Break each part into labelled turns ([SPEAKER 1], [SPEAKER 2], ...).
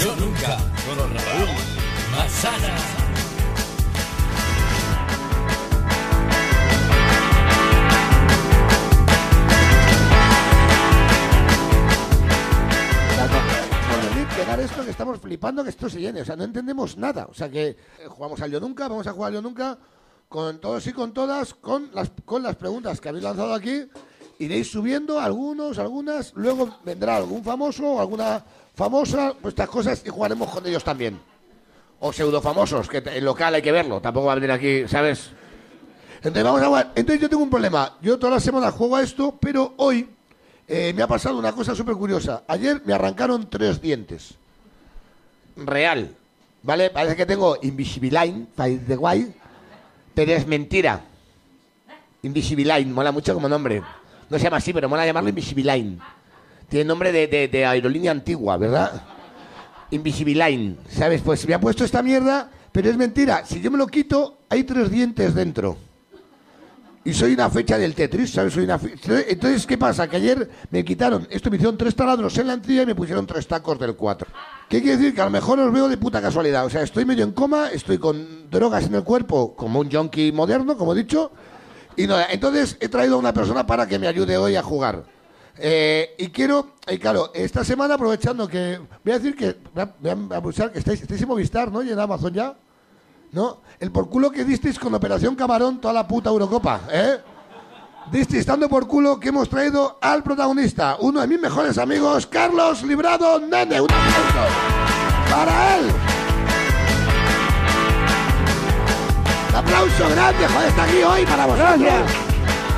[SPEAKER 1] Yo nunca con Raúl Masana.
[SPEAKER 2] pegar esto que estamos flipando que esto se llene, o sea, no entendemos nada, o sea que eh, jugamos al yo nunca, vamos a jugar al yo nunca con todos y con todas, con las con las preguntas que habéis lanzado aquí, iréis subiendo algunos, algunas, luego vendrá algún famoso, alguna famosa, pues estas cosas y jugaremos con ellos también. O pseudofamosos, que en local hay que verlo, tampoco va a venir aquí, ¿sabes? Entonces vamos a jugar. Entonces yo tengo un problema. Yo todas las semanas juego a esto, pero hoy eh, me ha pasado una cosa súper curiosa. Ayer me arrancaron tres dientes. Real. ¿Vale? Parece que tengo Invisibiline, país de guay, pero es mentira. Invisibiline, mola mucho como nombre. No se llama así, pero mola llamarlo Invisibiline. Tiene nombre de, de- de aerolínea antigua, ¿verdad? Invisibiline, ¿sabes? Pues me ha puesto esta mierda, pero es mentira. Si yo me lo quito, hay tres dientes dentro. Y soy una fecha del Tetris, ¿sabes? Soy una fe- Entonces, ¿qué pasa? Que ayer me quitaron, esto me hicieron tres taladros en la encía y me pusieron tres tacos del 4. ¿Qué quiere decir? Que a lo mejor os veo de puta casualidad. O sea, estoy medio en coma, estoy con drogas en el cuerpo, como un junkie moderno, como he dicho. Y nada, entonces he traído a una persona para que me ayude hoy a jugar. Eh, y quiero, y claro, esta semana aprovechando que, voy a decir que, voy a, voy a aprovechar que estáis, estáis en Movistar, ¿no? Y en Amazon ya. ¿no? El por culo que disteis con Operación Camarón toda la puta Eurocopa, ¿eh? Disteis dando por culo que hemos traído al protagonista, uno de mis mejores amigos, Carlos Librado Nene. Un aplauso para él. Un aplauso grande, joder, está aquí hoy para vosotros.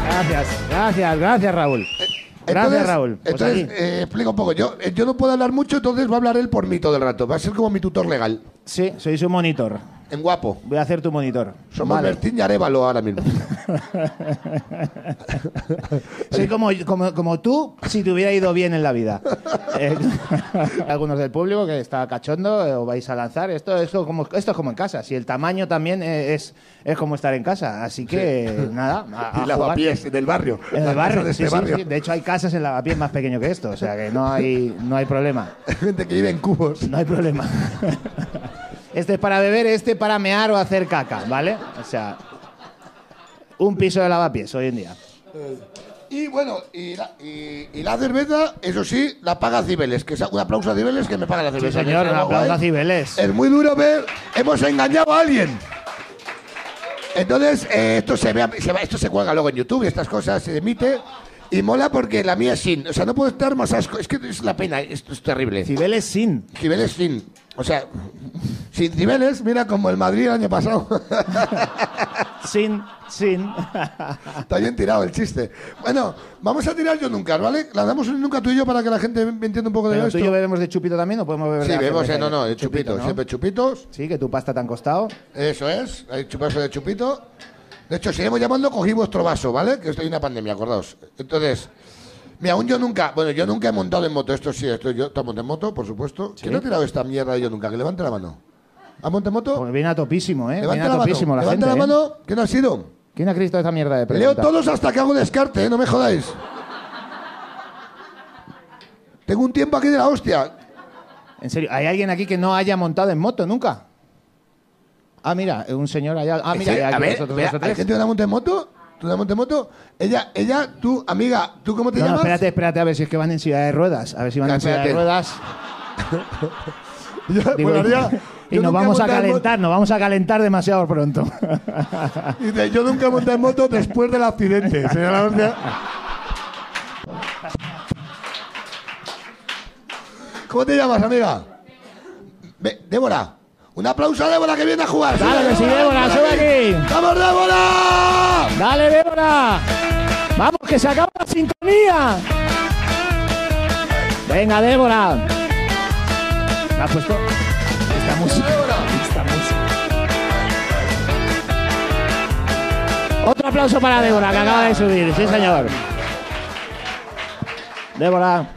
[SPEAKER 3] Gracias, gracias, gracias Raúl. Gracias
[SPEAKER 2] Entonces-
[SPEAKER 3] Raúl. Pues
[SPEAKER 2] entonces,
[SPEAKER 3] aquí.
[SPEAKER 2] eh, explica un poco. Yo, eh, yo no puedo hablar mucho, entonces va a hablar él por mí todo el rato. Va a ser como mi tutor legal,
[SPEAKER 3] Sí, soy su monitor.
[SPEAKER 2] en guapo.
[SPEAKER 3] Voy a hacer tu monitor.
[SPEAKER 2] Somos
[SPEAKER 3] Vale.
[SPEAKER 2] Bertín y Arevalo ahora mismo.
[SPEAKER 3] Soy como, como, como tú si te hubiera ido bien en la vida. Eh, algunos del público que está cachondo eh, o vais a lanzar. Esto es como, esto es como en casa. Si el tamaño también eh, es, es como estar en casa. Así que nada. A, a
[SPEAKER 2] y lavapiés
[SPEAKER 3] jugar.
[SPEAKER 2] del barrio.
[SPEAKER 3] Ah, En
[SPEAKER 2] Las
[SPEAKER 3] el barrio,
[SPEAKER 2] casas de
[SPEAKER 3] sí,
[SPEAKER 2] este
[SPEAKER 3] sí,
[SPEAKER 2] barrio.
[SPEAKER 3] sí. De hecho, hay casas en lavapiés más pequeño que esto, o sea que no hay, no hay problema.
[SPEAKER 2] Gente que vive en cubos.
[SPEAKER 3] No hay problema. Este es para beber, este para mear o hacer caca, ¿vale? O sea, un piso de lavapiés hoy en día.
[SPEAKER 2] Y bueno, y la, y- y la cerveza, eso sí, la paga Cibeles. Que es un aplauso a Cibeles que me paga la
[SPEAKER 3] Sí,
[SPEAKER 2] cerveza.
[SPEAKER 3] señor,
[SPEAKER 2] Que
[SPEAKER 3] un
[SPEAKER 2] es algo
[SPEAKER 3] aplauso a
[SPEAKER 2] guay.
[SPEAKER 3] Cibeles.
[SPEAKER 2] Es muy duro ver, hemos engañado a alguien. Entonces, eh, esto, se ve, se va- esto se cuelga luego en YouTube y estas cosas se emite. Y mola porque la mía es sin. O sea, no puedo estar más asco. Es que es la pena, esto es terrible.
[SPEAKER 3] Cibeles sin.
[SPEAKER 2] Cibeles sin. O sea, sin Cibeles, mira como el Madrid el año pasado.
[SPEAKER 3] Sin, sin.
[SPEAKER 2] Está bien tirado el chiste. Bueno, vamos a tirar yo nunca, ¿vale? La damos un nunca tú y yo para que la gente me entienda un poco de
[SPEAKER 3] Pero
[SPEAKER 2] esto.
[SPEAKER 3] tú y yo bebemos de chupito también o podemos beber
[SPEAKER 2] sí,
[SPEAKER 3] de la
[SPEAKER 2] vemos,
[SPEAKER 3] cerveza
[SPEAKER 2] eh, no,
[SPEAKER 3] ya?
[SPEAKER 2] no, de chupitos,
[SPEAKER 3] ¿no?
[SPEAKER 2] siempre chupitos.
[SPEAKER 3] Sí, que tu pasta te han costado.
[SPEAKER 2] Eso es, hay chupazo de chupito. De hecho, seguimos llamando, cogí vuestro vaso, ¿vale? Que esto hay una pandemia, acordaos. Entonces, mira, un yo nunca, bueno, yo nunca he montado en moto, esto sí, esto yo te montado en moto, por supuesto. ¿Quién ha tirado esta mierda de yo nunca? Que levante la mano. ¿Ha montado en moto?
[SPEAKER 3] Porque Pues viene a topísimo, ¿eh? Viene
[SPEAKER 2] Levanta
[SPEAKER 3] a
[SPEAKER 2] la mano.
[SPEAKER 3] topísimo la
[SPEAKER 2] levanta
[SPEAKER 3] gente.
[SPEAKER 2] la
[SPEAKER 3] ¿eh?
[SPEAKER 2] mano. ¿Quién ha sido?
[SPEAKER 3] ¿Quién ha cristo esta mierda de
[SPEAKER 2] Leo
[SPEAKER 3] pregunta?
[SPEAKER 2] todos hasta que hago descarte, ¿eh? no me jodáis. Tengo un tiempo aquí de la hostia.
[SPEAKER 3] En serio, ¿hay alguien aquí que no haya montado en moto nunca? Ah, mira, un señor allá. Ah, mira,
[SPEAKER 2] Sí,
[SPEAKER 3] aquí
[SPEAKER 2] a ver,
[SPEAKER 3] nosotros
[SPEAKER 2] espera,
[SPEAKER 3] dos o
[SPEAKER 2] ¿hay
[SPEAKER 3] tres.
[SPEAKER 2] gente de la Montemoto? ¿Tú de la Montemoto? Ella, ella, tú, amiga, ¿tú cómo te
[SPEAKER 3] No, no,
[SPEAKER 2] llamas?
[SPEAKER 3] espérate, espérate, a ver si es que van en silla de ruedas. A ver si van en silla de
[SPEAKER 2] Espérate.
[SPEAKER 3] ruedas.
[SPEAKER 2] Yo-
[SPEAKER 3] Digo,
[SPEAKER 2] bueno, ya,
[SPEAKER 3] y
[SPEAKER 2] yo
[SPEAKER 3] nos
[SPEAKER 2] nunca he
[SPEAKER 3] vamos a
[SPEAKER 2] montado en
[SPEAKER 3] calentar, nos vamos a calentar demasiado pronto.
[SPEAKER 2] moto. Dice, yo nunca he montado en moto después del accidente. señora hostia. ¿Cómo te llamas, amiga? Ve- Débora. Un aplauso a Débora que viene a jugar.
[SPEAKER 3] Claro
[SPEAKER 2] Sube,
[SPEAKER 3] que sí, Débora, sube aquí.
[SPEAKER 2] ¡Vamos, Débora!
[SPEAKER 3] ¡Dale, Débora! ¡Vamos, que se acaba la sintonía! ¡Venga, Débora! ¿Me has puesto esta música? Esta música. Otro aplauso para Débora, que acaba de subir. Sí, señor. Débora.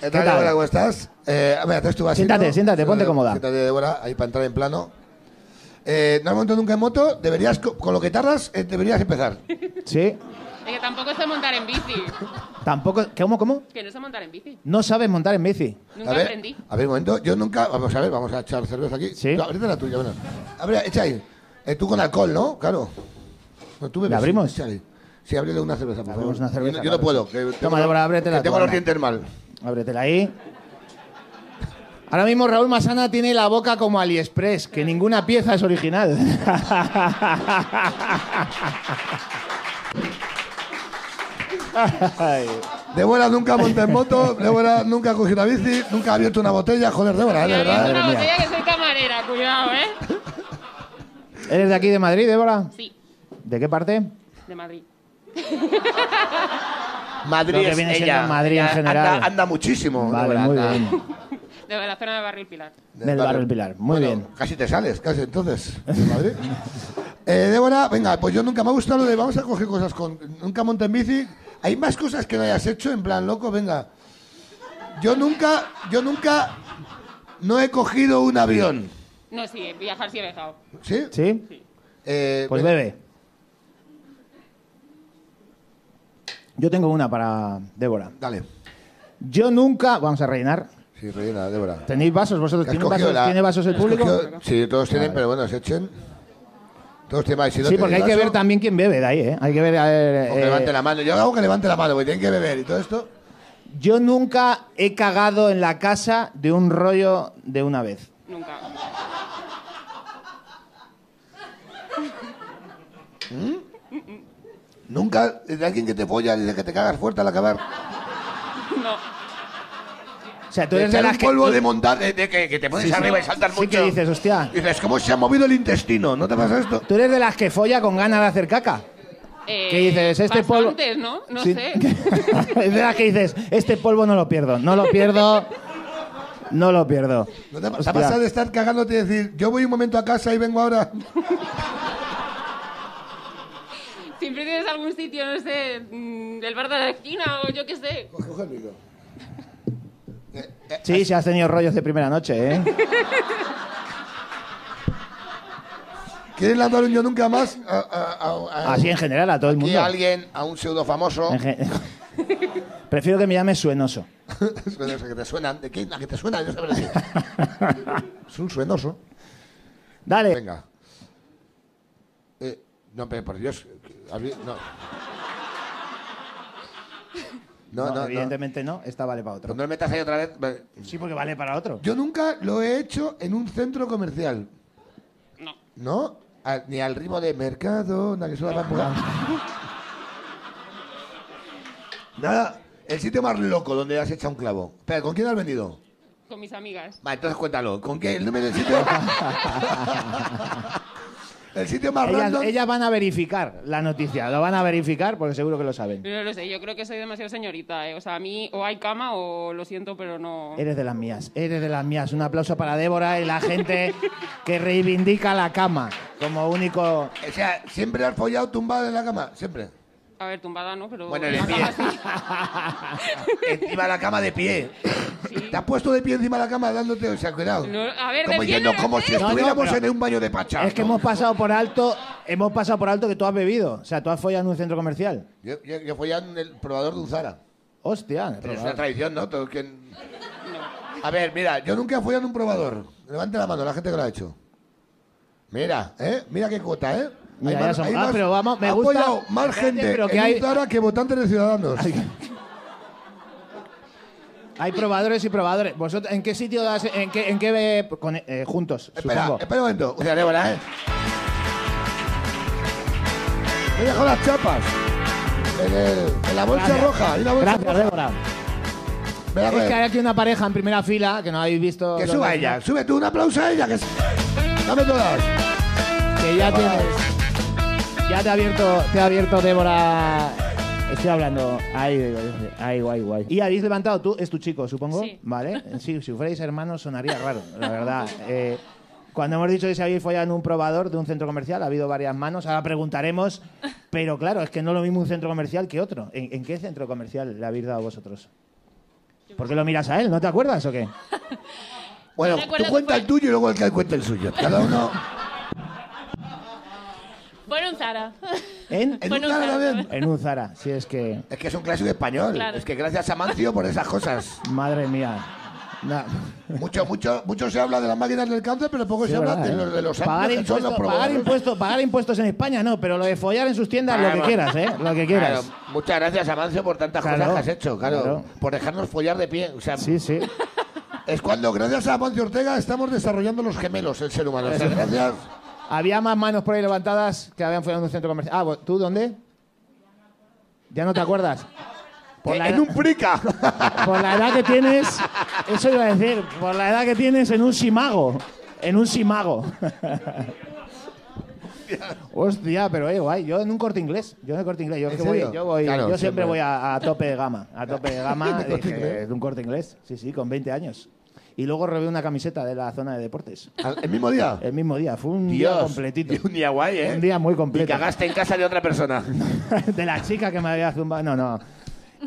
[SPEAKER 2] ¿Qué tal, Débora? ¿Cómo estás? Eh, a ver, haces tu vasito.
[SPEAKER 3] Siéntate, siéntate, ponte cómoda.
[SPEAKER 2] eh, Siéntate, Débora, ahí para entrar en plano. Eh, no has montado nunca en moto, deberías, co- con lo que tardas, eh, deberías empezar.
[SPEAKER 3] Sí.
[SPEAKER 4] Es que tampoco sé montar en bici.
[SPEAKER 3] Tampoco. ¿Cómo, cómo?
[SPEAKER 4] Que no sé montar en bici.
[SPEAKER 3] No sabes montar en bici.
[SPEAKER 4] Nunca
[SPEAKER 2] a ver,
[SPEAKER 4] aprendí.
[SPEAKER 2] A ver, un momento, yo nunca. Vamos a ver, vamos a echar cerveza aquí.
[SPEAKER 3] Sí.
[SPEAKER 2] Tú, Abrite la tuya, bueno. A ver, echa ahí. Eh, tú con alcohol, ¿no? Claro. No, tú bebes,
[SPEAKER 3] ¿La abrimos?
[SPEAKER 2] Sí, echa ahí. Sí, ábrele una cerveza, por favor.
[SPEAKER 3] Abrimos una cerveza,
[SPEAKER 2] Yo, no- yo no
[SPEAKER 3] claro.
[SPEAKER 2] puedo. Que tengo,
[SPEAKER 3] Toma, Débora,
[SPEAKER 2] los-
[SPEAKER 3] ábretela
[SPEAKER 2] que
[SPEAKER 3] tú,
[SPEAKER 2] tengo los
[SPEAKER 3] anda.
[SPEAKER 2] dientes mal.
[SPEAKER 3] Ábretela ahí. Ahora mismo Raúl Masana tiene la boca como AliExpress, que ninguna pieza es original. Ay.
[SPEAKER 2] Débora nunca monta en moto, Débora nunca ha cogido una bici, nunca ha abierto una botella. Joder, Débora,
[SPEAKER 4] Me
[SPEAKER 2] de
[SPEAKER 4] ha abierto
[SPEAKER 2] verdad.
[SPEAKER 4] una
[SPEAKER 3] madre mía.
[SPEAKER 4] botella que soy camarera, cuidado, ¿eh?
[SPEAKER 3] ¿Eres de aquí de Madrid, Débora?
[SPEAKER 4] Sí,
[SPEAKER 3] ¿De qué parte?
[SPEAKER 4] de Madrid.
[SPEAKER 2] Madrid
[SPEAKER 3] Lo que
[SPEAKER 2] es
[SPEAKER 3] viene siendo
[SPEAKER 2] ella.
[SPEAKER 3] Madrid en
[SPEAKER 2] Ella
[SPEAKER 3] general.
[SPEAKER 2] Anda, anda muchísimo.
[SPEAKER 3] Vale,
[SPEAKER 2] Débora,
[SPEAKER 3] muy
[SPEAKER 2] anda.
[SPEAKER 3] bien.
[SPEAKER 4] De la zona de Barril Pilar.
[SPEAKER 3] Del barrio El Pilar, muy
[SPEAKER 2] Bueno,
[SPEAKER 3] bien.
[SPEAKER 2] Casi te sales, casi entonces. de Madrid. Eh, Débora, venga, pues yo nunca me ha gustado lo de vamos a coger cosas con. Nunca monté en bici. Hay más cosas que no hayas hecho, en plan, loco, venga. Yo nunca, yo nunca no he cogido un avión.
[SPEAKER 4] No, sí, viajar sí he viajado.
[SPEAKER 2] ¿Sí?
[SPEAKER 3] ¿Sí?
[SPEAKER 2] Eh,
[SPEAKER 3] Pues
[SPEAKER 2] venga.
[SPEAKER 3] bebe. Yo tengo una para Débora.
[SPEAKER 2] Dale.
[SPEAKER 3] Yo nunca... Vamos a rellenar.
[SPEAKER 2] Sí, rellena, Débora.
[SPEAKER 3] ¿Tenéis vasos vosotros?
[SPEAKER 2] ¿Has
[SPEAKER 3] ¿Tiene
[SPEAKER 2] cogido
[SPEAKER 3] vasos,
[SPEAKER 2] la-
[SPEAKER 3] ¿tiene vasos el
[SPEAKER 2] has
[SPEAKER 3] público?
[SPEAKER 2] cogido- Sí, todos tienen, pero bueno, se echen. Todos tienen. Si no
[SPEAKER 3] Sí, porque hay
[SPEAKER 2] tenéis
[SPEAKER 3] que ver
[SPEAKER 2] vaso,
[SPEAKER 3] también quién bebe de ahí, ¿eh? Hay que ver... a ver,
[SPEAKER 2] o que
[SPEAKER 3] eh,
[SPEAKER 2] levante la mano. Yo hago que levante la mano, porque tienen que beber y todo esto.
[SPEAKER 3] Yo nunca he cagado en la casa de un rollo de una vez.
[SPEAKER 4] Nunca.
[SPEAKER 2] ¿Mm? Nunca, de alguien que te folla dice que te cagas fuerte al acabar.
[SPEAKER 4] No.
[SPEAKER 3] O sea, tú
[SPEAKER 2] Te
[SPEAKER 3] eres de
[SPEAKER 2] echar
[SPEAKER 3] las
[SPEAKER 2] un
[SPEAKER 3] que...
[SPEAKER 2] polvo de montar, de, de que, que te pones
[SPEAKER 3] Sí, sí.
[SPEAKER 2] arriba y saltas
[SPEAKER 3] Sí
[SPEAKER 2] mucho.
[SPEAKER 3] que dices, hostia.
[SPEAKER 2] Dices, ¿cómo se ha movido el intestino? ¿No te pasa esto?
[SPEAKER 3] Tú eres de las que folla con ganas de hacer caca.
[SPEAKER 4] Eh,
[SPEAKER 3] ¿Qué dices? Este polvo...
[SPEAKER 4] bastantes, ¿no? No
[SPEAKER 3] Sí.
[SPEAKER 4] sé.
[SPEAKER 3] es de las que dices, este polvo no lo pierdo, no lo pierdo, no lo pierdo.
[SPEAKER 2] ¿No te,
[SPEAKER 3] Hostia.
[SPEAKER 2] ha pasado de estar cagándote y decir, yo voy un momento a casa y vengo ahora?
[SPEAKER 4] Siempre tienes algún sitio, no sé, mm, del bar de la esquina o yo qué sé.
[SPEAKER 2] Coge el micro.
[SPEAKER 3] Sí, si has tenido rollos de primera noche, ¿eh?
[SPEAKER 2] ¿Quieres lanzar un yo nunca más? A, a- a- a-
[SPEAKER 3] Así en general a todo el
[SPEAKER 2] aquí
[SPEAKER 3] mundo.
[SPEAKER 2] a alguien, a un pseudo famoso.
[SPEAKER 3] En gen- Prefiero que me llames suenoso.
[SPEAKER 2] Suenoso, que te suenan. ¿De quién? ¿A que te suenan? Yo sabré decir. es un suenoso.
[SPEAKER 3] Dale.
[SPEAKER 2] Venga. Eh, no, pero por Dios. que- a mí- No. No, no, no.
[SPEAKER 3] evidentemente no. Esta vale para otro.
[SPEAKER 2] Cuando me metas ahí otra vez. ve-
[SPEAKER 3] Sí, porque vale para otro.
[SPEAKER 2] Yo nunca lo he hecho en un centro comercial.
[SPEAKER 4] No.
[SPEAKER 2] ¿No? Al- ni al ritmo de mercado, nada que suena para empujar. Nada. El sitio más loco donde has echado un clavo. Espera, ¿con quién has vendido?
[SPEAKER 4] Con mis amigas.
[SPEAKER 2] Vale, entonces cuéntalo. ¿Con qué? ¿El nombre del sitio? el sitio más
[SPEAKER 3] Ellas,
[SPEAKER 2] random.
[SPEAKER 3] ellas van a verificar la noticia. Lo van a verificar porque seguro que lo saben.
[SPEAKER 4] No lo sé, yo creo que soy demasiado señorita, ¿eh? O sea, a mí o hay cama o lo siento, pero no...
[SPEAKER 3] Eres de las mías. Eres de las mías. Un aplauso para Débora y la gente que reivindica la cama como único.
[SPEAKER 2] O sea, siempre has follado tumbado en la cama. Siempre.
[SPEAKER 4] A ver, tumbada no, pero...
[SPEAKER 2] Bueno,
[SPEAKER 4] en
[SPEAKER 2] de
[SPEAKER 4] la
[SPEAKER 2] pie.
[SPEAKER 4] cama sí.
[SPEAKER 2] encima de la cama de pie.
[SPEAKER 4] Sí.
[SPEAKER 2] Te has puesto de pie encima de la cama dándote. O sea, cuidado.
[SPEAKER 4] No, a ver,
[SPEAKER 2] como
[SPEAKER 4] de pie
[SPEAKER 2] diciendo,
[SPEAKER 4] no lo
[SPEAKER 2] como
[SPEAKER 4] sé.
[SPEAKER 2] si
[SPEAKER 3] No, no,
[SPEAKER 2] estuviéramos
[SPEAKER 3] pero-
[SPEAKER 2] en un baño de pacha.
[SPEAKER 3] Es que
[SPEAKER 2] ¿no?
[SPEAKER 3] hemos pasado por alto, hemos pasado por alto que tú has bebido. O sea, tú has follado en un centro comercial.
[SPEAKER 2] Yo, yo, yo follaba en el probador de un Zara.
[SPEAKER 3] Hostia.
[SPEAKER 2] Pero es una tradición, ¿no? Todo quien- A ver, mira, yo nunca he follado en un probador. Levante la mano, la gente que lo ha hecho. Mira, ¿eh? Mira qué cuota, ¿eh?
[SPEAKER 3] Mira,
[SPEAKER 2] más-
[SPEAKER 3] ya son-
[SPEAKER 2] hay
[SPEAKER 3] ah,
[SPEAKER 2] más-
[SPEAKER 3] pero vamos, me
[SPEAKER 2] ha
[SPEAKER 3] gusta-
[SPEAKER 2] apoyado más
[SPEAKER 3] Espérate,
[SPEAKER 2] gente
[SPEAKER 3] pero que
[SPEAKER 2] en
[SPEAKER 3] hay-
[SPEAKER 2] un Zara que votantes de Ciudadanos.
[SPEAKER 3] Hay probadores y probadores. ¿Vosotros en qué sitio das, en qué, en qué ve- con- eh, juntos?
[SPEAKER 2] Espera,
[SPEAKER 3] supongo.
[SPEAKER 2] espera un momento. O sea, Débora, ¿eh? Me dejo las chapas. En, el- en la bolsa
[SPEAKER 3] Gracias.
[SPEAKER 2] roja. Hay una bolsa
[SPEAKER 3] Gracias,
[SPEAKER 2] roja.
[SPEAKER 3] Débora.
[SPEAKER 2] Me la
[SPEAKER 3] Es que
[SPEAKER 2] coge.
[SPEAKER 3] hay aquí una pareja en primera fila que no habéis visto.
[SPEAKER 2] Que
[SPEAKER 3] los
[SPEAKER 2] suba
[SPEAKER 3] dos,
[SPEAKER 2] ella. Sube tú un aplauso a ella. Que... s- Dame todas.
[SPEAKER 3] Que ya
[SPEAKER 2] Vale.
[SPEAKER 3] tienes. Ya te ha abierto, te ha abierto Débora. Estoy hablando. Ay, digo, ay, guay, guay. Y habéis levantado tú, es tu chico, supongo.
[SPEAKER 4] Sí.
[SPEAKER 3] Vale. Sí, si fuerais hermanos sonaría raro, la verdad. Eh, cuando hemos dicho que se habéis follado en un probador de un centro comercial, ha habido varias manos. Ahora preguntaremos. Pero claro, es que no es lo mismo un centro comercial que otro. ¿En, en qué centro comercial le habéis dado vosotros? ¿Por qué lo miras a él? ¿No te acuerdas o qué?
[SPEAKER 2] Bueno,
[SPEAKER 4] No me
[SPEAKER 2] tú
[SPEAKER 4] acuerdo
[SPEAKER 2] cuenta
[SPEAKER 4] que fue-
[SPEAKER 2] el tuyo y luego el que cuente el suyo. Cada uno.
[SPEAKER 4] Fue en un Zara.
[SPEAKER 3] ¿En?
[SPEAKER 2] En
[SPEAKER 4] Fue en
[SPEAKER 2] un
[SPEAKER 4] un
[SPEAKER 2] Zara
[SPEAKER 4] Zara.
[SPEAKER 2] también.
[SPEAKER 3] En un Zara, si es que.
[SPEAKER 2] Es que es un clásico español.
[SPEAKER 4] Claro.
[SPEAKER 2] Es que gracias a Mancio por esas cosas.
[SPEAKER 3] Madre mía. Na-
[SPEAKER 2] Mucho, mucho, mucho se habla de las máquinas del cáncer, pero poco
[SPEAKER 3] Sí,
[SPEAKER 2] se habla
[SPEAKER 3] verdad,
[SPEAKER 2] de
[SPEAKER 3] ¿eh?
[SPEAKER 2] los, de los
[SPEAKER 3] pagar,
[SPEAKER 2] ángeles, que son los
[SPEAKER 3] impuestos, pagar,
[SPEAKER 2] probadores.
[SPEAKER 3] impuestos, pagar impuestos en España, no, pero lo de follar en sus tiendas, lo que
[SPEAKER 2] Claro.
[SPEAKER 3] quieras, ¿eh? Lo que quieras.
[SPEAKER 2] Claro, muchas gracias, Amancio, por tantas
[SPEAKER 3] Claro,
[SPEAKER 2] cosas que has hecho, claro,
[SPEAKER 3] claro.
[SPEAKER 2] Por dejarnos follar de pie. O sea,
[SPEAKER 3] Sí, sí.
[SPEAKER 2] Es cuando, gracias a Amancio Ortega, estamos desarrollando los gemelos, el ser humano. O sea, gracias.
[SPEAKER 3] Había más manos por ahí levantadas que habían follado en un centro comercial. Ah, vos- ¿tú dónde? ¿Ya no te acuerdas? Por la,
[SPEAKER 2] Eh, En un prica.
[SPEAKER 3] por la edad que tienes, eso iba a decir, por la edad que tienes en un simago. En un simago. Hostia, pero eh, guay. Yo en un corte inglés. Yo en el corte inglés. Yo,
[SPEAKER 2] ¿En
[SPEAKER 3] que voy,
[SPEAKER 2] serio?
[SPEAKER 3] yo, voy-
[SPEAKER 2] Claro,
[SPEAKER 3] yo siempre,
[SPEAKER 2] siempre.
[SPEAKER 3] voy a, a tope de gama. A tope de gama
[SPEAKER 2] ¿De Corte
[SPEAKER 3] dije,
[SPEAKER 2] Inglés?
[SPEAKER 3] de un corte inglés. Sí, sí, con 20 años. Y luego robé una camiseta de la zona de deportes.
[SPEAKER 2] Al- El mismo día.
[SPEAKER 3] El mismo día. Fue un día
[SPEAKER 2] Dios.
[SPEAKER 3] completito.
[SPEAKER 2] Y un día guay, ¿eh?
[SPEAKER 3] Un día muy completo.
[SPEAKER 2] Y cagaste en casa de otra persona.
[SPEAKER 3] de la chica que me había zumbado. No, no.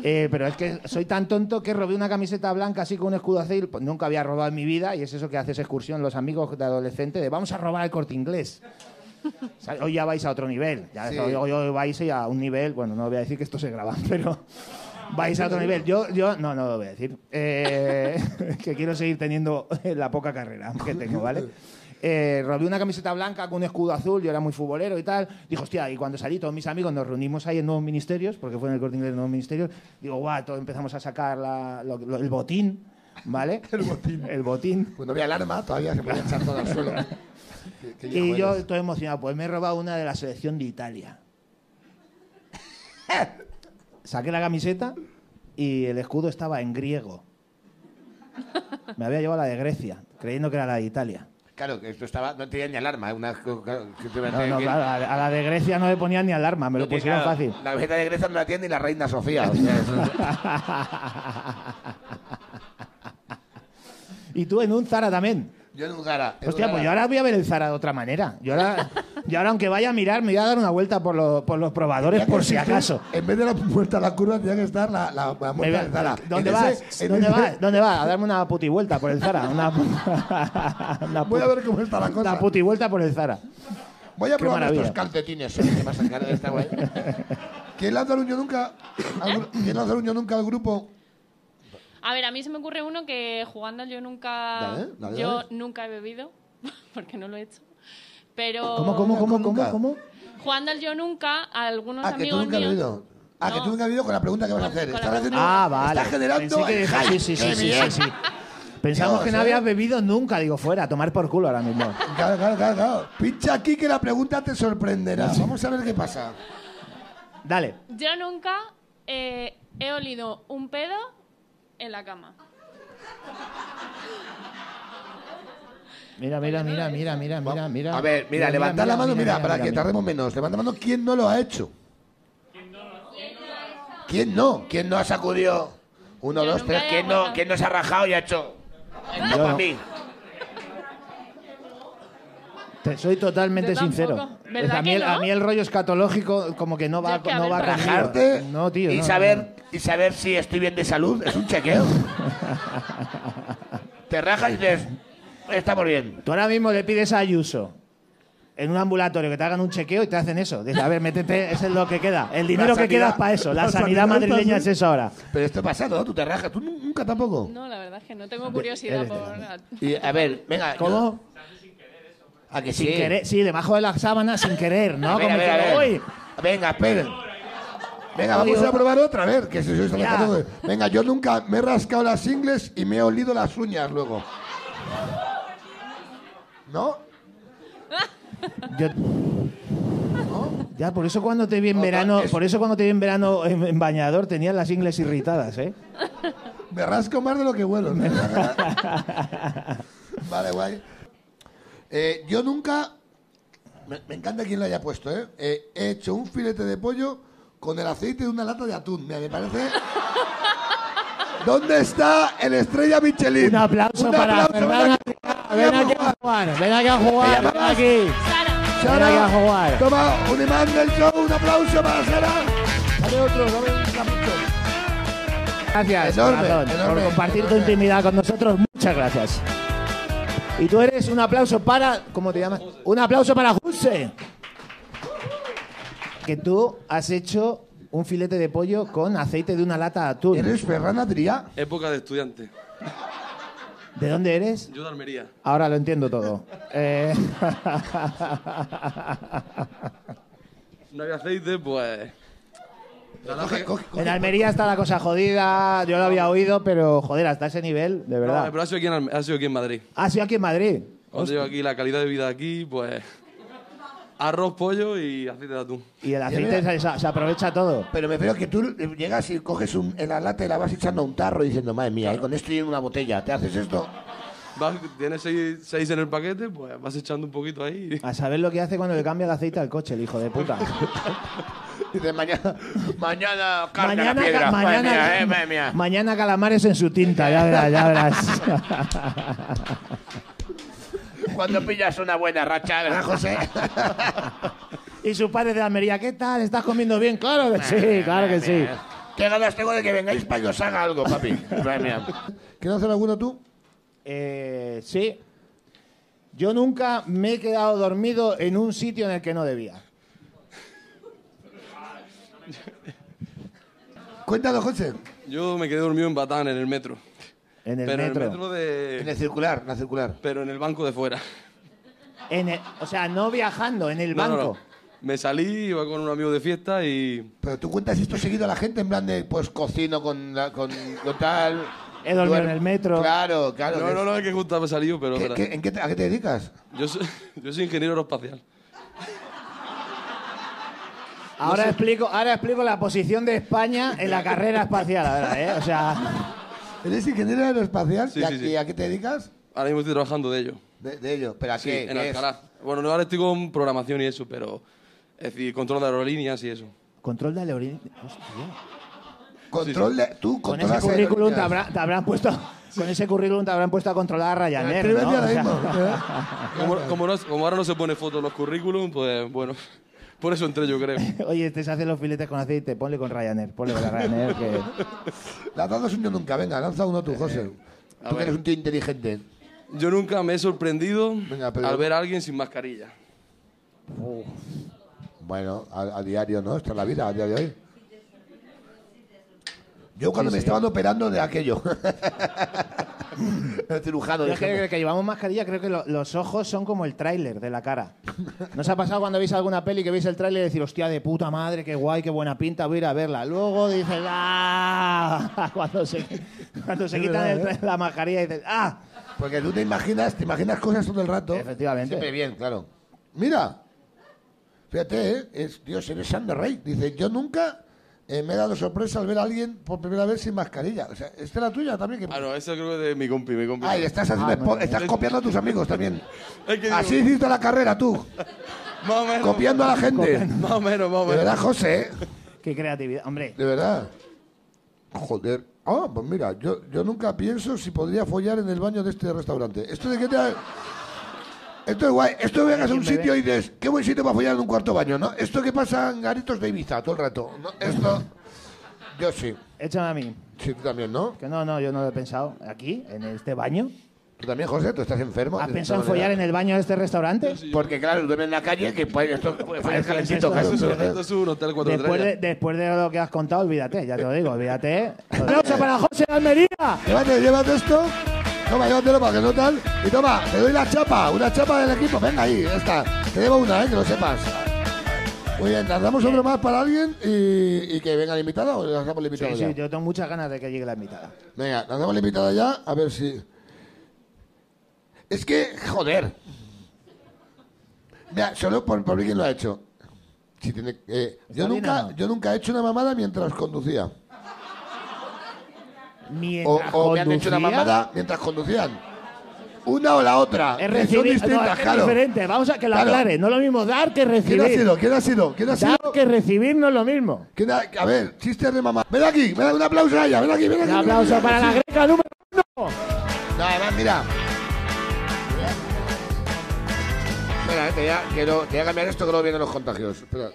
[SPEAKER 3] Eh, pero es que soy tan tonto que robé una camiseta blanca así con un escudo azul. Pues nunca había robado en mi vida y es eso que haces excursión los amigos de adolescente de vamos a robar el corte inglés. O sea, hoy ya vais a otro nivel. Ya,
[SPEAKER 2] Sí.
[SPEAKER 3] hoy, hoy- hoy vais a un nivel. Bueno, no voy a decir que esto se graba, pero vais a otro nivel. Yo, yo, no, no lo voy a decir. Eh, que quiero seguir teniendo la poca carrera que tengo, ¿vale? Eh, robé una camiseta blanca con un escudo azul, yo era muy futbolero y tal. Dijo, hostia, y cuando salí, todos mis amigos nos reunimos ahí en Nuevos Ministerios, porque fue en el corte inglés de Nuevos Ministerios. Digo, guau, todos empezamos a sacar la- lo- lo- el botín, ¿vale? el botín. El botín.
[SPEAKER 2] Cuando Pues había alarma, todavía se podía echar todo al suelo. Qué- qué
[SPEAKER 3] Y
[SPEAKER 2] viejo
[SPEAKER 3] yo
[SPEAKER 2] eres.
[SPEAKER 3] estoy emocionado, pues me he robado una de la selección de Italia. Saqué la camiseta y el escudo estaba en griego. Me había llevado la de Grecia, creyendo que era la de Italia.
[SPEAKER 2] Claro, que esto estaba. No tenía ni alarma. ¿eh? Una, claro, simplemente
[SPEAKER 3] No, no,
[SPEAKER 2] que-
[SPEAKER 3] claro, a la- a la de Grecia no le ponían ni alarma, me lo
[SPEAKER 2] que,
[SPEAKER 3] pusieron
[SPEAKER 2] claro,
[SPEAKER 3] fácil.
[SPEAKER 2] La vegeta de Grecia no la tiene ni la reina Sofía. o sea, eso-
[SPEAKER 3] Y tú en un Zara también.
[SPEAKER 2] yo en un Zara. en un
[SPEAKER 3] Hostia, pues
[SPEAKER 2] Zara.
[SPEAKER 3] yo ahora voy a ver el Zara de otra manera. Yo ahora, yo ahora aunque vaya a mirar, me voy a dar una vuelta por, los- por los probadores,
[SPEAKER 2] Tenía que
[SPEAKER 3] por si
[SPEAKER 2] existir,
[SPEAKER 3] acaso.
[SPEAKER 2] En vez de la puerta a la curva, tenía que estar la, la, la
[SPEAKER 3] Me
[SPEAKER 2] muestra
[SPEAKER 3] ve-
[SPEAKER 2] de Zara.
[SPEAKER 3] ¿Dónde
[SPEAKER 2] En
[SPEAKER 3] vas?
[SPEAKER 2] ese- en
[SPEAKER 3] ¿Dónde
[SPEAKER 2] ese-
[SPEAKER 3] vas? ¿Dónde vas? A darme una putivuelta por el Zara. Una, una
[SPEAKER 2] Voy a
[SPEAKER 3] pu-
[SPEAKER 2] ver cómo está la cosa.
[SPEAKER 3] una putivuelta por el Zara.
[SPEAKER 2] Voy a
[SPEAKER 3] Qué
[SPEAKER 2] probar
[SPEAKER 3] maravilla.
[SPEAKER 2] estos calcetines eh, que me ha sacado esta guay. ¿Quién lanza un yo nunca? al gru- ¿Quién lanza un yo nunca al grupo?
[SPEAKER 4] A ver, a mí se me ocurre uno que jugando yo nunca.
[SPEAKER 2] Dale, dale,
[SPEAKER 4] yo
[SPEAKER 2] dale.
[SPEAKER 4] nunca he bebido, porque no lo he hecho. Pero.
[SPEAKER 3] ¿Cómo, cómo, cómo, cómo,
[SPEAKER 2] Nunca.
[SPEAKER 3] cómo?
[SPEAKER 4] Jugando al yo nunca, algunos
[SPEAKER 2] Ah, que tú
[SPEAKER 4] amigos
[SPEAKER 2] nunca has
[SPEAKER 4] míos.
[SPEAKER 2] vivido. Ah, que
[SPEAKER 4] No.
[SPEAKER 2] tú nunca has vivido con la pregunta que vas a
[SPEAKER 4] Con-
[SPEAKER 2] hacer.
[SPEAKER 4] con la
[SPEAKER 2] Estás haciendo-
[SPEAKER 4] pregunta.
[SPEAKER 3] Ah, vale.
[SPEAKER 2] Estás generando.
[SPEAKER 3] Pensé que-
[SPEAKER 2] el hype.
[SPEAKER 3] sí, sí,
[SPEAKER 2] ¡Qué
[SPEAKER 3] sí, sí,
[SPEAKER 2] bien!
[SPEAKER 3] sí, sí. Pensamos
[SPEAKER 2] Dios,
[SPEAKER 3] que no
[SPEAKER 2] eh.
[SPEAKER 3] habías bebido nunca. Digo, fuera, a tomar por culo ahora mismo.
[SPEAKER 2] Claro, claro, claro, claro. Pincha aquí que la pregunta te sorprenderá. Vamos a ver qué pasa.
[SPEAKER 3] Dale.
[SPEAKER 4] Yo nunca eh, he olido un pedo en la cama.
[SPEAKER 3] Mira, mira, mira, mira, mira, mira, mira.
[SPEAKER 2] a ver, mira, levantad la mano, mira, para que
[SPEAKER 3] mira.
[SPEAKER 2] tardemos menos. Levanta la mano, ¿quién no lo ha hecho? ¿Quién no? ¿Quién no ha sacudido? Uno,
[SPEAKER 4] Yo
[SPEAKER 2] dos,
[SPEAKER 4] nunca
[SPEAKER 2] tres.
[SPEAKER 4] he
[SPEAKER 2] ¿Quién no,
[SPEAKER 4] aguantado.
[SPEAKER 2] ¿Quién no se ha rajado y ha hecho? No
[SPEAKER 3] Yo
[SPEAKER 2] para
[SPEAKER 3] no.
[SPEAKER 2] mí.
[SPEAKER 3] Te soy totalmente
[SPEAKER 4] Yo
[SPEAKER 3] sincero.
[SPEAKER 4] tampoco. ¿Verdad
[SPEAKER 3] a, mí,
[SPEAKER 4] que
[SPEAKER 3] el- a
[SPEAKER 4] no?
[SPEAKER 3] mí el rollo escatológico como que no va,
[SPEAKER 4] Yo es que, a
[SPEAKER 3] no
[SPEAKER 4] ver,
[SPEAKER 3] va
[SPEAKER 4] para-
[SPEAKER 3] conmigo.
[SPEAKER 2] Rajarte
[SPEAKER 3] No, tío.
[SPEAKER 2] y
[SPEAKER 3] no, no, no.
[SPEAKER 2] saber y saber si estoy bien de salud es un chequeo. Te rajas y dices, estamos bien.
[SPEAKER 3] Tú ahora mismo le pides a Ayuso en un ambulatorio que te hagan un chequeo y te hacen eso. Dices, a ver, métete, eso es lo que queda. El dinero que
[SPEAKER 2] sanidad-
[SPEAKER 3] queda es para eso. La,
[SPEAKER 2] la
[SPEAKER 3] sanidad,
[SPEAKER 2] sanidad
[SPEAKER 3] madrileña
[SPEAKER 2] también.
[SPEAKER 3] es eso ahora.
[SPEAKER 2] Pero esto ha pasado, ¿no? Tú te rajas, tú nu- nunca tampoco.
[SPEAKER 4] No, la verdad es que no tengo curiosidad
[SPEAKER 3] eres de
[SPEAKER 4] por.
[SPEAKER 2] Y, a ver, venga. yo-
[SPEAKER 3] ¿Cómo?
[SPEAKER 2] A que sí.
[SPEAKER 3] Sin querer, sí, debajo de la sábana sin querer, ¿no?
[SPEAKER 2] A ver,
[SPEAKER 3] Como
[SPEAKER 2] a ver, a
[SPEAKER 3] diciendo,
[SPEAKER 2] ver.
[SPEAKER 3] "Uy,
[SPEAKER 2] Venga, esperen. Venga,
[SPEAKER 3] Oye,
[SPEAKER 2] vamos
[SPEAKER 3] otra.
[SPEAKER 2] a probar otra, a ver, que si sois
[SPEAKER 3] Ya.
[SPEAKER 2] alejado de- Venga, yo nunca me he rascado las ingles y me he olido las uñas luego. ¿No?
[SPEAKER 3] Yo- Ya, por eso cuando te vi en
[SPEAKER 2] Opa,
[SPEAKER 3] verano,
[SPEAKER 2] es-
[SPEAKER 3] por eso cuando te vi en verano en, en bañador tenías las ingles irritadas, ¿eh?
[SPEAKER 2] Me rasco más de lo que huelo. ¿no? vale, guay. Eh, yo nunca... Me, me encanta quien lo haya puesto, ¿eh? Eh, He hecho un filete de pollo con el aceite de una lata de atún. Mira, me parece... ¿Dónde está el estrella Michelin?
[SPEAKER 3] Un aplauso
[SPEAKER 2] Un
[SPEAKER 3] para
[SPEAKER 2] aplauso
[SPEAKER 3] Ferran.
[SPEAKER 2] para-
[SPEAKER 3] Ven aquí a jugar, ven aquí a jugar, ven
[SPEAKER 2] llamabas?
[SPEAKER 3] aquí.
[SPEAKER 4] Sara,
[SPEAKER 3] Ven aquí a jugar.
[SPEAKER 2] Toma un imán del show, un aplauso para Sara. Dame otro, dame un capucho.
[SPEAKER 3] Gracias,
[SPEAKER 2] Enorme,
[SPEAKER 3] corazón,
[SPEAKER 2] enorme,
[SPEAKER 3] por compartir tu
[SPEAKER 2] enorme.
[SPEAKER 3] intimidad con nosotros. Muchas gracias. Y tú eres un aplauso para. ¿Cómo te llamas? Un aplauso para Juse. que tú has hecho un filete de pollo con aceite de una lata de atún.
[SPEAKER 2] ¿Eres Ferran Adrià?
[SPEAKER 5] Pues Época de estudiante.
[SPEAKER 3] ¿De dónde eres?
[SPEAKER 5] Yo de Almería.
[SPEAKER 3] Ahora lo entiendo todo. Eh,
[SPEAKER 5] No había aceite, pues. La lata
[SPEAKER 2] Coge,
[SPEAKER 5] que-
[SPEAKER 2] coge,
[SPEAKER 3] en
[SPEAKER 2] coge.
[SPEAKER 3] Almería está la cosa jodida, yo lo había oído, pero joder, hasta ese nivel, de
[SPEAKER 5] No, eh,
[SPEAKER 3] verdad.
[SPEAKER 5] pero ha sido, aquí en, Alme- ha sido aquí en Madrid.
[SPEAKER 3] Ah, sí, aquí en Madrid.
[SPEAKER 5] Cuando llego aquí, la calidad de vida aquí, pues. Arroz, pollo y aceite de atún.
[SPEAKER 3] Y el aceite se, se- se aprovecha todo.
[SPEAKER 2] Pero me veo que tú eh, llegas y coges un, en la lata y la vas echando a un tarro diciendo, madre mía, eh, con esto y en una botella, ¿te haces esto?
[SPEAKER 5] Vas- tienes seis, seis en el paquete, pues vas echando un poquito ahí.
[SPEAKER 2] Ah,
[SPEAKER 3] A saber lo que hace cuando le cambia el aceite al coche, el hijo de puta.
[SPEAKER 2] Dices, mañana, mañana, carne a la
[SPEAKER 3] mañana,
[SPEAKER 2] piedra,
[SPEAKER 3] ca-
[SPEAKER 2] madre
[SPEAKER 3] mañana-
[SPEAKER 2] mía, eh, madre mía".
[SPEAKER 3] mañana calamares en su tinta, ya verás, ya verás.
[SPEAKER 2] Cuando pillas una buena racha, ¿verdad, Ah, José?
[SPEAKER 3] y su padre de Almería, ¿qué tal? ¿Estás comiendo bien? Claro que sí, claro que sí.
[SPEAKER 2] ¿Qué ganas tengo de que vengáis para que os haga algo, papi? Madre mía. ¿Quieres hacer alguno tú?
[SPEAKER 3] Eh, sí. Yo nunca me he quedado dormido en un sitio en el que no debía.
[SPEAKER 2] Cuéntalo, José.
[SPEAKER 5] Yo me quedé dormido en Batán, en el metro.
[SPEAKER 3] En el
[SPEAKER 5] pero
[SPEAKER 3] metro.
[SPEAKER 5] en el metro de.
[SPEAKER 2] En el circular, la circular.
[SPEAKER 5] Pero en el banco de fuera.
[SPEAKER 3] En el- o sea, no viajando, en el
[SPEAKER 5] No, no,
[SPEAKER 3] banco.
[SPEAKER 5] no. Me salí, iba con un amigo de fiesta y.
[SPEAKER 2] Pero tú cuentas esto seguido a la gente en plan de, pues cocino con, la- con, con tal.
[SPEAKER 3] He dormido
[SPEAKER 2] duermo-
[SPEAKER 3] en el metro.
[SPEAKER 2] Claro, claro.
[SPEAKER 5] No,
[SPEAKER 2] que
[SPEAKER 5] no,
[SPEAKER 2] es-
[SPEAKER 5] no, es que justo me salió, pero.
[SPEAKER 2] ¿Qué-
[SPEAKER 5] espera.
[SPEAKER 2] qué- en qué te- ¿A qué te dedicas?
[SPEAKER 5] Yo, soy, yo soy ingeniero aeroespacial.
[SPEAKER 3] Ahora, explico, ahora explico la posición de España en la carrera espacial, ahora, ¿eh? O sea,
[SPEAKER 2] ¿Eres ingeniero aeroespacial?
[SPEAKER 5] Sí,
[SPEAKER 2] ¿Y, a,
[SPEAKER 5] sí, sí.
[SPEAKER 2] y a qué te dedicas?
[SPEAKER 5] Ahora mismo estoy trabajando de ello.
[SPEAKER 2] De, de ello. ¿Pero a
[SPEAKER 5] Sí,
[SPEAKER 2] qué?
[SPEAKER 5] en
[SPEAKER 2] ¿Qué es?
[SPEAKER 5] Alcalá. Bueno, no, ahora estoy con programación y eso, pero. Es decir, control de aerolíneas y eso.
[SPEAKER 3] control de aerolíneas. Hostia.
[SPEAKER 2] Control de. Tú
[SPEAKER 3] Con ese
[SPEAKER 2] controlas
[SPEAKER 3] currículum te,
[SPEAKER 2] aerolíneas.
[SPEAKER 3] habrá- te habrán puesto. Con ese currículum te habrán puesto a controlar a Ryanair.
[SPEAKER 2] Escríbete
[SPEAKER 3] ¿no?
[SPEAKER 2] ahora
[SPEAKER 3] O sea,
[SPEAKER 2] mismo, ¿eh?
[SPEAKER 5] Como, como no- como ahora no se pone foto en los currículums, pues bueno. Por eso entré yo, creo.
[SPEAKER 3] Oye, te se hacen los filetes con aceite, ponle con Ryanair, ponle con la Ryanair. que-
[SPEAKER 2] Lanzando un yo nunca, venga, lanza uno tú, José. Tú que eres un tío inteligente.
[SPEAKER 5] Eh, Yo nunca me he sorprendido
[SPEAKER 2] Venga, Pedro.
[SPEAKER 5] al ver a alguien sin mascarilla.
[SPEAKER 2] Bueno, a, a diario, ¿no? Esta es la vida a día de hoy. Yo cuando me estaban operando de aquello. El cirujano.
[SPEAKER 3] Yo es que,
[SPEAKER 2] diciendo,
[SPEAKER 3] que llevamos mascarilla, creo que lo- los ojos son como el tráiler de la cara. ¿Nos ha pasado cuando veis alguna peli que veis el tráiler y decir, hostia, de puta madre, qué guay, qué buena pinta, voy a ir a verla? Luego dices, ¡ah! Cuando se, cuando se
[SPEAKER 2] Es
[SPEAKER 3] quitan
[SPEAKER 2] verdad,
[SPEAKER 3] el
[SPEAKER 2] ¿eh?
[SPEAKER 3] tra- la mascarilla dices, ¡ah!
[SPEAKER 2] Porque tú te imaginas, te imaginas cosas todo el rato.
[SPEAKER 3] Efectivamente.
[SPEAKER 2] Siempre bien, claro. Mira. Fíjate, ¿eh? es, Dios, eres Sandra Rey. Dice, yo nunca eh, me he dado sorpresa al ver a alguien por primera vez sin mascarilla. O sea, esta es la tuya también. Que...
[SPEAKER 5] Ah, no, eso creo que es de mi compi, mi compi.
[SPEAKER 2] Ay, estás, haciendo
[SPEAKER 3] Ah,
[SPEAKER 2] spo-
[SPEAKER 3] no.
[SPEAKER 2] estás copiando a tus amigos también.
[SPEAKER 5] Es que
[SPEAKER 2] Así
[SPEAKER 5] digo-
[SPEAKER 2] hiciste la carrera tú,
[SPEAKER 5] Más o menos.
[SPEAKER 2] copiando a la gente.
[SPEAKER 5] Más o menos, más o
[SPEAKER 2] De
[SPEAKER 5] menos.
[SPEAKER 2] verdad, José, ¿eh?
[SPEAKER 3] ¡Qué creatividad! Hombre,
[SPEAKER 2] de verdad. Joder. Ah, pues mira, yo, yo nunca pienso si podría follar en el baño de este restaurante. ¿Esto de qué te ha- Esto es guay. Esto vengas a un
[SPEAKER 3] ¿Quién me
[SPEAKER 2] sitio
[SPEAKER 3] ve?
[SPEAKER 2] y dices, qué buen sitio para follar en un cuarto baño, ¿no? Esto que pasa en garitos de Ibiza todo el rato. ¿no? Esto... Yo sí.
[SPEAKER 3] échame a mí.
[SPEAKER 2] Sí, tú también, ¿no?
[SPEAKER 3] Que no, no, yo no lo he pensado. ¿Aquí? ¿En este baño?
[SPEAKER 2] Tú también, José, tú estás enfermo.
[SPEAKER 3] ¿Has pensado en follar en el baño de este restaurante?
[SPEAKER 2] Porque claro, duerme en la calle, que pues, esto pues, follas
[SPEAKER 3] Parece-
[SPEAKER 2] calentito.
[SPEAKER 3] esto-
[SPEAKER 5] Esto es-
[SPEAKER 2] claro.
[SPEAKER 5] esto es un hotel cuatro
[SPEAKER 3] Después de,
[SPEAKER 5] estrellas.
[SPEAKER 3] después de lo que has contado, olvídate, ya te lo digo, olvídate. ¡Un aplauso para José de Almería!
[SPEAKER 2] Llévate, llévate esto. Toma, llévatelo para que no tal. Y toma, te doy la chapa, una chapa del equipo. Venga ahí, ya está. Te debo una, eh, que lo sepas. Muy bien, lanzamos otro más para alguien y, y que venga el invitado o lanzamos el invitado
[SPEAKER 3] Sí,
[SPEAKER 2] ya.
[SPEAKER 3] sí, yo tengo muchas ganas de que llegue la invitada.
[SPEAKER 2] Venga, lanzamos el invitado ya, a ver si. Es que, joder. Mira, solo por, por ver quién lo ha hecho. Si tiene, eh, yo,
[SPEAKER 3] ¿Está bien
[SPEAKER 2] nunca,
[SPEAKER 3] o no?
[SPEAKER 2] yo nunca he hecho una mamada mientras conducía. O,
[SPEAKER 3] Mientras
[SPEAKER 2] o me han hecho una
[SPEAKER 3] conducía,
[SPEAKER 2] mamada mientras conducían. Una o la otra.
[SPEAKER 3] Es
[SPEAKER 2] que Son
[SPEAKER 3] recibir,
[SPEAKER 2] distintas,
[SPEAKER 3] no, es que es
[SPEAKER 2] claro.
[SPEAKER 3] diferente. Vamos a que lo
[SPEAKER 2] Claro.
[SPEAKER 3] aclare. No es lo mismo dar que
[SPEAKER 2] ¿Quién ha
[SPEAKER 3] recibir.
[SPEAKER 2] sido? ¿Quién ha sido? ¿Quién ha sido?
[SPEAKER 3] Dar que recibir no es lo mismo.
[SPEAKER 2] ¿Quién ha- A ver, chistes de mamá. Ven aquí, ven, un aplauso a ella. Ven aquí, ven aquí.
[SPEAKER 3] Un
[SPEAKER 2] ven aquí.
[SPEAKER 3] aplauso para la greca número uno.
[SPEAKER 2] No, además, mira. Espera, eh, te voy, a, que no- te voy a cambiar esto que luego vienen los contagios. Espera.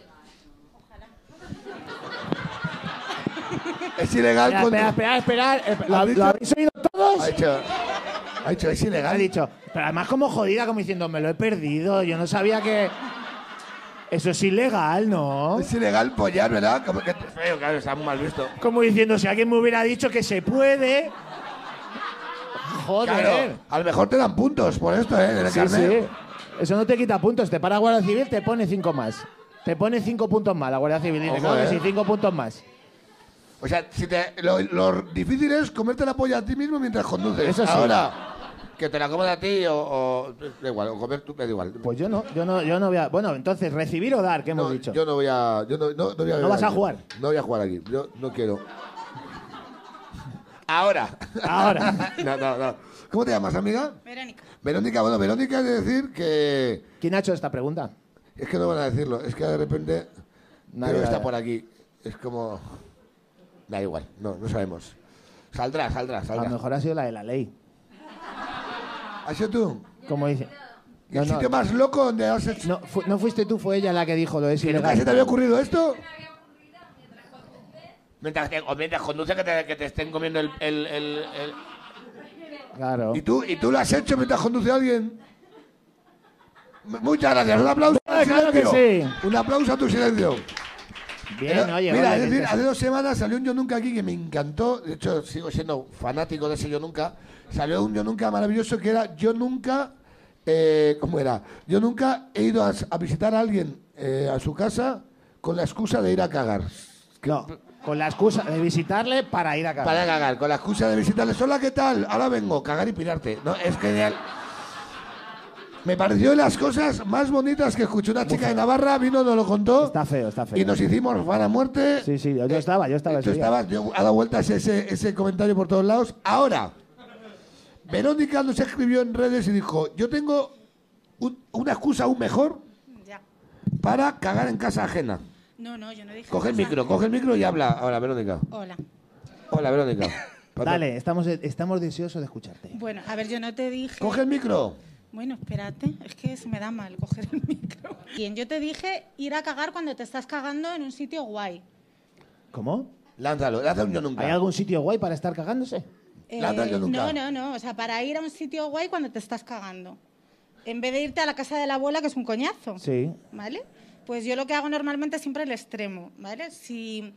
[SPEAKER 2] Es ilegal
[SPEAKER 3] Espera,
[SPEAKER 2] cuando-
[SPEAKER 3] espera, espera, espera. espera. ¿Lo,
[SPEAKER 2] ¿Has dicho?
[SPEAKER 3] lo habéis oído todos?
[SPEAKER 2] Ha dicho, ha dicho, es ilegal.
[SPEAKER 3] Ha dicho. Pero además como jodida, como diciendo, me lo he perdido. Yo no sabía que... Eso es ilegal, ¿no?
[SPEAKER 2] Es ilegal pollar, ¿verdad? Como que feo, claro, está muy mal visto.
[SPEAKER 3] Como diciendo, si alguien me hubiera dicho que se puede. Ah, Joder.
[SPEAKER 2] Claro, a lo mejor te dan puntos por esto, ¿eh? En el
[SPEAKER 3] Sí,
[SPEAKER 2] carnet.
[SPEAKER 3] sí. Eso no te quita puntos. Te para Guardia Civil, te pone cinco más. Te pone cinco puntos más la Guardia Civil. Dice,
[SPEAKER 2] Ojo,
[SPEAKER 3] claro que
[SPEAKER 2] eh.
[SPEAKER 3] sí, cinco puntos más.
[SPEAKER 2] O sea, si te- lo, lo difícil es comerte la polla a ti mismo mientras conduces.
[SPEAKER 3] Eso sí.
[SPEAKER 2] Ahora, que te la comas a ti o, o- Da igual, o comer tú, me da igual.
[SPEAKER 3] Pues yo no, yo no, yo no voy a... Bueno, entonces, recibir o dar, que hemos
[SPEAKER 2] No,
[SPEAKER 3] dicho.
[SPEAKER 2] Yo no voy a. Yo no, no- no voy a
[SPEAKER 3] No
[SPEAKER 2] beber
[SPEAKER 3] vas a
[SPEAKER 2] aquí.
[SPEAKER 3] jugar.
[SPEAKER 2] No voy a jugar aquí. Yo no quiero. Ahora.
[SPEAKER 3] Ahora.
[SPEAKER 2] no, no, no. ¿Cómo te llamas, amiga?
[SPEAKER 6] Verónica.
[SPEAKER 2] Verónica, bueno, Verónica es decir que.
[SPEAKER 3] ¿Quién ha hecho esta pregunta?
[SPEAKER 2] Es que no van a decirlo, es que de repente. creo
[SPEAKER 3] Nadie
[SPEAKER 2] que
[SPEAKER 3] va a-
[SPEAKER 2] está por aquí. Es como. Da igual, no, no sabemos. Saldrá, saldrá,
[SPEAKER 3] A lo
[SPEAKER 2] saldrá.
[SPEAKER 3] mejor ha sido la de la ley.
[SPEAKER 2] ¿Has sido tú?
[SPEAKER 3] Como dice...
[SPEAKER 2] ¿El sitio más loco donde has hecho.
[SPEAKER 3] No, fu- no fuiste tú, fue ella la que dijo lo es
[SPEAKER 2] ¿Nunca se
[SPEAKER 3] ilegal.
[SPEAKER 2] te había ocurrido esto?
[SPEAKER 7] Mientras, Eh, te- o mientras conduce que te, que te estén comiendo el, el, el- el-
[SPEAKER 3] Claro.
[SPEAKER 2] ¿Y tú, ¿Y tú lo has hecho mientras conduce a alguien? M- Muchas gracias. Un aplauso al
[SPEAKER 3] Ah, claro
[SPEAKER 2] silencio.
[SPEAKER 3] que
[SPEAKER 2] Un aplauso a tu silencio.
[SPEAKER 3] Bien,
[SPEAKER 2] Eh,
[SPEAKER 3] oye.
[SPEAKER 2] Mira,
[SPEAKER 3] vale,
[SPEAKER 2] es
[SPEAKER 3] que
[SPEAKER 2] decir,
[SPEAKER 3] te-
[SPEAKER 2] hace dos semanas salió un Yo Nunca aquí que me encantó. De hecho, sigo siendo fanático de ese Yo Nunca. Salió un Yo Nunca maravilloso que era Yo Nunca... eh, ¿Cómo era? Yo nunca he ido a, s- a visitar a alguien eh, a su casa con la excusa de ir a cagar.
[SPEAKER 3] No, con la excusa de visitarle para ir a casa.
[SPEAKER 2] Ah. Para cagar, con la excusa de visitarles. Hola, ¿qué tal? Ahora vengo, cagar y pirarte. No, es genial. Me pareció de las cosas más bonitas que escuché. Una chica de Navarra vino, nos lo contó.
[SPEAKER 3] Está feo, está feo.
[SPEAKER 2] Y nos hicimos fan a muerte.
[SPEAKER 3] Sí, sí, yo estaba, yo estaba
[SPEAKER 2] Tú
[SPEAKER 3] ese día.
[SPEAKER 2] estabas, yo- ha dado vueltas ese, ese comentario por todos lados. Ahora, Verónica nos escribió en redes y dijo, yo tengo un- una excusa aún mejor
[SPEAKER 6] Ya.
[SPEAKER 2] para cagar en casa ajena.
[SPEAKER 6] No, no, yo no dije.
[SPEAKER 2] Coge el
[SPEAKER 6] nada.
[SPEAKER 2] micro, coge el micro y habla. Ahora, Verónica.
[SPEAKER 6] Hola.
[SPEAKER 2] Hola, Verónica.
[SPEAKER 3] Dale, estamos, estamos deseosos de escucharte.
[SPEAKER 6] Bueno, a ver, yo no te dije.
[SPEAKER 2] Coge el micro.
[SPEAKER 6] Bueno, espérate, es que se me da mal coger el micro. Bien, yo te dije ir a cagar cuando te estás cagando en un sitio guay.
[SPEAKER 3] ¿Cómo?
[SPEAKER 2] Lánzalo, lánzalo yo nunca.
[SPEAKER 3] ¿Hay algún sitio guay para estar cagándose?
[SPEAKER 6] Eh,
[SPEAKER 2] La tal yo
[SPEAKER 6] No,
[SPEAKER 2] nunca.
[SPEAKER 6] no, no. O sea, para ir a un sitio guay cuando te estás cagando. En vez de irte a la casa de la abuela, que es un coñazo.
[SPEAKER 3] Sí.
[SPEAKER 6] ¿Vale? Pues yo lo que hago normalmente es siempre el extremo, ¿vale? Si,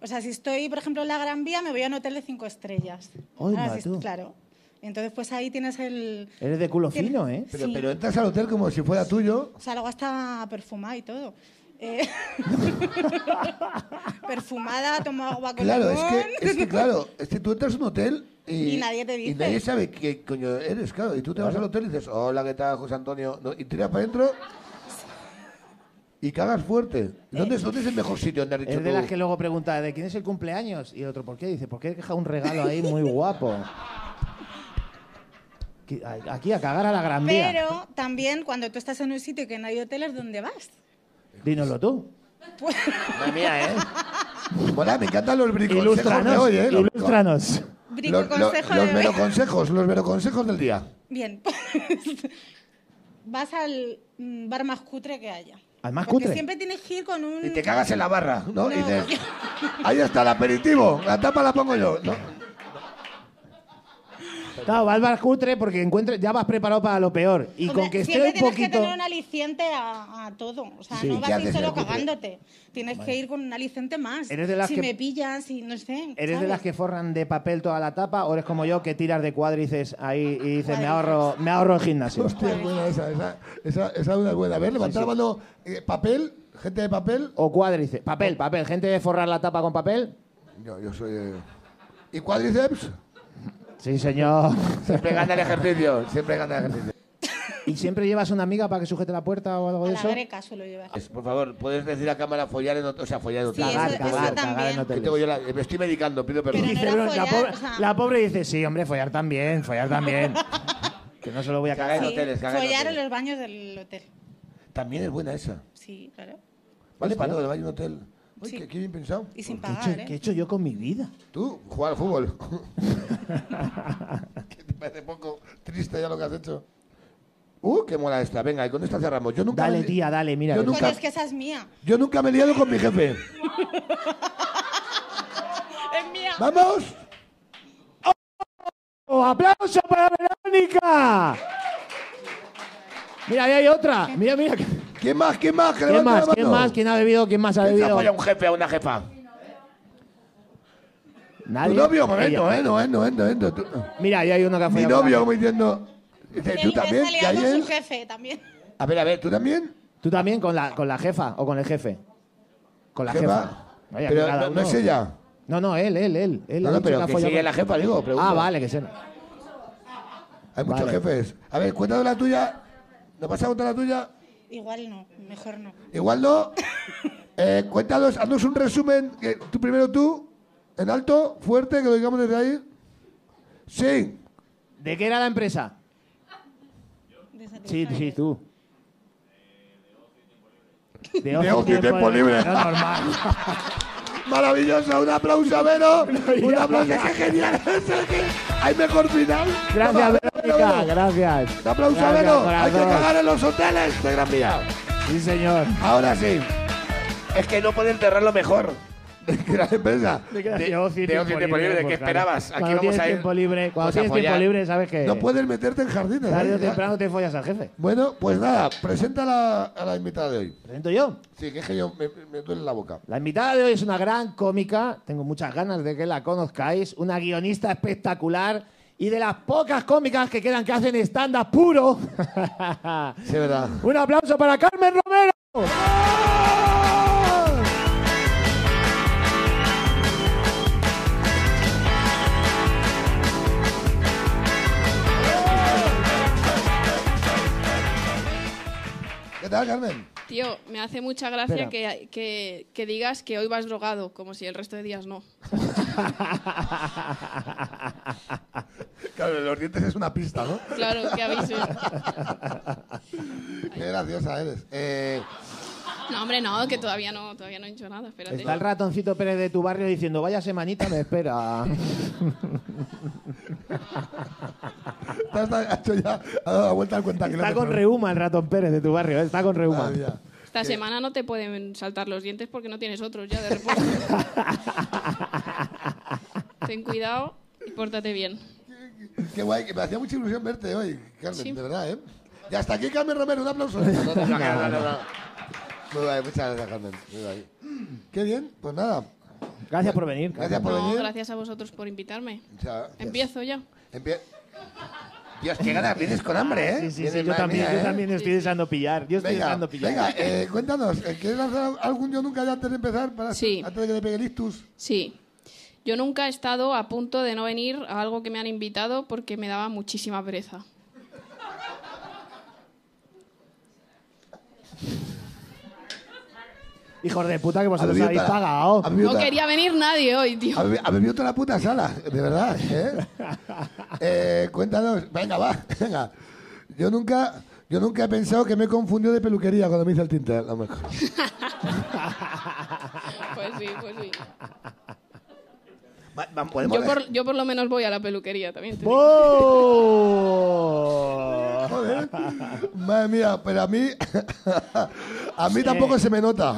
[SPEAKER 6] o sea, si estoy, por ejemplo, en la Gran Vía, me voy a un hotel de cinco estrellas.
[SPEAKER 3] Ay,
[SPEAKER 6] Ahora,
[SPEAKER 3] ma,
[SPEAKER 6] si-
[SPEAKER 3] tú.
[SPEAKER 6] Claro. Entonces, pues ahí tienes el...
[SPEAKER 3] Eres de culo
[SPEAKER 6] tienes-
[SPEAKER 3] fino, ¿eh?
[SPEAKER 2] Pero,
[SPEAKER 6] sí.
[SPEAKER 2] pero entras al hotel como si fuera tuyo.
[SPEAKER 6] Salgo hasta perfumada y todo. Eh, perfumada, tomo agua con
[SPEAKER 2] Claro, es
[SPEAKER 6] limón.
[SPEAKER 2] que, es que claro, es que tú entras a un hotel y,
[SPEAKER 6] Y nadie te dice.
[SPEAKER 2] y nadie sabe qué coño eres, claro. Y tú te vas al hotel y dices, hola, ¿qué tal, José Antonio? No, y tiras para adentro y cagas fuerte. ¿Dónde, es- ¿Dónde es el mejor sitio donde has dicho
[SPEAKER 3] Es de
[SPEAKER 2] tú?
[SPEAKER 3] las que luego pregunta de quién es el cumpleaños y el otro por qué dice, porque he dejado un regalo ahí muy guapo. Qui- a- Aquí a cagar a la Gran Vía.
[SPEAKER 6] Pero también cuando tú estás en un sitio que no hay hoteles, ¿dónde vas?
[SPEAKER 3] Dínoslo tú.
[SPEAKER 6] Pues,
[SPEAKER 3] Madre mía, ¿eh?
[SPEAKER 2] Hola, me encantan los briconsejos de
[SPEAKER 3] Ilústranos.
[SPEAKER 2] hoy, ¿eh? Los-
[SPEAKER 3] ilústranos.
[SPEAKER 6] brico
[SPEAKER 2] Los, los,
[SPEAKER 6] consejo
[SPEAKER 2] los
[SPEAKER 6] de-
[SPEAKER 2] meroconsejos, los meroconsejos del día.
[SPEAKER 6] Bien, pues vas al mm, bar más cutre que haya.
[SPEAKER 3] ¿Al más
[SPEAKER 6] Porque
[SPEAKER 3] cutre?
[SPEAKER 6] siempre tienes que ir con un...
[SPEAKER 2] Y te cagas en la barra, ¿no?
[SPEAKER 6] No,
[SPEAKER 2] y dices,
[SPEAKER 6] yo-
[SPEAKER 2] ahí está el aperitivo, la tapa la pongo yo. ¿no?
[SPEAKER 3] Claro, vas al bar cutre porque encuentres, ya vas preparado para lo peor. Y
[SPEAKER 6] Hombre,
[SPEAKER 3] con que esté
[SPEAKER 6] siempre
[SPEAKER 3] un
[SPEAKER 6] tienes que
[SPEAKER 3] poquito.
[SPEAKER 6] tener un aliciente a, a todo. O sea,
[SPEAKER 2] Sí,
[SPEAKER 6] no
[SPEAKER 2] ¿qué
[SPEAKER 6] vas a ir
[SPEAKER 2] haces en el
[SPEAKER 6] solo
[SPEAKER 2] cutre?
[SPEAKER 6] cagándote. Tienes que ir con un aliciente más.
[SPEAKER 3] Eres de las
[SPEAKER 6] si
[SPEAKER 3] que-
[SPEAKER 6] me pillas, si no sé.
[SPEAKER 3] ¿Eres de
[SPEAKER 6] ¿sabes?
[SPEAKER 3] las que forran de papel toda la tapa o eres como yo que tiras de cuadrices ahí y dices, me
[SPEAKER 6] Cuadrices.
[SPEAKER 3] ahorro, me ahorro el gimnasio?
[SPEAKER 2] Hostia, es buena esa, esa, esa, esa duda es buena. A ver, levantar la mano, eh, papel, gente de papel.
[SPEAKER 3] O cuádriceps. Papel, papel. Gente de forrar la tapa con papel.
[SPEAKER 2] Yo, yo soy. eh, ¿Y cuádriceps?
[SPEAKER 3] Sí, señor.
[SPEAKER 2] Siempre gana el ejercicio, siempre gana el ejercicio.
[SPEAKER 3] ¿Y siempre llevas una amiga para que sujete la puerta o algo
[SPEAKER 6] A
[SPEAKER 3] de
[SPEAKER 6] la
[SPEAKER 3] eso?
[SPEAKER 6] greca suelo llevar.
[SPEAKER 2] Es, Por favor, puedes decir a cámara follar en otro. O sea, follar en otro.
[SPEAKER 6] Sí,
[SPEAKER 3] Cagar,
[SPEAKER 6] eso-
[SPEAKER 3] cagar,
[SPEAKER 6] eso
[SPEAKER 3] cagar en
[SPEAKER 6] también.
[SPEAKER 2] Que
[SPEAKER 3] hoteles.
[SPEAKER 2] tengo yo la- me estoy medicando, pido perdón.
[SPEAKER 6] Pero no-
[SPEAKER 3] Dice,
[SPEAKER 6] era
[SPEAKER 3] "Bro, la,
[SPEAKER 6] follar,
[SPEAKER 3] pobre,
[SPEAKER 6] o sea-
[SPEAKER 3] la pobre dice, sí, hombre, follar también, follar también. que no se lo voy a
[SPEAKER 2] Cagar en
[SPEAKER 3] cagar.
[SPEAKER 6] Sí,
[SPEAKER 2] hoteles, cagar en
[SPEAKER 6] follar en
[SPEAKER 2] hoteles.
[SPEAKER 6] los baños del hotel.
[SPEAKER 2] También es buena esa.
[SPEAKER 6] Sí, claro.
[SPEAKER 2] Vale, para todo, vaya a un hotel. Uy,
[SPEAKER 6] Sí.
[SPEAKER 2] qué, qué bien pensado.
[SPEAKER 6] Y sin
[SPEAKER 3] ¿Qué he, hecho,
[SPEAKER 6] pagar,
[SPEAKER 3] qué he
[SPEAKER 6] ¿eh?
[SPEAKER 3] hecho yo con mi vida?
[SPEAKER 2] Tú, jugar al fútbol. Que te parece poco triste ya lo que has hecho. Uh, qué mola esta. Venga, y con esta cerramos. Yo nunca
[SPEAKER 3] Dale,
[SPEAKER 2] me-
[SPEAKER 3] tía, dale, mira.
[SPEAKER 2] Yo
[SPEAKER 3] que-
[SPEAKER 6] Coño,
[SPEAKER 2] nunca-
[SPEAKER 6] es que esa es mía.
[SPEAKER 2] Yo nunca me he liado con mi jefe.
[SPEAKER 6] Es mía.
[SPEAKER 2] ¡Vamos!
[SPEAKER 3] ¡Oh, ¡Aplauso para Verónica! Mira, ahí hay otra. Mira, mira.
[SPEAKER 2] ¿Quién más? ¿Quién más? Que
[SPEAKER 3] ¿Quién
[SPEAKER 2] levante
[SPEAKER 3] más?
[SPEAKER 2] la
[SPEAKER 3] ¿Quién
[SPEAKER 2] mano.
[SPEAKER 3] más? ¿Quién ha bebido? ¿Quién más ha
[SPEAKER 7] ¿Quién se
[SPEAKER 3] bebido?
[SPEAKER 7] apoya a un jefe a una jefa?
[SPEAKER 2] Tu
[SPEAKER 3] Nadie.
[SPEAKER 2] novio, momento,
[SPEAKER 3] Ella.
[SPEAKER 2] eh, no, eh, no, eh, no, eh, no, tú-
[SPEAKER 3] Mira, ahí hay uno que ha
[SPEAKER 2] Mi
[SPEAKER 3] follado con
[SPEAKER 2] novio,
[SPEAKER 3] alguien.
[SPEAKER 2] como diciendo. Dice,
[SPEAKER 6] Él
[SPEAKER 2] ¿tú
[SPEAKER 6] está
[SPEAKER 2] también? ¿Y
[SPEAKER 6] liado con
[SPEAKER 2] ayer?
[SPEAKER 6] su jefe también.
[SPEAKER 2] A ver, a ver, ¿tú también?
[SPEAKER 3] ¿Tú también con la, con la jefa o con el jefe? Con la
[SPEAKER 2] Jefa.
[SPEAKER 3] jefa. Vaya,
[SPEAKER 2] Pero
[SPEAKER 3] cada
[SPEAKER 2] no- no
[SPEAKER 3] uno.
[SPEAKER 2] es ella.
[SPEAKER 3] No, no, él, él, él. él
[SPEAKER 2] No,
[SPEAKER 3] ha
[SPEAKER 2] no,
[SPEAKER 3] dicho
[SPEAKER 2] pero
[SPEAKER 3] ha
[SPEAKER 2] que
[SPEAKER 3] follado
[SPEAKER 2] sigue
[SPEAKER 3] con-
[SPEAKER 2] la jefa, digo, pregunta.
[SPEAKER 3] Ah, vale, que se...
[SPEAKER 2] Hay muchos
[SPEAKER 3] Vale.
[SPEAKER 2] jefes. A ver, cuéntanos la tuya. ¿Nos vas a contar la tuya?
[SPEAKER 6] Igual no, mejor no.
[SPEAKER 2] Igual no. Eh, cuéntanos, haznos un resumen. que tú primero tú, en alto, fuerte, que lo digamos desde ahí. Sí.
[SPEAKER 3] ¿De qué era la empresa? Sí, sí, tú. De
[SPEAKER 2] ocio y tiempo libre.
[SPEAKER 3] No, normal.
[SPEAKER 2] Maravilloso. Un aplauso a Vero. Un aplauso. ¡Qué genial! Hay mejor final.
[SPEAKER 3] Gracias,
[SPEAKER 2] Vamos,
[SPEAKER 3] Verónica,
[SPEAKER 2] Vero.
[SPEAKER 3] gracias.
[SPEAKER 2] Un aplauso a
[SPEAKER 3] Gracias,
[SPEAKER 2] Vero. Hay que
[SPEAKER 3] corazón.
[SPEAKER 2] cagar en los hoteles de Gran Vía.
[SPEAKER 3] Sí, señor.
[SPEAKER 2] Ahora sí.
[SPEAKER 7] Es que no puede enterrarlo mejor.
[SPEAKER 2] Gran empresa.
[SPEAKER 3] De ocio y
[SPEAKER 7] de ocio y tiempo libre, ¿de qué
[SPEAKER 3] pues, claro.
[SPEAKER 7] esperabas? Aquí
[SPEAKER 3] Cuando
[SPEAKER 7] vamos
[SPEAKER 3] tienes
[SPEAKER 7] a ir,
[SPEAKER 3] tiempo libre, cuando
[SPEAKER 7] vamos a
[SPEAKER 3] tienes tiempo
[SPEAKER 7] follar.
[SPEAKER 3] libre, sabes que
[SPEAKER 2] No puedes meterte en jardines.
[SPEAKER 3] tarde
[SPEAKER 2] ¿eh?
[SPEAKER 3] o temprano te follas al jefe.
[SPEAKER 2] Bueno, pues nada, presenta a la, a la invitada de hoy.
[SPEAKER 3] ¿Presento yo?
[SPEAKER 2] Sí, que es que yo me, me duele la boca.
[SPEAKER 3] La invitada de hoy es una gran cómica, tengo muchas ganas de que la conozcáis, una guionista espectacular y de las pocas cómicas que quedan que hacen estándar puro.
[SPEAKER 2] Sí, verdad.
[SPEAKER 3] Un aplauso para Carmen Romero.
[SPEAKER 2] ¿Qué tal, Carmen?
[SPEAKER 8] Tío, me hace mucha gracia
[SPEAKER 3] Espera.
[SPEAKER 8] que, que- que digas que hoy vas drogado, como si el resto de días no.
[SPEAKER 2] Claro, los dientes es una pista, ¿no?
[SPEAKER 8] Claro, que habéis...
[SPEAKER 2] Qué graciosa eres. Eh,
[SPEAKER 8] No, hombre, no, que todavía no, todavía no he hecho nada, espérate.
[SPEAKER 3] Está el ratoncito Pérez de tu barrio diciendo, vaya semanita, me espera.
[SPEAKER 2] te has, ha hecho ya, ha dado la vuelta al cuenta
[SPEAKER 3] Está con reuma el ratón Pérez de tu barrio, ¿eh? está con reuma.
[SPEAKER 8] Esta semana no te pueden saltar los dientes porque no tienes otros ya de reposo. Ten cuidado y pórtate bien.
[SPEAKER 2] Qué guay, que me hacía mucha ilusión verte hoy, Carmen,
[SPEAKER 8] Sí.
[SPEAKER 2] de verdad, ¿eh? Y hasta aquí, Carmen Romero, un aplauso. Muy guay, muchas gracias, Carmen. Muy guay. Qué bien, pues nada.
[SPEAKER 3] Gracias por venir.
[SPEAKER 2] Gracias por
[SPEAKER 8] No,
[SPEAKER 2] venir.
[SPEAKER 8] gracias a vosotros por invitarme.
[SPEAKER 2] O sea, gracias.
[SPEAKER 8] Empiezo ya.
[SPEAKER 2] Empie- Dios, qué ganas, vienes con hambre, ¿eh?
[SPEAKER 3] Sí, sí, sí,
[SPEAKER 2] Vienes,
[SPEAKER 3] yo
[SPEAKER 2] madre
[SPEAKER 3] también,
[SPEAKER 2] mía,
[SPEAKER 3] yo
[SPEAKER 2] ¿eh?
[SPEAKER 3] también estoy deseando pillar. Yo estoy
[SPEAKER 2] Venga,
[SPEAKER 3] deseando pillar.
[SPEAKER 2] venga eh, cuéntanos, eh, ¿quieres lanzar algún yo nunca ya antes de empezar? Para,
[SPEAKER 8] Sí.
[SPEAKER 2] Antes de que te pegue el ictus.
[SPEAKER 8] Sí. Yo nunca he estado a punto de no venir a algo que me han invitado porque me daba muchísima pereza.
[SPEAKER 3] Hijos de puta que
[SPEAKER 2] Ha
[SPEAKER 3] vosotros
[SPEAKER 2] bebido
[SPEAKER 3] habéis
[SPEAKER 2] toda la-
[SPEAKER 3] pagado.
[SPEAKER 2] ha bebido
[SPEAKER 8] No
[SPEAKER 2] toda-
[SPEAKER 8] quería venir nadie hoy, tío.
[SPEAKER 2] ha bebi- Ha bebido toda la puta sala, de verdad, ¿eh? Eh, Cuéntanos, venga, va, venga. Yo nunca, yo nunca he pensado que me confundió de peluquería cuando me hice el tinte, a lo mejor.
[SPEAKER 8] Pues sí, pues sí.
[SPEAKER 2] ¿Podemos
[SPEAKER 8] Yo por, yo por lo menos voy a la peluquería también. te digo.
[SPEAKER 3] ¡Oh!
[SPEAKER 2] Joder. Madre mía, pero a mí. A mí tampoco se me nota.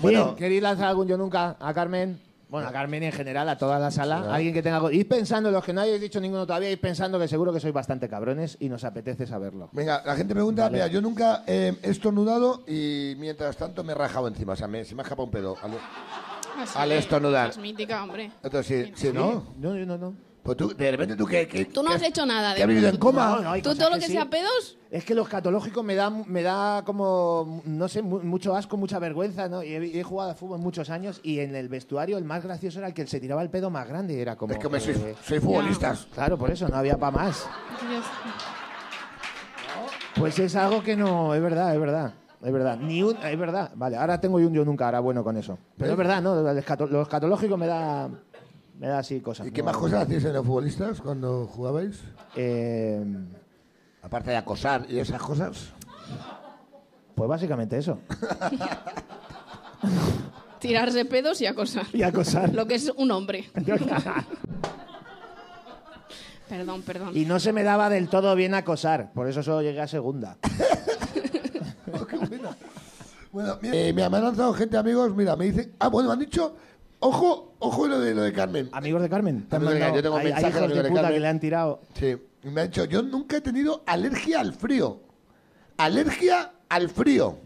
[SPEAKER 3] Bueno, ¿queréis lanzar algún yo nunca a Carmen? Bueno, a Carmen en general, a toda la sala. Alguien que tenga algo. Id pensando, los que no hayáis dicho ninguno todavía, id pensando que seguro que sois bastante cabrones y nos apetece saberlo.
[SPEAKER 2] Venga, la gente pregunta, mira, yo nunca eh, he estornudado y mientras tanto me he rajado encima, o sea, me, se me ha escapado un pedo. Ale-
[SPEAKER 8] Así
[SPEAKER 2] Al
[SPEAKER 8] que,
[SPEAKER 2] estornudar.
[SPEAKER 8] Es mítica, hombre.
[SPEAKER 2] Entonces, sí, sí, ¿no?
[SPEAKER 3] No, no, no.
[SPEAKER 2] Pues tú, de repente tú que... que-
[SPEAKER 8] Tú no has
[SPEAKER 2] que-
[SPEAKER 8] hecho nada
[SPEAKER 2] que has
[SPEAKER 8] de
[SPEAKER 2] vivido en coma.
[SPEAKER 3] No, no, hay
[SPEAKER 8] Tú
[SPEAKER 3] cosas
[SPEAKER 8] todo lo
[SPEAKER 3] que
[SPEAKER 8] que
[SPEAKER 3] sí.
[SPEAKER 8] sea pedos,
[SPEAKER 3] Es que los catológicos me da, me da como, no sé, mu- mucho asco, mucha vergüenza, ¿no? Y he, he jugado a fútbol muchos años y en el vestuario el más gracioso era el que se tiraba el pedo más grande. Era como.
[SPEAKER 2] Es que me soy,
[SPEAKER 3] eh,
[SPEAKER 2] soy futbolista.
[SPEAKER 3] Claro, por eso, no había para más. Pues es algo que no, es verdad, es verdad. Es verdad, ni un, es verdad. Vale, ahora tengo y un yo nunca, ahora bueno con eso. Pero es verdad, ¿no? Los escato- los catológicos me da, me da así cosas.
[SPEAKER 2] ¿Y qué
[SPEAKER 3] no,
[SPEAKER 2] más cosas hacíais en los futbolistas cuando jugabais?
[SPEAKER 3] eh,
[SPEAKER 2] Aparte de acosar y esas cosas.
[SPEAKER 3] pues básicamente eso.
[SPEAKER 8] tirarse pedos y acosar.
[SPEAKER 3] Y acosar.
[SPEAKER 8] Lo que es un hombre. Perdón, perdón.
[SPEAKER 3] y no se me daba del todo bien acosar, por eso solo llegué a segunda.
[SPEAKER 2] Bueno, mira, eh, mira, me han lanzado gente, amigos, mira, me dicen... Ah, bueno, me han dicho... Ojo, ojo lo de, lo de Carmen.
[SPEAKER 3] Amigos de Carmen. te han
[SPEAKER 2] Amigos de Carmen,
[SPEAKER 3] mandado-
[SPEAKER 2] yo tengo un
[SPEAKER 3] hay, hay
[SPEAKER 2] mensaje de
[SPEAKER 3] hijos
[SPEAKER 2] amigos
[SPEAKER 3] de
[SPEAKER 2] de
[SPEAKER 3] puta
[SPEAKER 2] Carmen.
[SPEAKER 3] que le han tirado.
[SPEAKER 2] Sí, Y me ha dicho, yo nunca he tenido alergia al frío. Alergia al frío.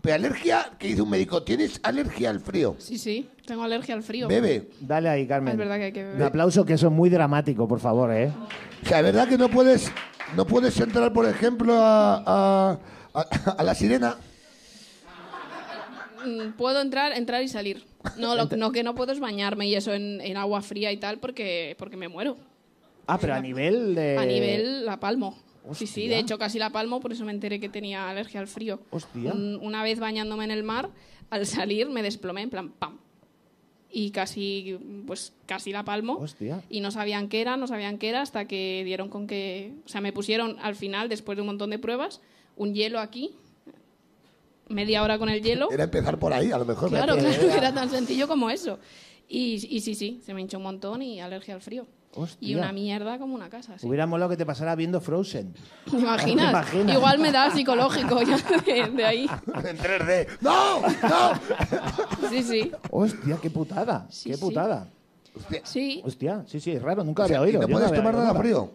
[SPEAKER 2] Pero alergia, que dice un médico, ¿tienes alergia al frío?
[SPEAKER 8] Sí, sí, tengo alergia al frío.
[SPEAKER 2] Bebe.
[SPEAKER 3] Dale ahí, Carmen.
[SPEAKER 8] Es verdad que hay que beber.
[SPEAKER 3] Un aplauso que eso es muy dramático, por favor, ¿eh?
[SPEAKER 2] O sea, es verdad que no puedes, no puedes entrar, por ejemplo, a, a- a- a la sirena.
[SPEAKER 8] Mm, Puedo entrar, entrar y salir. No, lo no, que no puedo es bañarme y eso en, en agua fría y tal porque, porque me muero.
[SPEAKER 3] Ah, pero a nivel de...
[SPEAKER 8] A nivel la palmo. Sí, sí,
[SPEAKER 3] Eh, Hostia.
[SPEAKER 8] de hecho casi la palmo, por eso me enteré que tenía alergia al frío.
[SPEAKER 3] Hostia.
[SPEAKER 8] Un- Mm, una vez bañándome en el mar, al salir me desplomé en plan pam. Y casi, pues casi la palmo.
[SPEAKER 3] Hostia.
[SPEAKER 8] Y no sabían qué era, no sabían qué era, hasta que dieron con que. O sea, me pusieron al final, después de un montón de pruebas, un hielo aquí, media hora con el hielo.
[SPEAKER 2] Era empezar por ¿eh? ahí, a lo mejor. me
[SPEAKER 8] Claro,
[SPEAKER 2] hace-
[SPEAKER 8] claro, que era tan sencillo como eso. Y, y sí, sí, se me hinchó un montón y alergia al frío.
[SPEAKER 3] Hostia.
[SPEAKER 8] Y una mierda como una casa. sí.
[SPEAKER 3] Hubiera molado que te pasara viendo Frozen.
[SPEAKER 8] ¿Te imaginas?
[SPEAKER 3] ¿Te imaginas?
[SPEAKER 8] Igual me da psicológico ya de, de ahí.
[SPEAKER 2] En 3D. ¡No! ¡No!
[SPEAKER 8] Sí, sí.
[SPEAKER 3] Hostia, qué putada.
[SPEAKER 8] Sí,
[SPEAKER 3] qué
[SPEAKER 8] sí.
[SPEAKER 3] putada.
[SPEAKER 8] Sí.
[SPEAKER 3] Hostia, sí, sí, es raro, nunca
[SPEAKER 2] O sea,
[SPEAKER 3] había
[SPEAKER 2] ¿y
[SPEAKER 3] oído.
[SPEAKER 2] no
[SPEAKER 3] yo
[SPEAKER 2] puedes
[SPEAKER 3] había
[SPEAKER 2] tomar
[SPEAKER 3] oído
[SPEAKER 2] nada
[SPEAKER 3] nunca.
[SPEAKER 2] frío.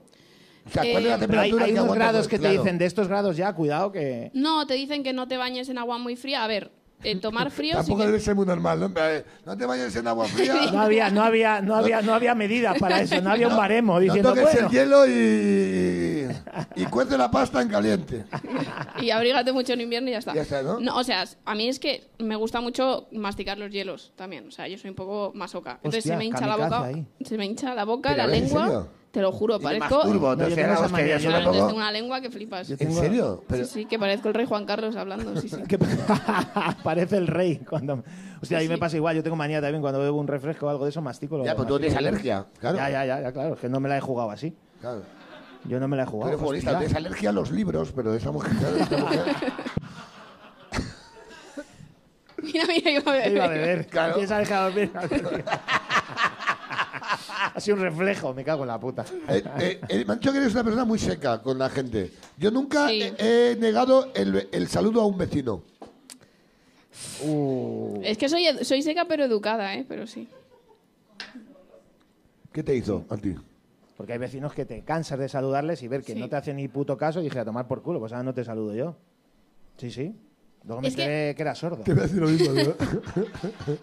[SPEAKER 2] O sea, ¿cuál
[SPEAKER 8] Eh,
[SPEAKER 2] es la
[SPEAKER 3] Pero
[SPEAKER 2] temperatura
[SPEAKER 3] hay,
[SPEAKER 2] que
[SPEAKER 3] hay unos
[SPEAKER 2] aguanta
[SPEAKER 3] grados
[SPEAKER 2] por-
[SPEAKER 3] que te
[SPEAKER 2] claro.
[SPEAKER 3] dicen de estos grados ya, cuidado que.
[SPEAKER 8] No, te dicen que no te bañes en agua muy fría. A ver, eh, tomar frío. sí
[SPEAKER 2] Tampoco
[SPEAKER 8] que-
[SPEAKER 2] debe ser muy normal, ¿no? Eh, No te vayas en agua
[SPEAKER 3] No
[SPEAKER 2] fría.
[SPEAKER 3] había, no había, no había, no había medidas para eso, no había un baremo
[SPEAKER 2] No
[SPEAKER 3] diciendo
[SPEAKER 2] toques
[SPEAKER 3] bueno.
[SPEAKER 2] el hielo y, y cuece la pasta en caliente.
[SPEAKER 8] Y abrígate mucho en invierno y ya está.
[SPEAKER 2] Ya está, ¿no?
[SPEAKER 8] o sea, a mí es que me gusta mucho masticar los hielos también. O sea, yo soy un poco masoca. Entonces
[SPEAKER 3] Hostia,
[SPEAKER 8] se me hincha la boca.
[SPEAKER 3] kamikaze ahí.
[SPEAKER 8] Se me hincha la boca,
[SPEAKER 2] Pero,
[SPEAKER 8] la
[SPEAKER 2] a ver, ¿en
[SPEAKER 8] lengua.
[SPEAKER 2] serio?
[SPEAKER 8] Te lo juro, parezco.
[SPEAKER 7] Turbo,
[SPEAKER 3] No, yo
[SPEAKER 7] tercera
[SPEAKER 3] tengo esa
[SPEAKER 7] hostia,
[SPEAKER 3] manía,
[SPEAKER 7] eso
[SPEAKER 3] yo
[SPEAKER 8] Claro,
[SPEAKER 7] tampoco.
[SPEAKER 8] entonces tengo una lengua que flipas.
[SPEAKER 3] Yo
[SPEAKER 2] ¿En
[SPEAKER 3] tengo-
[SPEAKER 2] serio? Pero,
[SPEAKER 8] Sí, sí, que parezco el rey Juan Carlos hablando. Sí, sí.
[SPEAKER 3] Que- Parece el rey cuando. Hostia, a mí me pasa igual, yo tengo manía también cuando bebo un refresco o algo de eso, mastico. lo-
[SPEAKER 2] ya, pues tú tienes
[SPEAKER 3] mastico.
[SPEAKER 2] alergia. Claro.
[SPEAKER 3] Ya, ya, ya, ya, claro, es que no me la he jugado así.
[SPEAKER 2] claro.
[SPEAKER 3] Yo no me la he
[SPEAKER 2] Tú
[SPEAKER 3] jugado.
[SPEAKER 2] eres futbolista,
[SPEAKER 3] hostia.
[SPEAKER 2] tienes alergia a los libros, pero esa mujer. esa mujer-
[SPEAKER 8] Mira, mira, iba a
[SPEAKER 3] Yo
[SPEAKER 8] beber.
[SPEAKER 3] iba a beber.
[SPEAKER 2] Claro.
[SPEAKER 3] Tienes alergia a los libros. ha sido un reflejo, me cago en la puta.
[SPEAKER 2] Eh, eh, eh, Mancho, que eres una persona muy seca con la gente. Yo nunca
[SPEAKER 8] Sí.
[SPEAKER 2] he, he negado el, el saludo a un vecino.
[SPEAKER 3] Uh.
[SPEAKER 8] Es que soy, ed- soy seca pero educada, ¿eh? Pero sí.
[SPEAKER 2] ¿Qué te hizo a ti?
[SPEAKER 3] Porque hay vecinos que te cansas de saludarles y ver que
[SPEAKER 8] Sí.
[SPEAKER 3] no te hacen ni puto caso y dije, a tomar por culo, pues ahora no te saludo yo. Sí, sí. Luego me
[SPEAKER 8] Es que-
[SPEAKER 3] enteré que... era sordo.
[SPEAKER 2] Te voy a decir lo mismo, ¿no?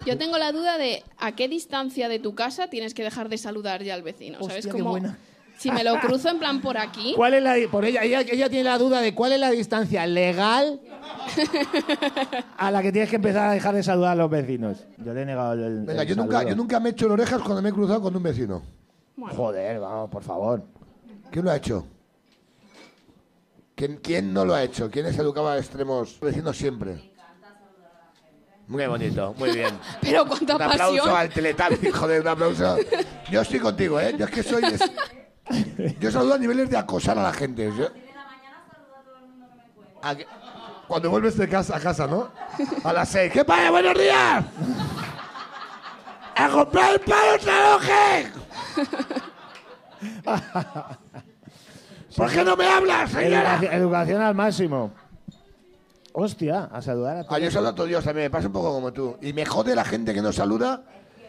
[SPEAKER 8] Yo tengo la duda de a qué distancia de tu casa tienes que dejar de saludar ya al vecino, ¿sabes?
[SPEAKER 3] Hostia, qué
[SPEAKER 8] Como
[SPEAKER 3] buena.
[SPEAKER 8] si me lo cruzo en plan por aquí,
[SPEAKER 3] ¿Cuál es la di- por ella, ella, ella tiene la duda de cuál es la distancia legal a la que tienes que empezar a dejar de saludar a los vecinos. Yo le he negado el, el
[SPEAKER 2] Venga, yo nunca,
[SPEAKER 3] saludo.
[SPEAKER 2] yo nunca me he hecho en orejas cuando me he cruzado con un vecino.
[SPEAKER 3] Joder, vamos, por favor.
[SPEAKER 2] ¿Quién lo ha hecho? ¿Quién, quién no lo ha hecho? ¿Quién es educado a extremos vecinos siempre?
[SPEAKER 7] Muy bonito, muy bien.
[SPEAKER 8] pero cuánta
[SPEAKER 7] Un aplauso
[SPEAKER 8] pasión.
[SPEAKER 7] al teletal.
[SPEAKER 2] Joder, un aplauso. Yo estoy contigo, ¿eh? Yo es que soy... es- Yo saludo a niveles de acosar a la gente. ¿eh? Yo- A que- Cuando vuelves de casa, a casa, ¿no? A las seis. ¡Qué pasa? ¡Buenos días! ¡A comprar el pan otra vez! ¿Por qué no me hablas, señora?
[SPEAKER 3] Educación, educación al máximo. Hostia, a saludar a tu-
[SPEAKER 2] Ah, yo saludo a todos Dios también, me pasa un poco como tú. Y me jode la gente que no saluda.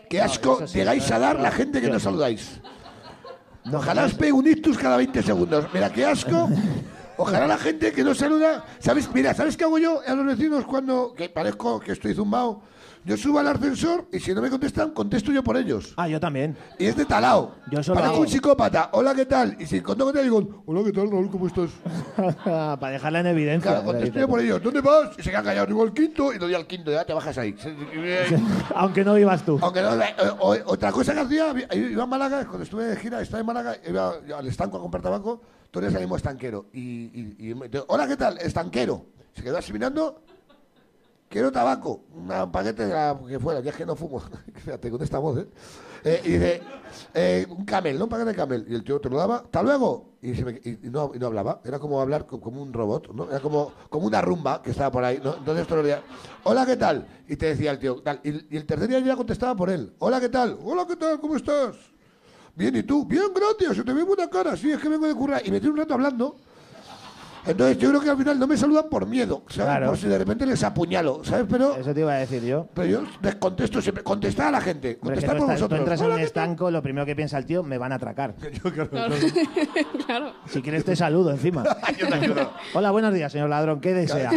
[SPEAKER 2] Qué asco
[SPEAKER 3] eso sí,
[SPEAKER 2] llegáis a dar la gente que no saludáis. Ojalá os pegue un ictus cada 20 segundos. Mira, qué asco. Ojalá la gente que no saluda... ¿Sabes? Mira, ¿sabes qué hago yo a los vecinos cuando... Que parezco que estoy zumbao. Yo subo al ascensor y si no me contestan, contesto yo por ellos.
[SPEAKER 3] Ah, yo también.
[SPEAKER 2] Y es de talao.
[SPEAKER 3] Yo solo
[SPEAKER 2] Parezco
[SPEAKER 3] hago-
[SPEAKER 2] un psicópata. Hola, ¿qué tal? Y si contesto, digo... Hola, ¿qué tal, Raúl? ¿Cómo estás?
[SPEAKER 3] Para dejarla en evidencia.
[SPEAKER 2] Claro, contesté yo por ellos. ¿Dónde vas? Y se quedan callados. Digo el quinto y lo doy al quinto. Ya te bajas ahí.
[SPEAKER 3] Aunque no vivas tú.
[SPEAKER 2] Aunque no, eh, o- otra cosa que hacía, iba a Málaga, cuando estuve de gira, estaba en Málaga, iba al estanco a comprar tabaco, tú eres el mismo estanquero. Y, y- y me- te- hola, ¿qué tal? Estanquero. Se quedó así mirando, quiero tabaco, una- un paquete de la que Ah, fuera, ya es que no fumo, fíjate con esta voz, ¿eh? Eh, y dice, eh, un camel, ¿no? Un paquete de camel. Y el tío te lo daba, hasta luego. Y, se me- y- y no, y no hablaba, era como hablar co- como un robot, ¿no? Era como, como una rumba que estaba por ahí, ¿no? Entonces te lo leía, hola, ¿qué tal? Y te decía el tío, tal. Y, y el tercer día yo ya contestaba por él, hola, ¿qué tal? Hola, ¿qué tal? ¿Cómo estás? Bien, ¿y tú? Bien, gracias, se te ve buena cara, sí, es que vengo de currar. Y me tiré un rato hablando. Entonces yo creo que al final no me saludan por miedo, ¿sabes?
[SPEAKER 3] Claro.
[SPEAKER 2] Por si de repente les apuñalo, ¿sabes? Pero,
[SPEAKER 3] Eso te iba a decir yo.
[SPEAKER 2] pero yo les contesto siempre. Contestad a la gente.
[SPEAKER 3] Hombre, que
[SPEAKER 2] Contestad
[SPEAKER 3] tú
[SPEAKER 2] por
[SPEAKER 3] estás- tú
[SPEAKER 2] vosotros.
[SPEAKER 3] entras en
[SPEAKER 2] Hola,
[SPEAKER 3] un
[SPEAKER 2] ¿qué tal?
[SPEAKER 3] estanco, lo primero que piensa el tío, me van a atracar.
[SPEAKER 8] Claro. claro.
[SPEAKER 3] Si quieres te saludo encima.
[SPEAKER 7] Yo te ayudo.
[SPEAKER 3] Hola, buenos días, señor ladrón, ¿qué desea?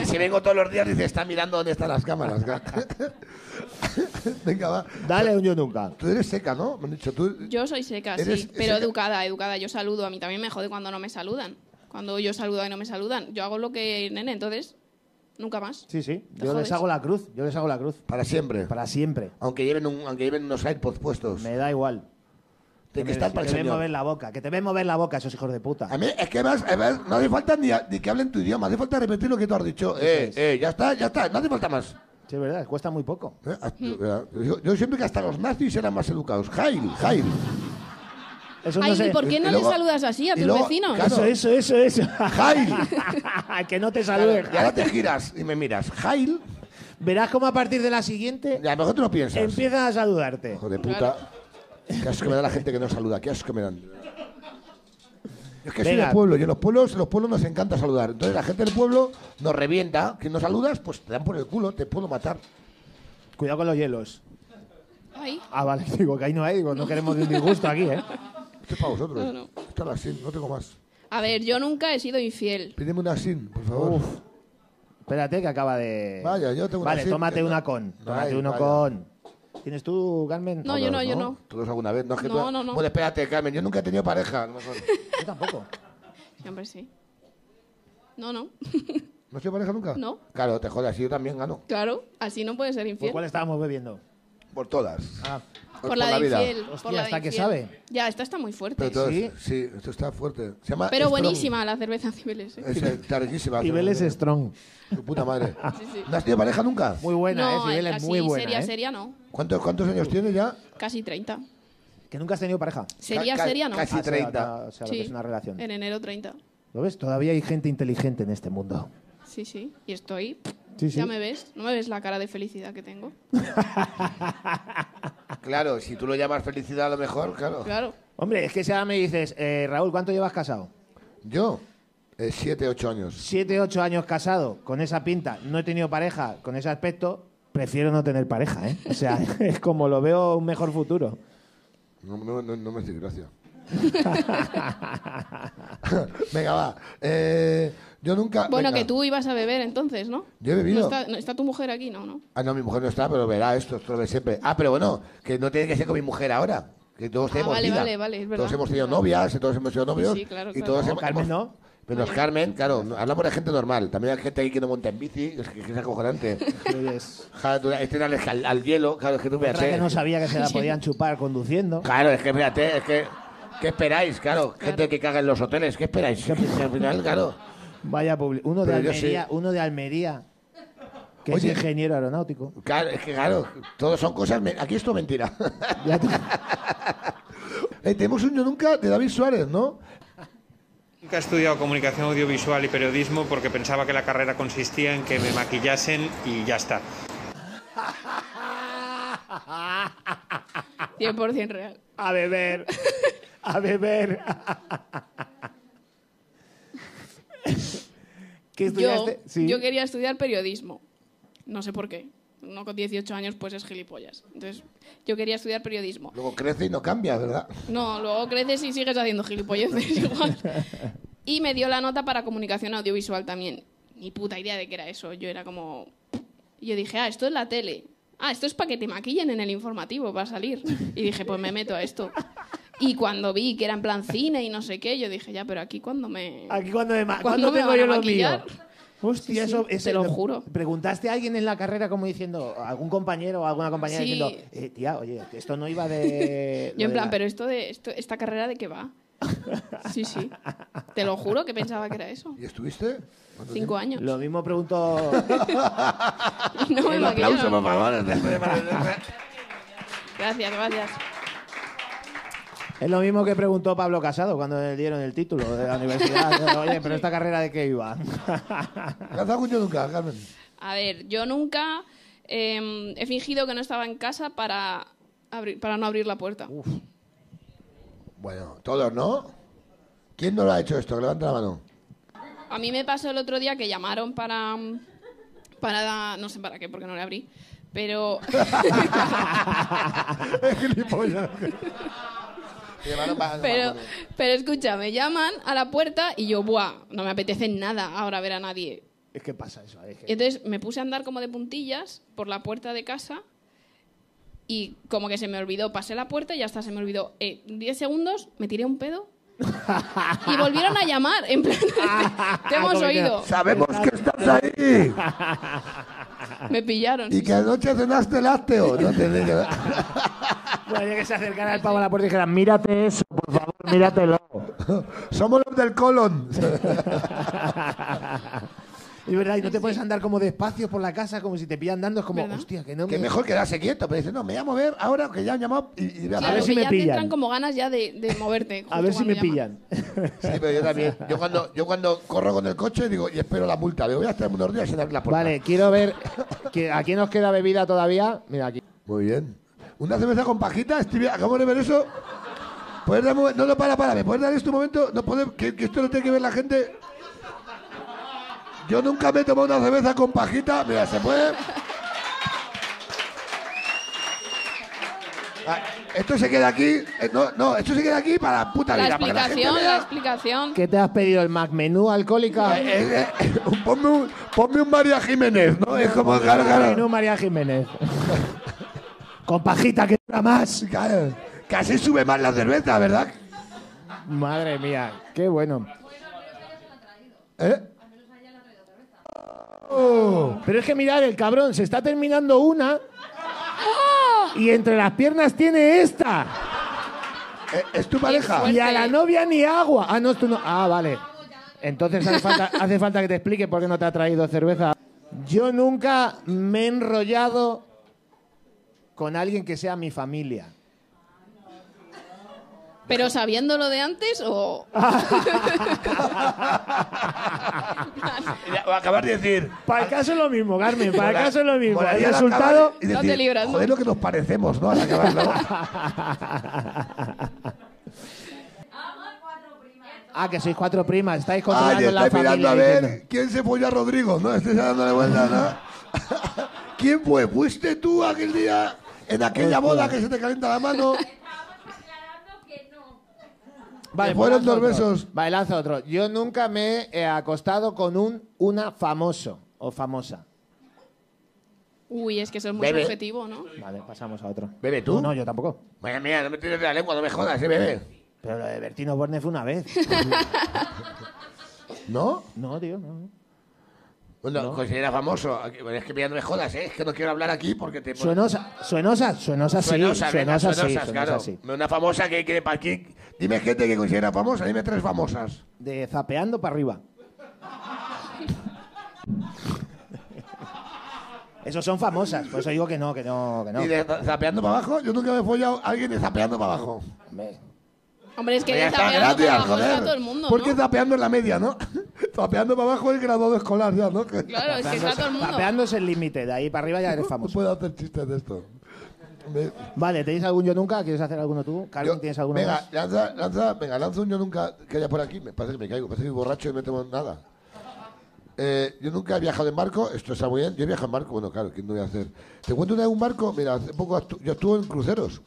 [SPEAKER 2] Y si vengo todos los días, dice, está mirando dónde están las cámaras. claro. Venga, va.
[SPEAKER 3] Dale un yo nunca.
[SPEAKER 2] Tú eres seca, ¿no? Me han dicho tú.
[SPEAKER 8] Yo soy seca,
[SPEAKER 2] Eres
[SPEAKER 8] sí, pero
[SPEAKER 2] seca.
[SPEAKER 8] educada, educada. Yo saludo, a mí también me jode cuando no me saludan. Cuando yo saludo y no me saludan, yo hago lo que nene, entonces nunca más.
[SPEAKER 3] Sí, sí.
[SPEAKER 8] Te
[SPEAKER 3] Yo les
[SPEAKER 8] jodes.
[SPEAKER 3] hago la cruz, yo les hago la cruz.
[SPEAKER 2] Para siempre.
[SPEAKER 3] Para siempre.
[SPEAKER 2] Aunque, lleven un- aunque lleven unos iPods puestos.
[SPEAKER 3] Me da igual.
[SPEAKER 2] de que
[SPEAKER 3] me-
[SPEAKER 2] están para el
[SPEAKER 3] te ven
[SPEAKER 2] señor.
[SPEAKER 3] mover la boca, que te ven mover la boca esos hijos de puta.
[SPEAKER 2] A mí es que más, además, no hace falta ni, a- ni que hablen tu idioma, hace falta repetir lo que tú has dicho. Eh,
[SPEAKER 3] es.
[SPEAKER 2] eh, ya está, ya está, no hace falta más.
[SPEAKER 3] Sí, es verdad, cuesta muy poco.
[SPEAKER 2] Eh, hasta- Yo, yo siempre que hasta los nazis eran más educados. Jail, Jail.
[SPEAKER 3] Eso
[SPEAKER 8] Ay,
[SPEAKER 3] no sé.
[SPEAKER 8] ¿y por qué
[SPEAKER 2] y
[SPEAKER 8] no
[SPEAKER 2] luego-
[SPEAKER 8] le saludas así a
[SPEAKER 2] y
[SPEAKER 8] tus
[SPEAKER 2] luego-
[SPEAKER 8] vecinos?
[SPEAKER 2] claro.
[SPEAKER 3] Eso, eso, eso, eso.
[SPEAKER 2] Jail.
[SPEAKER 3] que no te salude.
[SPEAKER 2] Y ahora te giras y me miras. Jail,
[SPEAKER 3] Verás cómo a partir de la siguiente
[SPEAKER 2] y a lo mejor tú no piensas.
[SPEAKER 3] empiezan a saludarte.
[SPEAKER 2] Hijo de puta. Qué asco me da la gente que no saluda, qué asco me dan. Es que soy
[SPEAKER 3] Venga.
[SPEAKER 2] de pueblo y en los pueblos, los pueblos nos encanta saludar. Entonces la gente del pueblo nos revienta. Que no saludas, pues te dan por el culo, te puedo matar.
[SPEAKER 3] Cuidado con los hielos.
[SPEAKER 8] Ay,
[SPEAKER 3] Ah, vale, digo que ahí no hay, digo, no queremos un disgusto aquí, ¿eh?
[SPEAKER 2] Esto es para vosotros.
[SPEAKER 8] No, no.
[SPEAKER 2] Esto es la sin, no tengo más.
[SPEAKER 8] a ver, yo nunca he sido infiel.
[SPEAKER 2] Pídeme una sin, por favor.
[SPEAKER 3] Uf. Espérate que acaba de.
[SPEAKER 2] Vaya, yo tengo una
[SPEAKER 3] Vale,
[SPEAKER 2] sin-
[SPEAKER 3] tómate
[SPEAKER 2] que-
[SPEAKER 3] una con.
[SPEAKER 2] Ay,
[SPEAKER 3] Tómate uno
[SPEAKER 2] vaya.
[SPEAKER 3] con. ¿Tienes tú, Carmen?
[SPEAKER 8] No, yo no, yo no.
[SPEAKER 2] ¿Todos alguna vez? No, es que
[SPEAKER 8] No,
[SPEAKER 2] tú-
[SPEAKER 8] no, no.
[SPEAKER 2] Bueno, espérate, Carmen, yo nunca he tenido pareja. a lo mejor.
[SPEAKER 3] Yo tampoco.
[SPEAKER 8] Siempre sí. No, no.
[SPEAKER 2] ¿No has tenido pareja nunca?
[SPEAKER 8] No.
[SPEAKER 2] Claro, te jodas, yo también gano.
[SPEAKER 8] claro, así no puedes ser
[SPEAKER 3] ¿Por
[SPEAKER 8] infiel.
[SPEAKER 3] cuál estábamos bebiendo?
[SPEAKER 2] Por todas.
[SPEAKER 3] Ah,
[SPEAKER 8] Por la, de
[SPEAKER 2] vida.
[SPEAKER 8] infiel.
[SPEAKER 3] Hostia,
[SPEAKER 8] por la de
[SPEAKER 3] esta que
[SPEAKER 8] infiel.
[SPEAKER 3] sabe.
[SPEAKER 8] Ya, esta está muy fuerte.
[SPEAKER 2] Pero
[SPEAKER 8] Pero,
[SPEAKER 2] todas, ¿Sí?
[SPEAKER 3] ¿Sí?
[SPEAKER 2] esto está fuerte. Se llama Strong.
[SPEAKER 8] buenísima la cerveza Cibeles. ¿eh?
[SPEAKER 2] Es, está riquísima.
[SPEAKER 3] Cibeles Strong.
[SPEAKER 2] Tu puta madre.
[SPEAKER 8] sí.
[SPEAKER 2] ¿No has tenido pareja nunca?
[SPEAKER 3] Muy buena,
[SPEAKER 8] no,
[SPEAKER 3] ¿eh? Cibeles
[SPEAKER 8] así
[SPEAKER 3] muy buena.
[SPEAKER 8] seria,
[SPEAKER 3] ¿eh?
[SPEAKER 8] seria no.
[SPEAKER 2] ¿Cuántos, cuántos años tienes ya?
[SPEAKER 8] Casi 30.
[SPEAKER 3] Que nunca has tenido pareja.
[SPEAKER 8] Sería,
[SPEAKER 2] Ca- ca-
[SPEAKER 8] seria no.
[SPEAKER 2] casi
[SPEAKER 3] Ah, o sea,
[SPEAKER 2] 30.
[SPEAKER 3] o sea, lo que es una relación.
[SPEAKER 8] En enero 30.
[SPEAKER 3] ¿Lo ves? Todavía hay gente inteligente en este mundo.
[SPEAKER 8] Sí, sí. Y estoy.
[SPEAKER 3] Sí, sí.
[SPEAKER 8] Ya me ves. No me ves la cara de felicidad que tengo.
[SPEAKER 3] Ah,
[SPEAKER 2] Claro, si tú lo llamas felicidad a lo mejor, claro.
[SPEAKER 8] Claro.
[SPEAKER 3] Hombre, es que si ahora me dices, eh, Raúl, ¿cuánto llevas casado?
[SPEAKER 2] Yo, eh, siete, ocho años.
[SPEAKER 3] Siete, ocho años casado, con esa pinta, no he tenido pareja, con ese aspecto, prefiero no tener pareja, ¿eh? O sea, es como lo veo un mejor futuro.
[SPEAKER 2] No, no, no, no me hace gracia. Venga, va. Eh, yo nunca.
[SPEAKER 3] Ah,
[SPEAKER 8] Bueno,
[SPEAKER 2] venga.
[SPEAKER 8] que tú ibas a beber entonces, ¿no?
[SPEAKER 2] Yo he bebido.
[SPEAKER 8] No está, no está tu mujer aquí, no, no.
[SPEAKER 2] Ah, no, mi mujer no está, pero verá esto, esto lo ve siempre. Ah, pero bueno, que no tiene que ser con mi mujer ahora. Que todos
[SPEAKER 8] Ah,
[SPEAKER 2] tenemos
[SPEAKER 8] vale,
[SPEAKER 2] vida.
[SPEAKER 8] vale, vale, es verdad.
[SPEAKER 2] Todos hemos tenido
[SPEAKER 8] Claro.
[SPEAKER 2] novias, y todos hemos sido novios.
[SPEAKER 8] Sí, sí, claro,
[SPEAKER 2] Y
[SPEAKER 8] claro.
[SPEAKER 2] todos
[SPEAKER 3] No,
[SPEAKER 2] hemos-
[SPEAKER 3] Carmen no.
[SPEAKER 2] Pero los Carmen, claro, no- hablamos de gente normal. También hay gente ahí que no monta en bici, es que, que es acojonante.
[SPEAKER 3] Es
[SPEAKER 2] Ja, tú- Este era al, al- al hielo, claro, es que tú
[SPEAKER 3] verdad
[SPEAKER 2] fíjate.
[SPEAKER 3] que no sabía que se la podían chupar conduciendo.
[SPEAKER 2] Claro, es que fíjate, es que. ¿Qué esperáis? Claro, gente que caga en los hoteles, ¿qué esperáis? Que al final, claro.
[SPEAKER 3] Vaya publi- Uno de
[SPEAKER 2] Pero yo
[SPEAKER 3] Almería,
[SPEAKER 2] sí.
[SPEAKER 3] uno de Almería, que
[SPEAKER 2] Oye.
[SPEAKER 3] es ingeniero aeronáutico.
[SPEAKER 2] Claro, es que claro, todos son cosas. me- Aquí esto mentira.
[SPEAKER 3] Ya te-
[SPEAKER 2] Eh, tenemos un yo nunca de David Suárez, ¿no?
[SPEAKER 9] Nunca he estudiado comunicación audiovisual y periodismo porque pensaba que la carrera consistía en que me maquillasen y ya está.
[SPEAKER 8] 100% real.
[SPEAKER 3] A beber. A beber. ¿Qué
[SPEAKER 8] Yo,
[SPEAKER 3] estudiaste? Sí.
[SPEAKER 8] yo quería estudiar periodismo. No sé por qué. Uno con 18 años pues es gilipollas. Entonces, yo quería estudiar periodismo.
[SPEAKER 2] Luego crece y no cambia, ¿verdad?
[SPEAKER 8] No, luego creces y sigues haciendo gilipolleces igual. Y me dio la nota para comunicación audiovisual también. Ni puta idea de qué era eso. Yo era como... y Yo dije, ah, esto es la tele. Ah, esto es para que te maquillen en el informativo para salir. Y dije, pues me meto a esto. Y cuando vi que era en plan cine y no sé qué, yo dije, ya, pero aquí cuando me...
[SPEAKER 3] Aquí cuando me ma-
[SPEAKER 8] ¿Cuándo
[SPEAKER 3] ¿cuándo
[SPEAKER 8] me
[SPEAKER 3] tengo
[SPEAKER 8] van a
[SPEAKER 3] yo lo mío.
[SPEAKER 8] maquillar?
[SPEAKER 3] Hostia,
[SPEAKER 8] Sí, sí,
[SPEAKER 3] eso
[SPEAKER 8] te
[SPEAKER 3] ese-
[SPEAKER 8] lo juro.
[SPEAKER 3] Preguntaste a alguien en la carrera como diciendo, a algún compañero o alguna compañera
[SPEAKER 8] Sí.
[SPEAKER 3] diciendo, eh, tía, oye, que esto no iba de. lo
[SPEAKER 8] Yo en
[SPEAKER 3] de
[SPEAKER 8] plan,
[SPEAKER 3] la-
[SPEAKER 8] pero esto de esto, esta carrera de qué va. Sí, sí. Te lo juro que pensaba que era eso.
[SPEAKER 2] ¿Y estuviste? ¿Cuánto tiempo?
[SPEAKER 8] Cinco años.
[SPEAKER 3] Lo mismo preguntó.
[SPEAKER 8] Y no me
[SPEAKER 2] Un aplauso, por
[SPEAKER 8] maquillaron.
[SPEAKER 2] favor.
[SPEAKER 8] Gracias, gracias.
[SPEAKER 3] es lo mismo que preguntó Pablo Casado cuando le dieron el título de la universidad. oye, pero esta carrera de qué iba.
[SPEAKER 2] Lanza algún yo nunca, Carmen.
[SPEAKER 8] A ver, yo nunca eh, he fingido que no estaba en casa para, abrir, para no abrir la puerta.
[SPEAKER 2] Bueno, todos, ¿no? ¿Quién no lo ha hecho esto? Que Levanta la mano.
[SPEAKER 8] A mí me pasó el otro día que llamaron para. para. no sé para qué, porque no le abrí. Pero.
[SPEAKER 2] Gilipollas.
[SPEAKER 8] pero, pero escucha, me llaman a la puerta y yo, ¡buah! No me apetece nada ahora ver a nadie.
[SPEAKER 3] Es que pasa eso. es que-
[SPEAKER 8] Y entonces me puse a andar como de puntillas por la puerta de casa y como que se me olvidó, pasé la puerta y hasta se me olvidó. Eh, 10 segundos, me tiré un pedo y volvieron a llamar. En plan, te hemos
[SPEAKER 3] Como que-
[SPEAKER 8] oído.
[SPEAKER 2] Sabemos que estás ahí
[SPEAKER 8] Me pillaron.
[SPEAKER 2] y que anoche cenaste lácteo. No te digo.
[SPEAKER 3] Bueno, yo que se acercara el pavo a la puerta y dijera, mírate eso, por favor, míratelo.
[SPEAKER 2] Somos los del colon.
[SPEAKER 3] Y verdad, y no te puedes andar como despacio por la casa, como si te pillan andando, es como,
[SPEAKER 8] ¿Verdad?
[SPEAKER 3] hostia, que no
[SPEAKER 2] que
[SPEAKER 3] me-
[SPEAKER 2] mejor quedarse quieto, pero dice, no, me voy a mover ahora que ya han llamado y, y voy a
[SPEAKER 8] Claro,
[SPEAKER 2] saber
[SPEAKER 3] ver si
[SPEAKER 8] que
[SPEAKER 3] me
[SPEAKER 8] ya te
[SPEAKER 3] pillan.
[SPEAKER 8] entran como ganas ya de, de moverte. justo
[SPEAKER 3] A ver si
[SPEAKER 8] cuando
[SPEAKER 3] me
[SPEAKER 8] llaman.
[SPEAKER 3] pillan.
[SPEAKER 2] Sí, pero yo también. Yo cuando, yo cuando corro con el coche digo, y espero la multa. Digo, voy a estar unos días sin abrir la puerta.
[SPEAKER 3] Vale, quiero ver. que- ¿Aquí nos queda bebida todavía? Mira, aquí.
[SPEAKER 2] Muy bien. Una cerveza con pajita, Stevie, acabamos de ver eso. ¿Puedes dar un momen- No, no, para, para. ¿Me puedes dar esto un momento? No puede, que, que esto lo tiene que ver la gente. Yo nunca me he tomado una cerveza con pajita. Mira, se puede. Ah, esto se queda aquí. eh, No, no, esto se queda aquí para la puta
[SPEAKER 8] La
[SPEAKER 2] vida. para que gente
[SPEAKER 8] explicación, la
[SPEAKER 2] vea.
[SPEAKER 8] explicación.
[SPEAKER 3] ¿Qué te has pedido? ¿El Mac menú alcohólica?
[SPEAKER 2] Eh, eh, eh, ponme, un, ponme un María Jiménez, ¿no? Es como, claro,
[SPEAKER 3] Menú
[SPEAKER 2] claro.
[SPEAKER 3] María Jiménez. Con pajita que dura más.
[SPEAKER 2] Claro, Que así sube más la cerveza, ¿verdad?
[SPEAKER 3] Madre mía, qué bueno.
[SPEAKER 2] ¿Eh?
[SPEAKER 3] Pero es que mirad, el cabrón se está terminando una. Y entre las piernas tiene esta.
[SPEAKER 2] ¿Eh, ¿Es tu pareja?
[SPEAKER 8] fuerte.
[SPEAKER 3] Y a la novia ni agua. Ah, no, tú no. Ah, vale. Entonces hace falta, hace falta que te explique por qué no te ha traído cerveza. Yo nunca me he enrollado con alguien que sea mi familia.
[SPEAKER 8] Pero sabiéndolo de antes o.
[SPEAKER 7] O Acabas de decir,
[SPEAKER 3] Para el caso es lo mismo, Carmen. Para el caso es lo mismo. El
[SPEAKER 2] Molaría al
[SPEAKER 3] resultado.
[SPEAKER 2] acabar y
[SPEAKER 8] No te
[SPEAKER 2] decir,
[SPEAKER 8] libras, ¿no?
[SPEAKER 2] Joder, lo que nos parecemos, ¿no? Al acabarlo.
[SPEAKER 3] Ah, que sois cuatro primas.
[SPEAKER 2] Ay,
[SPEAKER 3] Estáis controlando la
[SPEAKER 2] estoy
[SPEAKER 3] familia.
[SPEAKER 2] mirando a ver
[SPEAKER 3] diciendo.
[SPEAKER 2] quién se folló a Rodrigo, ¿no? Estoy dándole vuelta, ¿no? ¿Quién fue? ¿Fuiste tú aquel día en aquella boda que se te calienta la mano?
[SPEAKER 3] Vale,
[SPEAKER 2] Que fueron
[SPEAKER 3] pues lanza
[SPEAKER 2] dos
[SPEAKER 3] otro.
[SPEAKER 2] besos.
[SPEAKER 3] Vale, lanza otro. Yo nunca me he acostado con un una famoso o famosa.
[SPEAKER 8] Uy, es que eso es muy
[SPEAKER 7] Bebe.
[SPEAKER 8] subjetivo, ¿no?
[SPEAKER 3] Vale, pasamos a otro.
[SPEAKER 7] Bebe, ¿tú?
[SPEAKER 3] No, no, yo tampoco.
[SPEAKER 7] vaya mía, no me tires de la lengua, no me jodas, ¿eh, bebé?
[SPEAKER 3] Pero lo de Bertino Borne fue una vez.
[SPEAKER 2] ¿No?
[SPEAKER 3] No, tío, no.
[SPEAKER 7] Bueno, considera famoso. Aquí- bueno, es que mira, no me jodas, ¿eh? Es que no quiero hablar aquí porque te...
[SPEAKER 3] Suenosa, suenosa, suenosa sí. Suenosa,
[SPEAKER 7] Suenosa, venga,
[SPEAKER 3] sí,
[SPEAKER 7] suenosas,
[SPEAKER 3] suenosa
[SPEAKER 7] claro.
[SPEAKER 3] sí.
[SPEAKER 7] Una famosa que quiere para aquí.
[SPEAKER 2] Dime gente que considera famosa, dime tres famosas.
[SPEAKER 3] De zapeando para arriba. Esos son famosas, por eso digo que no, que no, que no.
[SPEAKER 2] ¿Y de za- zapeando para abajo? Yo nunca me he follado a alguien de zapeando para abajo.
[SPEAKER 3] Hombre,
[SPEAKER 8] Hombre, es que
[SPEAKER 2] Ahí
[SPEAKER 8] de
[SPEAKER 2] está,
[SPEAKER 8] zapeando para
[SPEAKER 2] gracias,
[SPEAKER 8] abajo está
[SPEAKER 2] joder.
[SPEAKER 8] todo el mundo,
[SPEAKER 2] Porque
[SPEAKER 8] ¿no?
[SPEAKER 2] zapeando en la media, ¿no? zapeando para abajo es graduado escolar ya, ¿no? Que-
[SPEAKER 8] Claro, es que está todo el mundo.
[SPEAKER 3] Zapeando es el límite, de ahí para arriba ya eres
[SPEAKER 2] No
[SPEAKER 3] famoso.
[SPEAKER 2] puedo hacer chistes de esto. Me-
[SPEAKER 3] Vale, ¿tenéis algún yo nunca? ¿Quieres hacer alguno tú? Carmen,
[SPEAKER 2] yo-
[SPEAKER 3] ¿tienes alguno
[SPEAKER 2] venga,
[SPEAKER 3] más?
[SPEAKER 2] Lanza, lanza, venga, lanza un yo nunca que haya por aquí. Me parece que me caigo, parece que soy borracho y no tomo nada. Eh, yo nunca he viajado en barco, esto está muy bien. Yo he viajado en barco, bueno, claro, ¿quién no voy a hacer? Te cuento una de un barco, mira, hace poco actu- yo estuve en cruceros.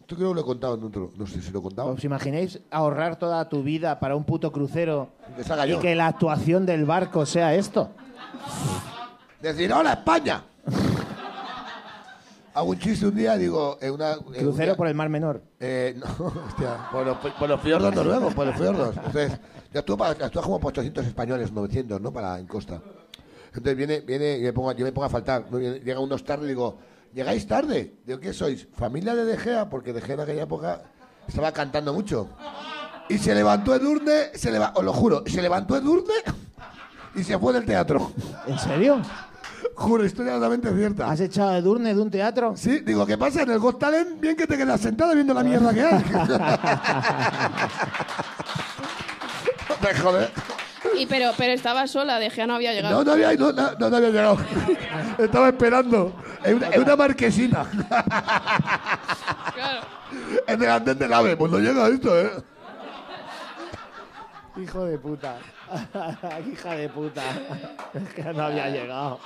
[SPEAKER 2] Esto creo que lo he contado en otro, no sé si lo he contado.
[SPEAKER 3] ¿Os imagináis ahorrar toda tu vida para un puto crucero
[SPEAKER 2] Que salga
[SPEAKER 3] y
[SPEAKER 2] yo.
[SPEAKER 3] que la actuación del barco sea esto?
[SPEAKER 2] Decir, hola España. Hago un chiste un día, digo, en una. en un
[SPEAKER 3] Crucero
[SPEAKER 2] día-
[SPEAKER 3] por el Mar Menor.
[SPEAKER 2] Eh, no, hostia, por los, por los fiordos noruegos, por los fiordos. Entonces, ya estuvo, para, actúa como para 800 españoles, 900, ¿no? Para en Costa. Entonces viene, viene y me pongo, yo me pongo a faltar. ¿no? Viene- Llega unos tarde y digo, ¿llegáis tarde? Digo, ¿qué sois? ¿Familia de De Gea? Porque De Gea en aquella época estaba cantando mucho. Y se levantó Edurne, se leva, os lo juro, se levantó Edurne y se fue del teatro.
[SPEAKER 3] ¿En serio?
[SPEAKER 2] Juro, historia totalmente cierta.
[SPEAKER 3] ¿Has echado a Edurne de un teatro?
[SPEAKER 2] Sí, digo, ¿qué pasa? En el Got Talent, bien que te quedas sentado viendo la mierda que hay. Te joder.
[SPEAKER 8] Y pero, pero estaba sola, de Gea no había llegado.
[SPEAKER 2] No, no había, no, no, no, no había llegado. Estaba esperando. En una, en una marquesina.
[SPEAKER 8] Claro.
[SPEAKER 2] En el andén del ave. Pues no llega esto, ¿eh?
[SPEAKER 3] Hijo de puta. Hija de puta. Es que no había llegado.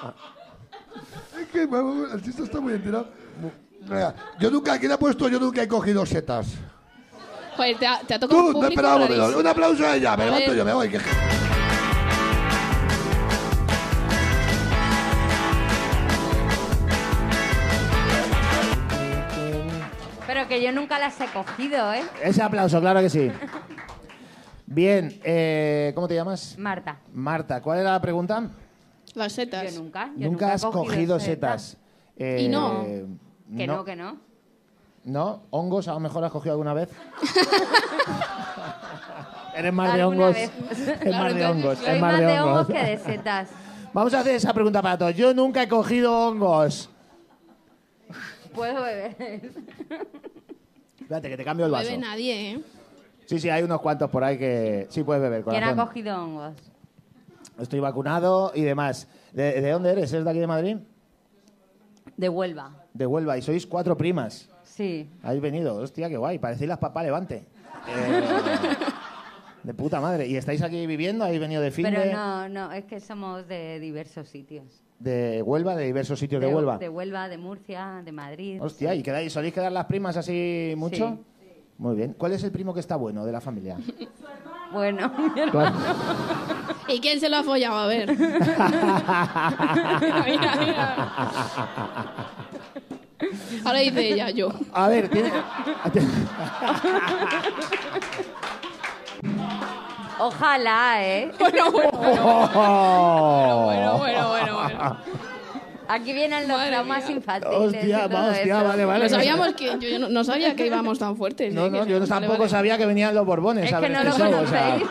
[SPEAKER 2] Es que vamos, el chiste está muy enterado. Mira, Yo nunca, ¿quién ha puesto? Yo nunca he cogido setas.
[SPEAKER 8] Joder, te ha, te ha tocado un
[SPEAKER 2] Tú, no
[SPEAKER 8] público
[SPEAKER 2] esperábamos menos.
[SPEAKER 8] rarísimo.
[SPEAKER 2] Un aplauso a ella. Me
[SPEAKER 8] A
[SPEAKER 2] levanto
[SPEAKER 8] ver.
[SPEAKER 2] yo, me voy. que-
[SPEAKER 10] Pero que yo nunca las he cogido, ¿eh?
[SPEAKER 3] Ese aplauso, claro que sí. Bien, eh, ¿cómo te llamas?
[SPEAKER 10] Marta,
[SPEAKER 3] Marta, ¿cuál era la pregunta?
[SPEAKER 8] Las
[SPEAKER 10] yo
[SPEAKER 8] setas.
[SPEAKER 10] nunca. yo
[SPEAKER 3] nunca, has
[SPEAKER 10] he
[SPEAKER 3] cogido, setas. Eh,
[SPEAKER 8] Y no.
[SPEAKER 10] Que no. que no.
[SPEAKER 3] ¿No? ¿Hongos a lo mejor has cogido alguna vez? Eres más de
[SPEAKER 10] Alguna
[SPEAKER 3] hongos.
[SPEAKER 10] vez.
[SPEAKER 3] Es
[SPEAKER 8] Claro,
[SPEAKER 3] más de
[SPEAKER 8] entonces,
[SPEAKER 3] hongos.
[SPEAKER 10] Soy
[SPEAKER 3] Es
[SPEAKER 10] más de hongos
[SPEAKER 3] hongos.
[SPEAKER 10] que de setas.
[SPEAKER 3] Vamos a hacer esa pregunta para todos. Yo nunca he cogido hongos.
[SPEAKER 10] Puedo beber.
[SPEAKER 3] Espérate, que te cambio el
[SPEAKER 8] No
[SPEAKER 3] vaso.
[SPEAKER 8] bebe nadie, ¿eh?
[SPEAKER 3] Sí, sí, hay unos cuantos por ahí que sí puedes beber.
[SPEAKER 10] ¿Quién ha
[SPEAKER 3] corazón.
[SPEAKER 10] cogido hongos?
[SPEAKER 3] Estoy vacunado y demás. ¿De, de dónde eres? ¿Eres de aquí de Madrid?
[SPEAKER 10] De Huelva.
[SPEAKER 3] De Huelva. Y sois cuatro primas.
[SPEAKER 10] Sí.
[SPEAKER 3] Habéis venido. Hostia, qué guay. Parecéis las papás Levante. Eh, de puta madre. ¿Y estáis aquí viviendo? ¿Habéis venido de fin
[SPEAKER 10] Pero
[SPEAKER 3] de,
[SPEAKER 10] no, no, es que somos de diversos sitios.
[SPEAKER 3] de Huelva, de diversos sitios de,
[SPEAKER 10] de
[SPEAKER 3] Huelva?
[SPEAKER 10] De Huelva, de Murcia, de Madrid.
[SPEAKER 3] Hostia, ¿y quedáis, soléis quedar las primas así mucho? Muy bien. ¿Cuál es el primo que está bueno de la familia?
[SPEAKER 10] Bueno,
[SPEAKER 3] ¿Cuál?
[SPEAKER 8] ¿Y quién se lo ha follado? A ver. mira, mira. Ahora dice ella, yo.
[SPEAKER 3] A ver, tiene...
[SPEAKER 10] ojalá, ¿eh?
[SPEAKER 8] Bueno, bueno, bueno,
[SPEAKER 3] ¡Oh!
[SPEAKER 8] bueno, bueno, bueno. bueno.
[SPEAKER 10] Aquí vienen los
[SPEAKER 8] Madre
[SPEAKER 10] traumas
[SPEAKER 8] mía.
[SPEAKER 10] infantiles.
[SPEAKER 3] Hostia,
[SPEAKER 10] y todo
[SPEAKER 3] va, hostia,
[SPEAKER 10] eso.
[SPEAKER 3] vale, vale.
[SPEAKER 8] No sabíamos que... Yo no, no sabía que íbamos tan fuertes.
[SPEAKER 3] No,
[SPEAKER 8] ¿eh?
[SPEAKER 3] no,
[SPEAKER 8] Que-
[SPEAKER 3] yo
[SPEAKER 8] vale,
[SPEAKER 3] tampoco
[SPEAKER 8] vale.
[SPEAKER 3] sabía que venían los borbones.
[SPEAKER 10] Es
[SPEAKER 3] a
[SPEAKER 10] que
[SPEAKER 3] ver
[SPEAKER 10] no
[SPEAKER 3] este
[SPEAKER 10] lo
[SPEAKER 3] show, o sea,
[SPEAKER 10] conocéis.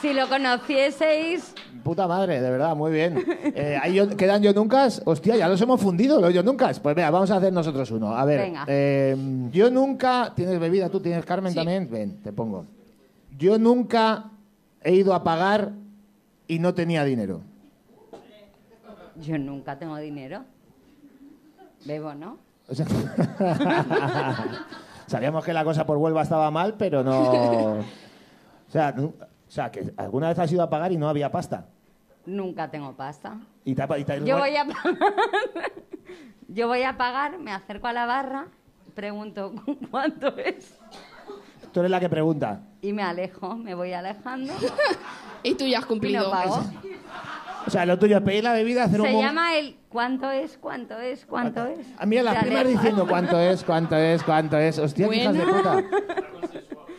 [SPEAKER 10] si lo conocieseis,
[SPEAKER 3] puta madre, de verdad, muy bien. Eh, ahí yo- quedan yo nunca. Hostia, ya los hemos fundido, los yo nunca. Pues vea, vamos a hacer nosotros uno. A ver,
[SPEAKER 10] Venga.
[SPEAKER 3] eh, yo nunca. ¿Tienes bebida tú? ¿Tienes Carmen
[SPEAKER 8] Sí.
[SPEAKER 3] también? Ven, te pongo. Yo nunca he ido a pagar y no tenía dinero.
[SPEAKER 10] yo nunca tengo dinero. Bebo, ¿no?
[SPEAKER 3] O sea, sabíamos que la cosa por Huelva estaba mal, pero no. O sea, nu- o sea, que alguna vez has ido a pagar y no había pasta.
[SPEAKER 10] Nunca tengo pasta.
[SPEAKER 3] Y te ha- y te ha-
[SPEAKER 10] Yo voy a pagar. Yo voy a pagar, me acerco a la barra, pregunto cuánto es
[SPEAKER 3] Tú eres la que pregunta.
[SPEAKER 10] y me alejo, me voy alejando
[SPEAKER 8] Y tú ya has
[SPEAKER 10] y
[SPEAKER 8] cumplido.
[SPEAKER 10] no pago.
[SPEAKER 3] O sea, lo tuyo es pedir la bebida, hacer un...
[SPEAKER 10] Se
[SPEAKER 3] mon-
[SPEAKER 10] llama el cuánto es, cuánto es, cuánto es.
[SPEAKER 3] Ah, mira, las
[SPEAKER 10] Te
[SPEAKER 3] primas
[SPEAKER 10] alejas.
[SPEAKER 3] diciendo cuánto es, cuánto es, cuánto es. Hostia, qué hijas de
[SPEAKER 8] Buena.
[SPEAKER 3] puta.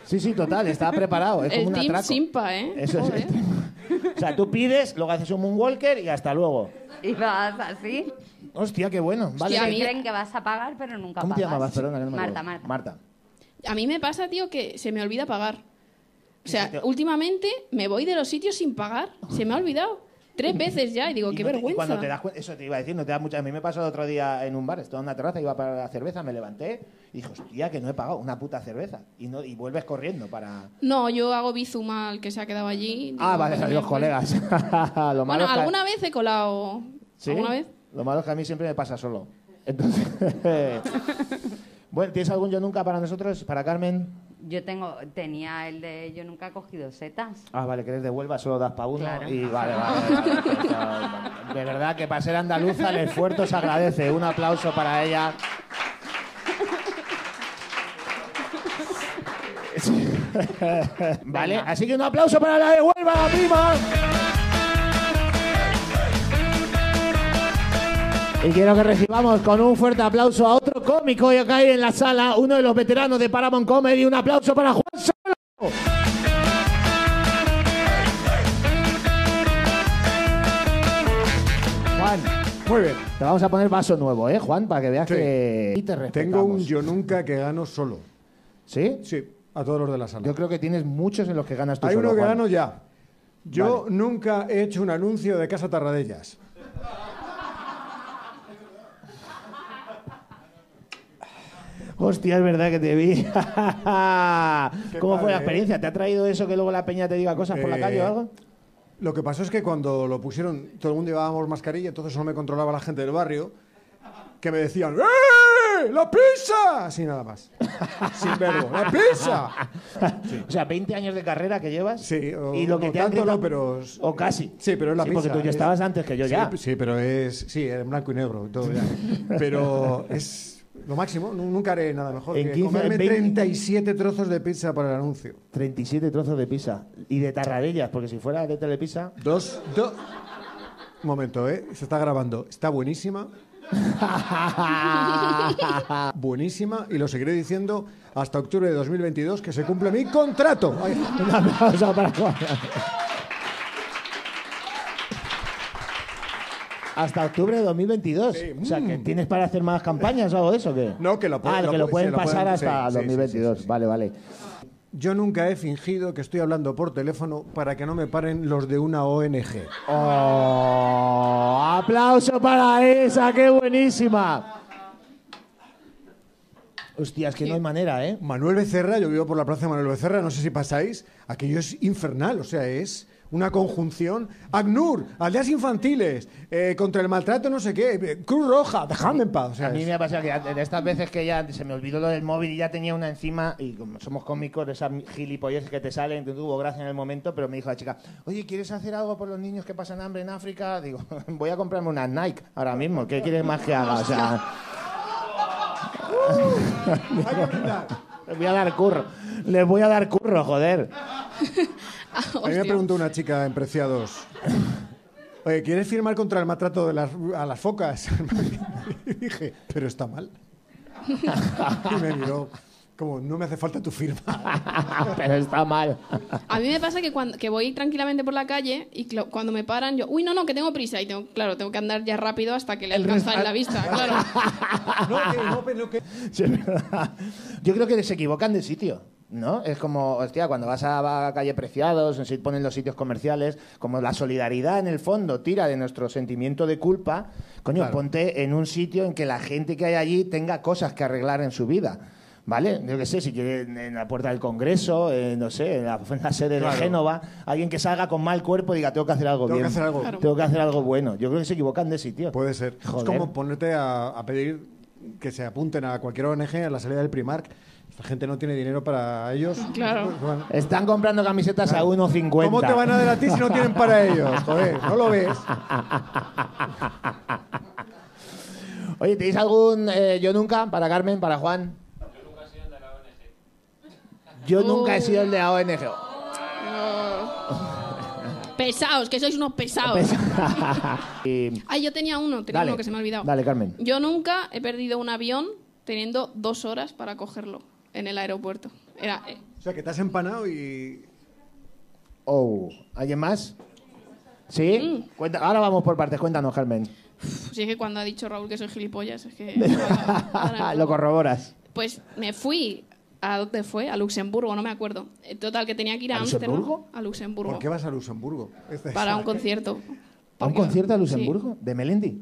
[SPEAKER 3] Sí, sí, total, está preparado. Es como
[SPEAKER 8] El
[SPEAKER 3] un
[SPEAKER 8] team
[SPEAKER 3] atraco.
[SPEAKER 8] simpa, ¿eh?
[SPEAKER 3] Eso es.
[SPEAKER 8] Joder.
[SPEAKER 3] O sea, tú pides, luego haces un moonwalker y hasta luego.
[SPEAKER 10] Y vas así.
[SPEAKER 3] Hostia, qué bueno. Vale.
[SPEAKER 8] Hostia, a
[SPEAKER 10] Te
[SPEAKER 8] mí-
[SPEAKER 10] creen que vas a pagar, pero nunca
[SPEAKER 3] ¿Cómo te
[SPEAKER 10] pagas.
[SPEAKER 3] llamabas? Perdona, que no me
[SPEAKER 10] Marta,
[SPEAKER 3] acuerdo.
[SPEAKER 10] Marta.
[SPEAKER 3] Marta.
[SPEAKER 8] A mí me pasa, tío, que se me olvida pagar. O sea, últimamente me voy de los sitios sin pagar. Se me ha olvidado. Tres veces ya. Y digo,
[SPEAKER 3] Y
[SPEAKER 8] qué
[SPEAKER 3] no te- y
[SPEAKER 8] vergüenza.
[SPEAKER 3] cuando te das cuenta, eso te iba a decir, no te da mucha. A mí me pasó el otro día en un bar, estaba en una terraza, iba para la cerveza, me levanté y dije, hostia, que no he pagado una puta cerveza. Y, no, y vuelves corriendo para.
[SPEAKER 8] No, yo hago bizuma al que se ha quedado allí.
[SPEAKER 3] Ah,
[SPEAKER 8] Digo,
[SPEAKER 3] vale,
[SPEAKER 8] coño,
[SPEAKER 3] los
[SPEAKER 8] pues-
[SPEAKER 3] colegas. Lo malo
[SPEAKER 8] Bueno,
[SPEAKER 3] es que-
[SPEAKER 8] alguna vez he colado.
[SPEAKER 3] ¿Sí?
[SPEAKER 8] ¿Alguna vez?
[SPEAKER 3] Lo malo es que a mí siempre me pasa solo. Entonces. bueno, ¿tienes algún yo nunca para nosotros? ¿Para Carmen?
[SPEAKER 10] Yo tengo, tenía el de yo nunca he cogido setas.
[SPEAKER 3] Ah, vale, que eres de Huelva, solo das para uno.
[SPEAKER 10] Claro.
[SPEAKER 3] Y vale, vale. vale, vale. De verdad que para ser andaluza el esfuerzo se agradece. Un aplauso para ella. vale,
[SPEAKER 10] Venga.
[SPEAKER 3] así que un aplauso para la de Huelva, prima. Y quiero que recibamos con un fuerte aplauso a otro cómico que hay en la sala, uno de los veteranos de Paramount Comedy. Un aplauso para Juan Solo. Juan,
[SPEAKER 7] Muy bien.
[SPEAKER 3] te vamos a poner vaso nuevo, ¿eh, Juan? Para que veas
[SPEAKER 7] Sí.
[SPEAKER 3] que... Y te
[SPEAKER 11] Tengo un
[SPEAKER 3] respetamos.
[SPEAKER 11] yo nunca que gano solo.
[SPEAKER 3] ¿Sí?
[SPEAKER 11] Sí, a todos los de la sala.
[SPEAKER 3] Yo creo que tienes muchos en los que ganas tú
[SPEAKER 11] Hay
[SPEAKER 3] solo,
[SPEAKER 11] uno que
[SPEAKER 3] Juan.
[SPEAKER 11] gano ya. Yo
[SPEAKER 3] Vale.
[SPEAKER 11] nunca he hecho un anuncio de Casa Tarradellas.
[SPEAKER 3] Hostia, es verdad que te vi. ¿Cómo fue
[SPEAKER 11] padre,
[SPEAKER 3] la
[SPEAKER 11] ¿eh?
[SPEAKER 3] experiencia? ¿Te ha traído eso que luego la peña te diga cosas por la
[SPEAKER 11] Eh,
[SPEAKER 3] calle o algo?
[SPEAKER 11] Lo que pasó es que cuando lo pusieron, todo el mundo llevábamos mascarilla, entonces solo me controlaba la gente del barrio, que me decían ¡Eh! ¡Eh! ¡La pizza! Así nada más. Sin verbo. ¡La pizza!
[SPEAKER 3] O sea, 20 años de carrera que llevas.
[SPEAKER 11] Sí, o,
[SPEAKER 3] y lo que
[SPEAKER 11] no
[SPEAKER 3] te han
[SPEAKER 11] tanto,
[SPEAKER 3] gritado-
[SPEAKER 11] no, pero es-
[SPEAKER 3] O casi.
[SPEAKER 11] Sí, pero es la
[SPEAKER 3] Sí, porque
[SPEAKER 11] pizza,
[SPEAKER 3] tú ya
[SPEAKER 11] es-
[SPEAKER 3] estabas antes que yo
[SPEAKER 11] sí,
[SPEAKER 3] ya.
[SPEAKER 11] Sí, pero es. Sí, en blanco y negro y todo ya. Pero es lo máximo. nu- Nunca haré nada mejor.
[SPEAKER 3] En
[SPEAKER 11] que
[SPEAKER 3] 15,
[SPEAKER 11] comerme
[SPEAKER 3] en 20.
[SPEAKER 11] 37 trozos de pizza para el anuncio.
[SPEAKER 3] 37 trozos de pizza. Y de tarradellas, porque si fuera de telepizza.
[SPEAKER 11] Dos. dos. Un momento, ¿eh? Se está grabando. Está buenísima. buenísima. Y lo seguiré diciendo hasta octubre de 2022, que se cumple mi contrato. Ay.
[SPEAKER 3] Un aplauso para Juan. Hasta octubre de 2022. O sea, que tienes para hacer más campañas o algo de eso, ¿o ¿qué?
[SPEAKER 11] Mm. No, que lo pueden-
[SPEAKER 3] Ah,
[SPEAKER 11] lo
[SPEAKER 3] que lo
[SPEAKER 11] pu-
[SPEAKER 3] pueden
[SPEAKER 11] se lo
[SPEAKER 3] pasar
[SPEAKER 11] pueden- sí, sí,
[SPEAKER 3] hasta
[SPEAKER 11] sí,
[SPEAKER 3] 2022. Vale, vale.
[SPEAKER 11] Yo nunca he fingido que estoy hablando por teléfono para que no me paren los de una ONG.
[SPEAKER 3] Oh, aplauso para esa, qué buenísima. Hostia, es que no hay manera, ¿eh?
[SPEAKER 11] Manuel Becerra, yo vivo por la plaza de Manuel Becerra, no sé si pasáis, aquello es infernal, o sea, es una conjunción. ACNUR, aldeas infantiles, eh, contra el maltrato, no sé qué, eh, Cruz Roja, dejadme en paz. o sea,
[SPEAKER 3] A mí
[SPEAKER 11] es-
[SPEAKER 3] me ha pasado que en estas veces que ya se me olvidó lo del móvil y ya tenía una encima, y como somos cómicos, de esas gilipolleces que te salen, que tuvo gracia en el momento, pero me dijo la chica, oye, ¿quieres hacer algo por los niños que pasan hambre en África? Digo, voy a comprarme una Nike ahora mismo, ¿qué quieres más que haga? O sea... Les voy a dar curro, les voy a dar curro, joder.
[SPEAKER 11] A mí me preguntó una chica en Preciados. Oye, ¿quieres firmar contra el maltrato de las, a las focas? Y dije, pero está mal. Y me miró como, no me hace falta tu firma.
[SPEAKER 3] pero está mal.
[SPEAKER 8] A mí me pasa que cuando que voy tranquilamente por la calle y clo- cuando me paran yo, uy, no, no, que tengo prisa y tengo, claro, tengo que andar ya rápido hasta que le alcanza en la vista, claro.
[SPEAKER 3] Sí, es verdad. Yo creo que se equivocan de sitio, ¿no? Es como, hostia, cuando vas a, a calle Preciados, se ponen los sitios comerciales, como la solidaridad en el fondo tira de nuestro sentimiento de culpa. Coño,
[SPEAKER 11] Claro.
[SPEAKER 3] ponte en un sitio en que la gente que hay allí tenga cosas que arreglar en su vida. ¿Vale? Yo qué sé, si quiere en en la puerta del Congreso, eh, no sé, en la, en la sede
[SPEAKER 11] Claro.
[SPEAKER 3] de Génova, alguien que salga con mal cuerpo y diga, tengo que hacer algo
[SPEAKER 11] Tengo que
[SPEAKER 3] bien.
[SPEAKER 11] hacer algo. Claro.
[SPEAKER 3] Tengo que hacer algo bueno. Yo creo que se equivocan de sitio.
[SPEAKER 11] Puede ser.
[SPEAKER 3] Joder.
[SPEAKER 11] Es como ponerte a, a pedir que se apunten a cualquier ONG a la salida del Primark. Esta gente no tiene dinero para ellos.
[SPEAKER 8] Claro.
[SPEAKER 11] Pues, bueno.
[SPEAKER 3] Están comprando camisetas a 1,50.
[SPEAKER 11] ¿Cómo te van a dar a ti si no tienen para ellos? Joder, ¿no lo ves?
[SPEAKER 3] Oye, ¿tenéis algún eh, yo nunca para Carmen, para Juan? Yo nunca he sido el de la ONG. Yo nunca
[SPEAKER 8] Pesaos, que sois unos pesados.
[SPEAKER 3] he sido el de la ONG. Y-
[SPEAKER 8] Ay, yo tenía uno, tenía
[SPEAKER 3] Dale.
[SPEAKER 8] uno que se me ha olvidado.
[SPEAKER 3] Dale, Carmen.
[SPEAKER 8] Yo nunca he perdido un avión teniendo dos horas para cogerlo en el aeropuerto. Era, eh,
[SPEAKER 11] O sea, que te has empanado y...
[SPEAKER 3] Oh, ¿alguien más? ¿Sí?
[SPEAKER 8] Mm.
[SPEAKER 3] Cuenta- ahora vamos por partes, cuéntanos, Carmen.
[SPEAKER 8] pf, si es que cuando ha dicho Raúl que soy gilipollas, es que...
[SPEAKER 3] Lo corroboras.
[SPEAKER 8] Pues me fui. ¿A dónde fue? A Luxemburgo, no me acuerdo. Eh, Total, que tenía que ir a
[SPEAKER 3] ¿A
[SPEAKER 8] Ámsterdam.
[SPEAKER 3] Luxemburgo?
[SPEAKER 8] A Luxemburgo.
[SPEAKER 11] ¿Por qué vas a Luxemburgo? Esta es-
[SPEAKER 8] Para un concierto.
[SPEAKER 3] ¿A un concierto a Luxemburgo? ¿De Melendi?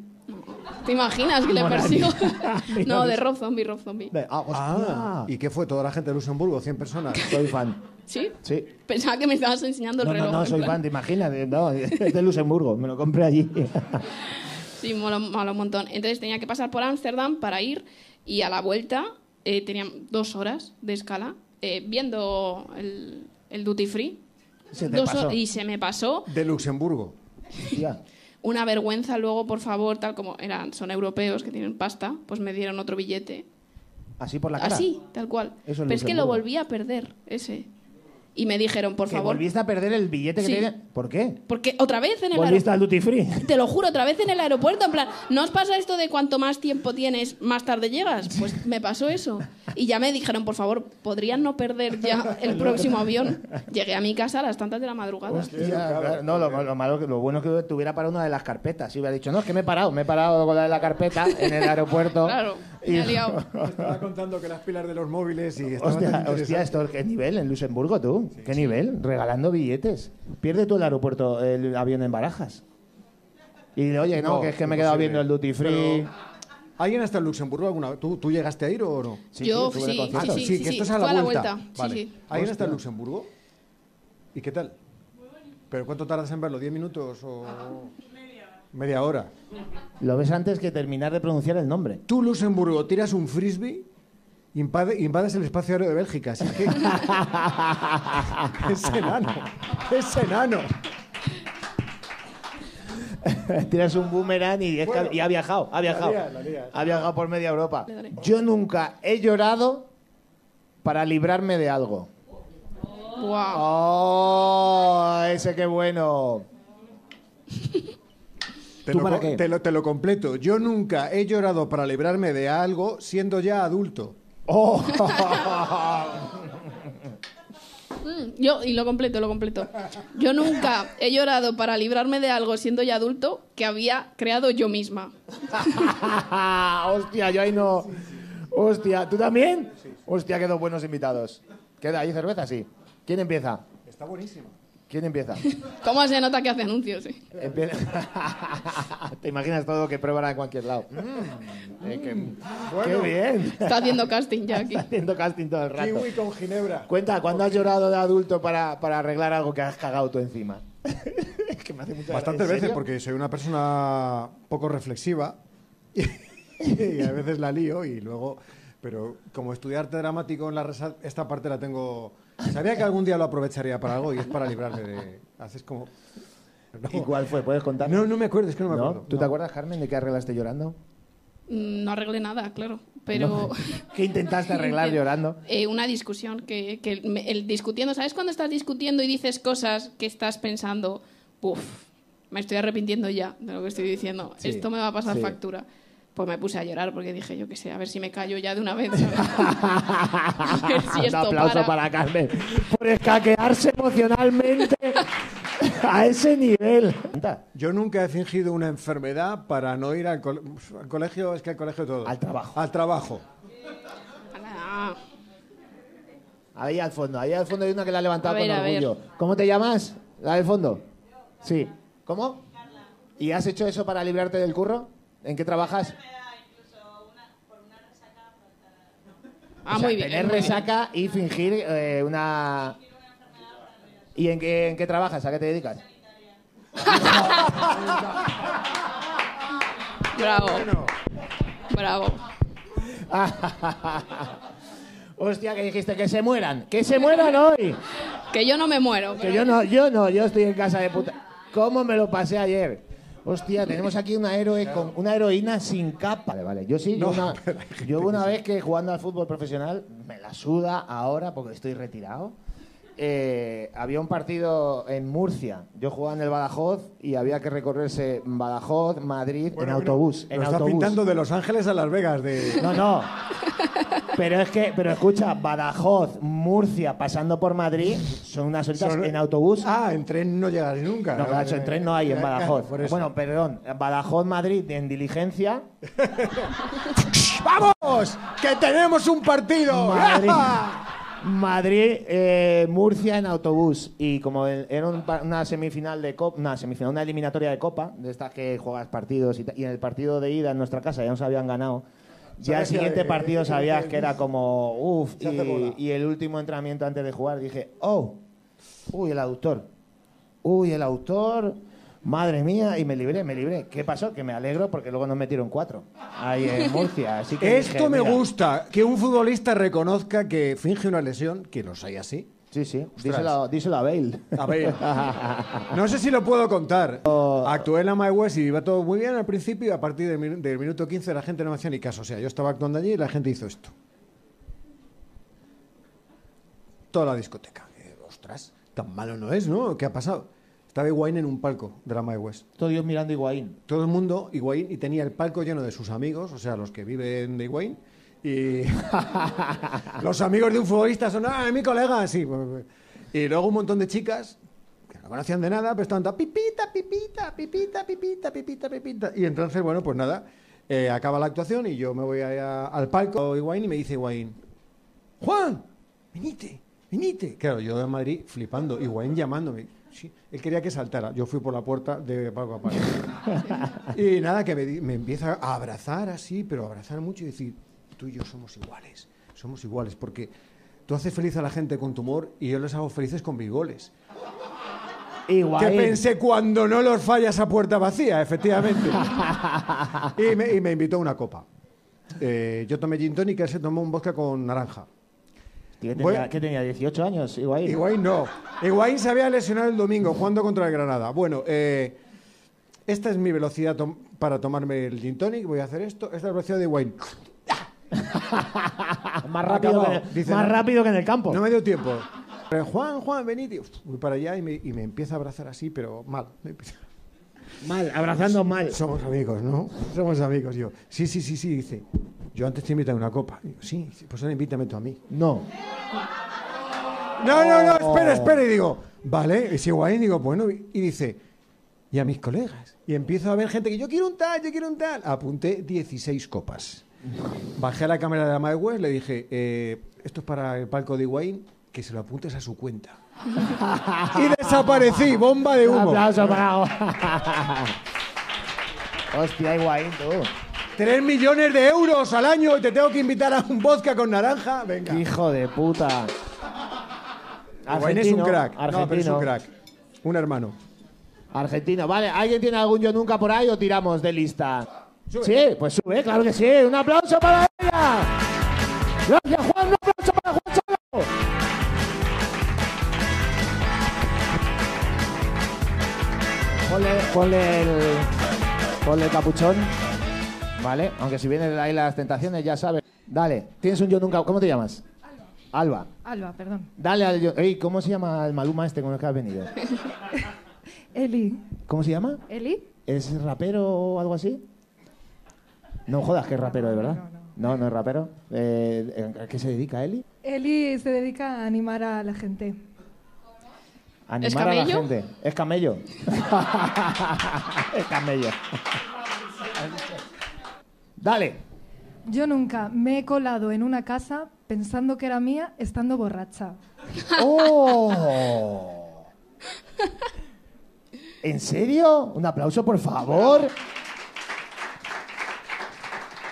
[SPEAKER 8] ¿Te imaginas que le
[SPEAKER 3] Moraría.
[SPEAKER 8] persigo? no,
[SPEAKER 3] no,
[SPEAKER 8] de
[SPEAKER 3] es-
[SPEAKER 8] Rob Zombie, Rob Zombie.
[SPEAKER 3] De- ah,
[SPEAKER 11] Ah, ¿y qué fue? ¿Toda la gente de Luxemburgo? ¿100 personas?
[SPEAKER 3] Soy fan.
[SPEAKER 8] ¿Sí?
[SPEAKER 3] Sí.
[SPEAKER 8] Pensaba que me estabas enseñando el
[SPEAKER 3] No,
[SPEAKER 8] reloj.
[SPEAKER 3] no, no,
[SPEAKER 8] en
[SPEAKER 3] soy
[SPEAKER 8] plan-
[SPEAKER 3] fan, te imaginas. No, es de Luxemburgo, me lo compré allí.
[SPEAKER 8] Sí, mola, mola un montón. Entonces tenía que pasar por Ámsterdam para ir y a la vuelta eh, tenía dos horas de escala eh, viendo el, el duty free.
[SPEAKER 11] Se te
[SPEAKER 8] Dos
[SPEAKER 11] pasó.
[SPEAKER 8] ho- Y se me pasó
[SPEAKER 11] De Luxemburgo.
[SPEAKER 8] una vergüenza. Luego, por favor, tal como eran, son europeos que tienen pasta, pues me dieron otro billete.
[SPEAKER 3] Así por la cara.
[SPEAKER 8] Así, tal cual.
[SPEAKER 3] Eso en
[SPEAKER 8] Pero es que lo
[SPEAKER 3] Luxemburgo.
[SPEAKER 8] volví a perder, ese. Y me dijeron, por
[SPEAKER 3] Que
[SPEAKER 8] favor.
[SPEAKER 3] volviste a perder el billete que
[SPEAKER 8] Sí.
[SPEAKER 3] tenía. ¿Por qué?
[SPEAKER 8] Porque otra vez en el
[SPEAKER 3] Volviste al
[SPEAKER 8] aeropuerto.
[SPEAKER 3] duty free.
[SPEAKER 8] Te lo juro, otra vez en el aeropuerto. En plan, ¿no os pasa esto de cuanto más tiempo tienes, más tarde llegas? Pues me pasó eso. Y ya me dijeron, por favor, ¿podrían no perder ya el próximo avión? Llegué a mi casa a las tantas de la madrugada.
[SPEAKER 3] Hostia, claro, no, lo, lo malo, que- lo bueno que tuviera para una de las carpetas. Y hubiera dicho, no, es que me he parado, me he parado con la de la carpeta en el aeropuerto.
[SPEAKER 8] Claro,
[SPEAKER 3] Y-
[SPEAKER 8] me ha liado.
[SPEAKER 11] Estaba contando que las pilas de los móviles y... estaba tan
[SPEAKER 3] Hostia, hostia,
[SPEAKER 11] interesante.
[SPEAKER 3] esto, qué nivel en Luxemburgo tú, qué nivel, regalando billetes. Pierde tú el aeropuerto, el avión en Barajas. Y de, oye, no,
[SPEAKER 11] No,
[SPEAKER 3] que es que me he quedado
[SPEAKER 11] imposible.
[SPEAKER 3] viendo el duty free.
[SPEAKER 11] ¿Alguien hasta en Luxemburgo alguna vez? ¿Tú, tú llegaste a ir o no?
[SPEAKER 8] Sí, Yo sí, estuve en el sí, concierto. sí,
[SPEAKER 11] Ah,
[SPEAKER 8] sí,
[SPEAKER 11] que
[SPEAKER 8] sí,
[SPEAKER 11] esto es a
[SPEAKER 8] fue
[SPEAKER 11] la vuelta. Vale.
[SPEAKER 8] sí, sí.
[SPEAKER 11] ¿Alguien hasta en
[SPEAKER 3] Hostia.
[SPEAKER 11] Luxemburgo? ¿Y qué tal? ¿Pero cuánto tardas en verlo? ¿10 minutos o...? Media hora.
[SPEAKER 3] Lo ves antes que terminar de pronunciar el nombre.
[SPEAKER 11] Tú, Luxemburgo, tiras un frisbee, invade- invades el espacio aéreo de Bélgica. Así que... es enano. Es enano.
[SPEAKER 3] Tiras un boomerang y, es que
[SPEAKER 11] Bueno,
[SPEAKER 3] ha- y ha viajado, ha viajado.
[SPEAKER 11] lía, la lía.
[SPEAKER 3] Ha viajado por media Europa. Yo nunca he llorado para librarme de algo.
[SPEAKER 8] Ah.
[SPEAKER 3] ¡Oh! Ese qué bueno.
[SPEAKER 11] Te
[SPEAKER 3] ¿Tú
[SPEAKER 11] lo,
[SPEAKER 3] para
[SPEAKER 11] co-
[SPEAKER 3] qué?
[SPEAKER 11] Te, lo, te lo completo. Yo nunca he llorado para librarme de algo siendo ya adulto.
[SPEAKER 3] ¡Oh!
[SPEAKER 8] Mm, Yo, y lo completo, lo completo. Yo nunca he llorado para librarme de algo siendo ya adulto que había creado yo misma.
[SPEAKER 3] Hostia, yo ahí no. Hostia, ¿tú también? Hostia, qué dos buenos invitados. ¿Queda ahí cerveza? Sí. ¿Quién empieza?
[SPEAKER 11] Está buenísimo.
[SPEAKER 3] ¿Quién empieza?
[SPEAKER 8] ¿Cómo se nota que hace anuncios? eh?
[SPEAKER 3] Empie- Te imaginas todo lo que prueban en cualquier lado. Mm, eh, qué-
[SPEAKER 11] Bueno.
[SPEAKER 3] ¡Qué bien!
[SPEAKER 8] Está haciendo casting ya aquí.
[SPEAKER 3] Está haciendo casting todo el rato.
[SPEAKER 11] Kiwi con Ginebra.
[SPEAKER 3] Cuenta, ¿cuándo has llorado de adulto para, para arreglar algo que has cagado tú encima? Es que me hace mucha
[SPEAKER 11] Bastantes
[SPEAKER 3] ¿En
[SPEAKER 11] veces
[SPEAKER 3] serio?
[SPEAKER 11] porque soy una persona poco reflexiva y a veces la lío y luego... Pero como estudiarte dramático en la resa- esta parte la tengo... Sabía que algún día lo aprovecharía para algo y es para librarme de... Haces como... No.
[SPEAKER 3] ¿Y cuál fue? ¿Puedes contar?
[SPEAKER 11] No, no me acuerdo, es que no me acuerdo.
[SPEAKER 3] ¿Tú te acuerdas, Carmen, de qué arreglaste llorando?
[SPEAKER 8] Mm, No arreglé nada, claro. Pero
[SPEAKER 3] ¿Qué intentaste arreglar llorando?
[SPEAKER 8] eh, una discusión que, que me- el discutiendo, ¿sabes cuando estás discutiendo y dices cosas que estás pensando, uff, me estoy arrepintiendo ya de lo que estoy diciendo,
[SPEAKER 3] Sí,
[SPEAKER 8] esto me va a pasar
[SPEAKER 3] sí.
[SPEAKER 8] factura? Pues me puse a llorar porque dije, yo qué sé, a ver si me callo ya de una vez. A ver si
[SPEAKER 3] Un
[SPEAKER 8] esto
[SPEAKER 3] aplauso para,
[SPEAKER 8] para.
[SPEAKER 3] Carmen por escaquearse emocionalmente a ese nivel.
[SPEAKER 11] Yo nunca he fingido una enfermedad para no ir al, col- al colegio, es que al colegio todo. Al
[SPEAKER 3] trabajo.
[SPEAKER 11] Al trabajo.
[SPEAKER 8] Ah,
[SPEAKER 3] Ahí al fondo, ahí al fondo hay una que la ha levantado
[SPEAKER 8] A ver,
[SPEAKER 3] con
[SPEAKER 8] a ver.
[SPEAKER 3] orgullo. ¿Cómo te llamas? ¿La del fondo? Sí. ¿Cómo? ¿Y has hecho eso para librarte del curro? ¿En qué trabajas?
[SPEAKER 8] ah,
[SPEAKER 3] O sea,
[SPEAKER 8] muy bien.
[SPEAKER 3] Tener
[SPEAKER 8] muy bien.
[SPEAKER 3] resaca y fingir eh, una... ¿Y en qué, en qué trabajas? ¿A qué te dedicas?
[SPEAKER 8] Bravo. Bravo.
[SPEAKER 3] Hostia, que dijiste que se mueran, que se mueran hoy.
[SPEAKER 8] Que yo no me muero.
[SPEAKER 3] Que
[SPEAKER 8] pero-
[SPEAKER 3] yo no, yo no, yo estoy en casa de puta. ¿Cómo me lo pasé ayer? Hostia, tenemos aquí una héroe con una heroína sin capa. Vale, vale. Yo sí, yo, una, yo hubo una vez que jugando al fútbol profesional me la suda ahora porque estoy retirado. Eh, había un partido en Murcia. Yo jugaba en el Badajoz y había que recorrerse Badajoz, Madrid en autobús.
[SPEAKER 11] Lo
[SPEAKER 3] en
[SPEAKER 11] está
[SPEAKER 3] autobús.
[SPEAKER 11] pintando de Los Ángeles a Las Vegas. De...
[SPEAKER 3] No, no. Pero es que, pero escucha, Badajoz, Murcia, pasando por Madrid, son unas horitas
[SPEAKER 11] Son-
[SPEAKER 3] en autobús.
[SPEAKER 11] Ah, en tren no llegaré nunca.
[SPEAKER 3] No, claro, en tren no hay en
[SPEAKER 11] Claro,
[SPEAKER 3] Badajoz.
[SPEAKER 11] por eso.
[SPEAKER 3] Bueno, perdón, Badajoz, Madrid, en diligencia.
[SPEAKER 11] ¡Vamos! ¡Que tenemos un partido!
[SPEAKER 3] Madrid, Madrid, eh, Murcia en autobús. Y como el- era un pa- una semifinal de copa, una semifinal, una eliminatoria de copa, de estas que juegas partidos y, ta- y en el partido de ida en nuestra casa ya nos habían ganado. Ya el
[SPEAKER 11] Sabes que-
[SPEAKER 3] siguiente partido
[SPEAKER 11] eh,
[SPEAKER 3] sabías
[SPEAKER 11] eh,
[SPEAKER 3] que era como uff.
[SPEAKER 11] se hace bola.
[SPEAKER 3] Y, y el último entrenamiento antes de jugar dije, oh, uy, el autor. Uy, el autor. Madre mía, y me libré, me libré. ¿Qué pasó? Que me alegro porque luego nos metieron cuatro ahí en Murcia. Así que
[SPEAKER 11] Esto
[SPEAKER 3] dije,
[SPEAKER 11] me
[SPEAKER 3] "Mira".
[SPEAKER 11] gusta, que un futbolista reconozca que finge una lesión, que los hay así.
[SPEAKER 3] Sí, sí. Díselo, díselo a Bale.
[SPEAKER 11] A ver, no sé si lo puedo contar. Actué en la My West y iba todo muy bien al principio y a partir del, minu- del minuto 15 la gente no me hacía ni caso. O sea, yo estaba actuando allí y la gente hizo esto. Toda la discoteca. Eh, ostras, tan malo no es, ¿no? ¿Qué ha pasado? Estaba Higuaín en un palco de la My West.
[SPEAKER 3] Todo Dios mirando a Higuaín.
[SPEAKER 11] Todo el mundo, Higuaín, y tenía el palco lleno de sus amigos, o sea, los que viven de Higuaín. Y los amigos de un futbolista son, ah, mi colega, sí. pues. Y luego un montón de chicas que no conocían de nada, pero estaban tan pipita, pipita, pipita, pipita, pipita, pipita. Y entonces, bueno, pues nada, eh, acaba la actuación y yo me voy a- al palco Higuaín y me dice Higuaín, Juan, venite, venite. Claro, yo de Madrid flipando, Higuaín llamándome. Sí, él quería que saltara, yo fui por la puerta de palco a palco. Y nada, que me, di- me empieza a abrazar así, pero abrazar mucho y decir, tú y yo somos iguales, somos iguales, porque tú haces feliz a la gente con tu humor y yo les hago felices con mis goles. Que
[SPEAKER 3] Higuaín.
[SPEAKER 11] pensé cuando no los fallas a puerta vacía, efectivamente. y, me, y me invitó a una copa. Eh, yo tomé gin tonic, él se tomó un vodka con naranja.
[SPEAKER 3] ¿Qué tenía,
[SPEAKER 11] Bueno.
[SPEAKER 3] qué tenía, 18 años, Higuaín?
[SPEAKER 11] Higuaín no. Higuaín se había lesionado el domingo jugando contra el Granada. Bueno, eh, esta es mi velocidad tom- para tomarme el gin tonic. Voy a hacer esto. Esta es la velocidad de Higuaín.
[SPEAKER 3] más rápido que en el- más rápido que en el campo.
[SPEAKER 11] No me dio tiempo. Pero, Juan, Juan, venid. Y, uf, voy para allá y me, y me empieza a abrazar así, pero mal. Me empieza-
[SPEAKER 3] Mal, abrazando mal.
[SPEAKER 11] Somos amigos, ¿no? Somos amigos, yo. Sí, sí, sí, sí, dice. Yo antes te invito a una copa. Digo, sí, sí, pues ahora invítame tú a mí.
[SPEAKER 3] No.
[SPEAKER 11] No, no, no, espera, espera. Y digo, vale, y sigo ahí, digo, bueno, y y dice, y a mis colegas. Y empiezo a ver gente que yo quiero un tal, yo quiero un tal. Apunté 16 copas. Bajé a la cámara de la My West, le dije, eh, esto es para el palco de Higuaín, que se lo apuntes a su cuenta. Y desaparecí, bomba de
[SPEAKER 3] Un
[SPEAKER 11] humo.
[SPEAKER 3] aplauso para. Hostia, Higuaín, tú.
[SPEAKER 11] 3 millones de euros al año y te tengo que invitar a un vodka con naranja. Venga.
[SPEAKER 3] Hijo de puta.
[SPEAKER 11] Higuaín es un
[SPEAKER 3] Argentino,
[SPEAKER 11] crack. No, pero es
[SPEAKER 3] argentino.
[SPEAKER 11] un crack. Un hermano.
[SPEAKER 3] Argentino. Vale, ¿alguien tiene algún yo nunca por ahí o tiramos de lista? Sí, pues sube, claro que sí. Un aplauso para ella. Gracias, Juan. Un aplauso para Juan Solo. Ponle, ponle el, ponle el capuchón. Vale, aunque si vienen ahí las tentaciones, ya sabes. Dale, tienes un yo nunca. ¿Cómo te llamas? Alba.
[SPEAKER 12] Alba, perdón.
[SPEAKER 3] Dale al yo. Ey, ¿cómo se llama el maluma este con el que has venido?
[SPEAKER 12] Eli.
[SPEAKER 3] ¿Cómo se llama?
[SPEAKER 12] ¿Eli?
[SPEAKER 3] ¿Es rapero o algo así? No jodas que es rapero, de verdad. No, no, es rapero. Eh, ¿A qué se dedica Eli?
[SPEAKER 12] Eli se dedica a animar a la gente.
[SPEAKER 3] A
[SPEAKER 12] ¿Es
[SPEAKER 3] Animar a la
[SPEAKER 12] camello?
[SPEAKER 3] gente. Es camello. es camello. Dale.
[SPEAKER 12] Yo nunca me he colado en una casa pensando que era mía estando borracha.
[SPEAKER 3] ¡Oh! ¿En serio? Un aplauso, por favor.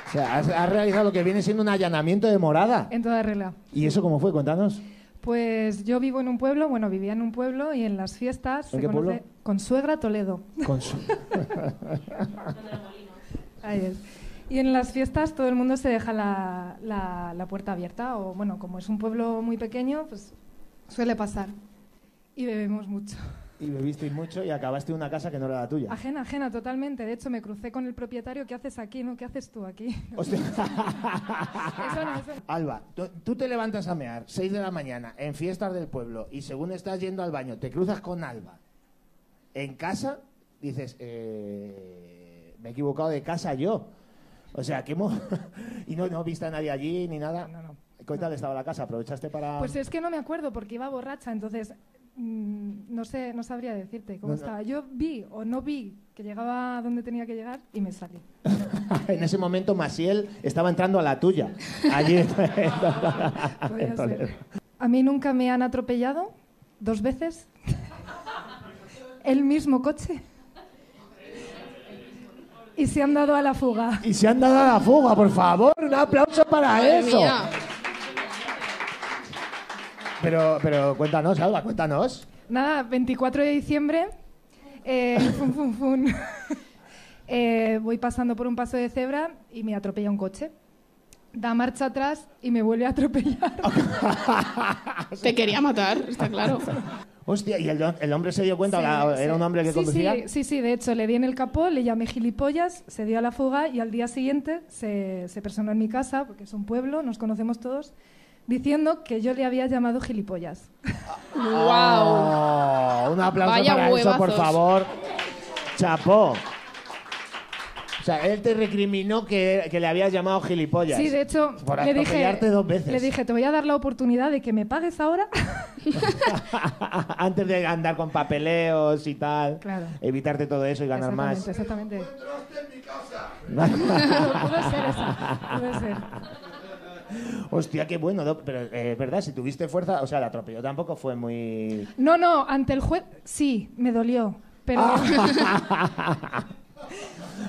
[SPEAKER 3] O sea, has, has realizado lo que viene siendo un allanamiento de morada.
[SPEAKER 12] En toda regla.
[SPEAKER 3] ¿Y eso cómo fue? Cuéntanos.
[SPEAKER 12] Pues yo vivo en un pueblo, bueno, vivía en un pueblo y en las fiestas
[SPEAKER 3] ¿En qué pueblo?
[SPEAKER 12] Consuegra Toledo.
[SPEAKER 3] Con su-
[SPEAKER 12] Ahí es. Y en las fiestas todo el mundo se deja la, la- la puerta abierta o bueno, como es un pueblo muy pequeño, pues suele pasar. Y bebemos mucho.
[SPEAKER 3] Y bebisteis mucho y acabaste en una casa que no era la tuya.
[SPEAKER 12] Ajena, ajena, totalmente. De hecho, me crucé con el propietario. ¿Qué haces aquí? No, ¿qué haces tú aquí?
[SPEAKER 3] Hostia.
[SPEAKER 12] Eso no, eso no.
[SPEAKER 3] Alba, tú, tú te levantas a mear, 6 de la mañana, en fiestas del pueblo, y según estás yendo al baño, te cruzas con Alba. En casa, dices, eh, me he equivocado de casa yo. O sea, que hemos... y no, no viste a nadie allí ni nada. No, no. ¿Qué tal estaba la casa? ¿Aprovechaste para...?
[SPEAKER 12] Pues es que no me acuerdo porque iba borracha, entonces mm, no sé, no sabría decirte cómo
[SPEAKER 3] No, no.
[SPEAKER 12] estaba. Yo vi o no vi que llegaba a donde tenía que llegar y me salí.
[SPEAKER 3] en ese momento, Masiel estaba entrando a la tuya. Allí.
[SPEAKER 12] Podía ser. A mí nunca me han atropellado dos veces el mismo coche y se han dado a la fuga.
[SPEAKER 3] Y se han dado a la fuga, por favor. Un aplauso para
[SPEAKER 12] Madre
[SPEAKER 3] eso.
[SPEAKER 12] mía.
[SPEAKER 3] Pero, pero cuéntanos, Alba, cuéntanos.
[SPEAKER 12] Nada, 24 de diciembre, eh, fun, fun, fun. Eh, voy pasando por un paso de cebra y me atropella un coche. Da marcha atrás y me vuelve a atropellar.
[SPEAKER 8] Te quería matar, está claro.
[SPEAKER 3] Hostia, ¿y el, el hombre se dio cuenta?
[SPEAKER 12] Sí,
[SPEAKER 3] ¿La- ¿Era
[SPEAKER 12] sí.
[SPEAKER 3] un hombre que
[SPEAKER 12] Sí,
[SPEAKER 3] conducía?
[SPEAKER 12] Sí, sí, sí, de hecho le di en el capó, le llamé gilipollas, se dio a la fuga y al día siguiente se, se personó en mi casa, porque es un pueblo, nos conocemos todos, diciendo que yo le había llamado gilipollas.
[SPEAKER 3] ¡Guau! Oh, un aplauso
[SPEAKER 12] Vaya
[SPEAKER 3] para eso, por
[SPEAKER 12] huevazos.
[SPEAKER 3] favor. Chapó. O sea, él te recriminó que, que le habías llamado gilipollas.
[SPEAKER 12] Sí, de hecho,
[SPEAKER 3] Por
[SPEAKER 12] le dije,
[SPEAKER 3] atropellarte dos veces.
[SPEAKER 12] le dije, te voy a dar la oportunidad de que me pagues ahora.
[SPEAKER 3] Antes de andar con papeleos y tal.
[SPEAKER 12] Claro.
[SPEAKER 3] Evitarte todo eso y ganar más.
[SPEAKER 12] Exactamente, exactamente. Puede ser esa, puede ser.
[SPEAKER 3] Hostia, qué bueno, Doc, pero eh, es verdad, si tuviste fuerza, o sea, el atropello tampoco fue muy...
[SPEAKER 12] No, no, ante el juez sí, me dolió, pero...
[SPEAKER 3] Ah.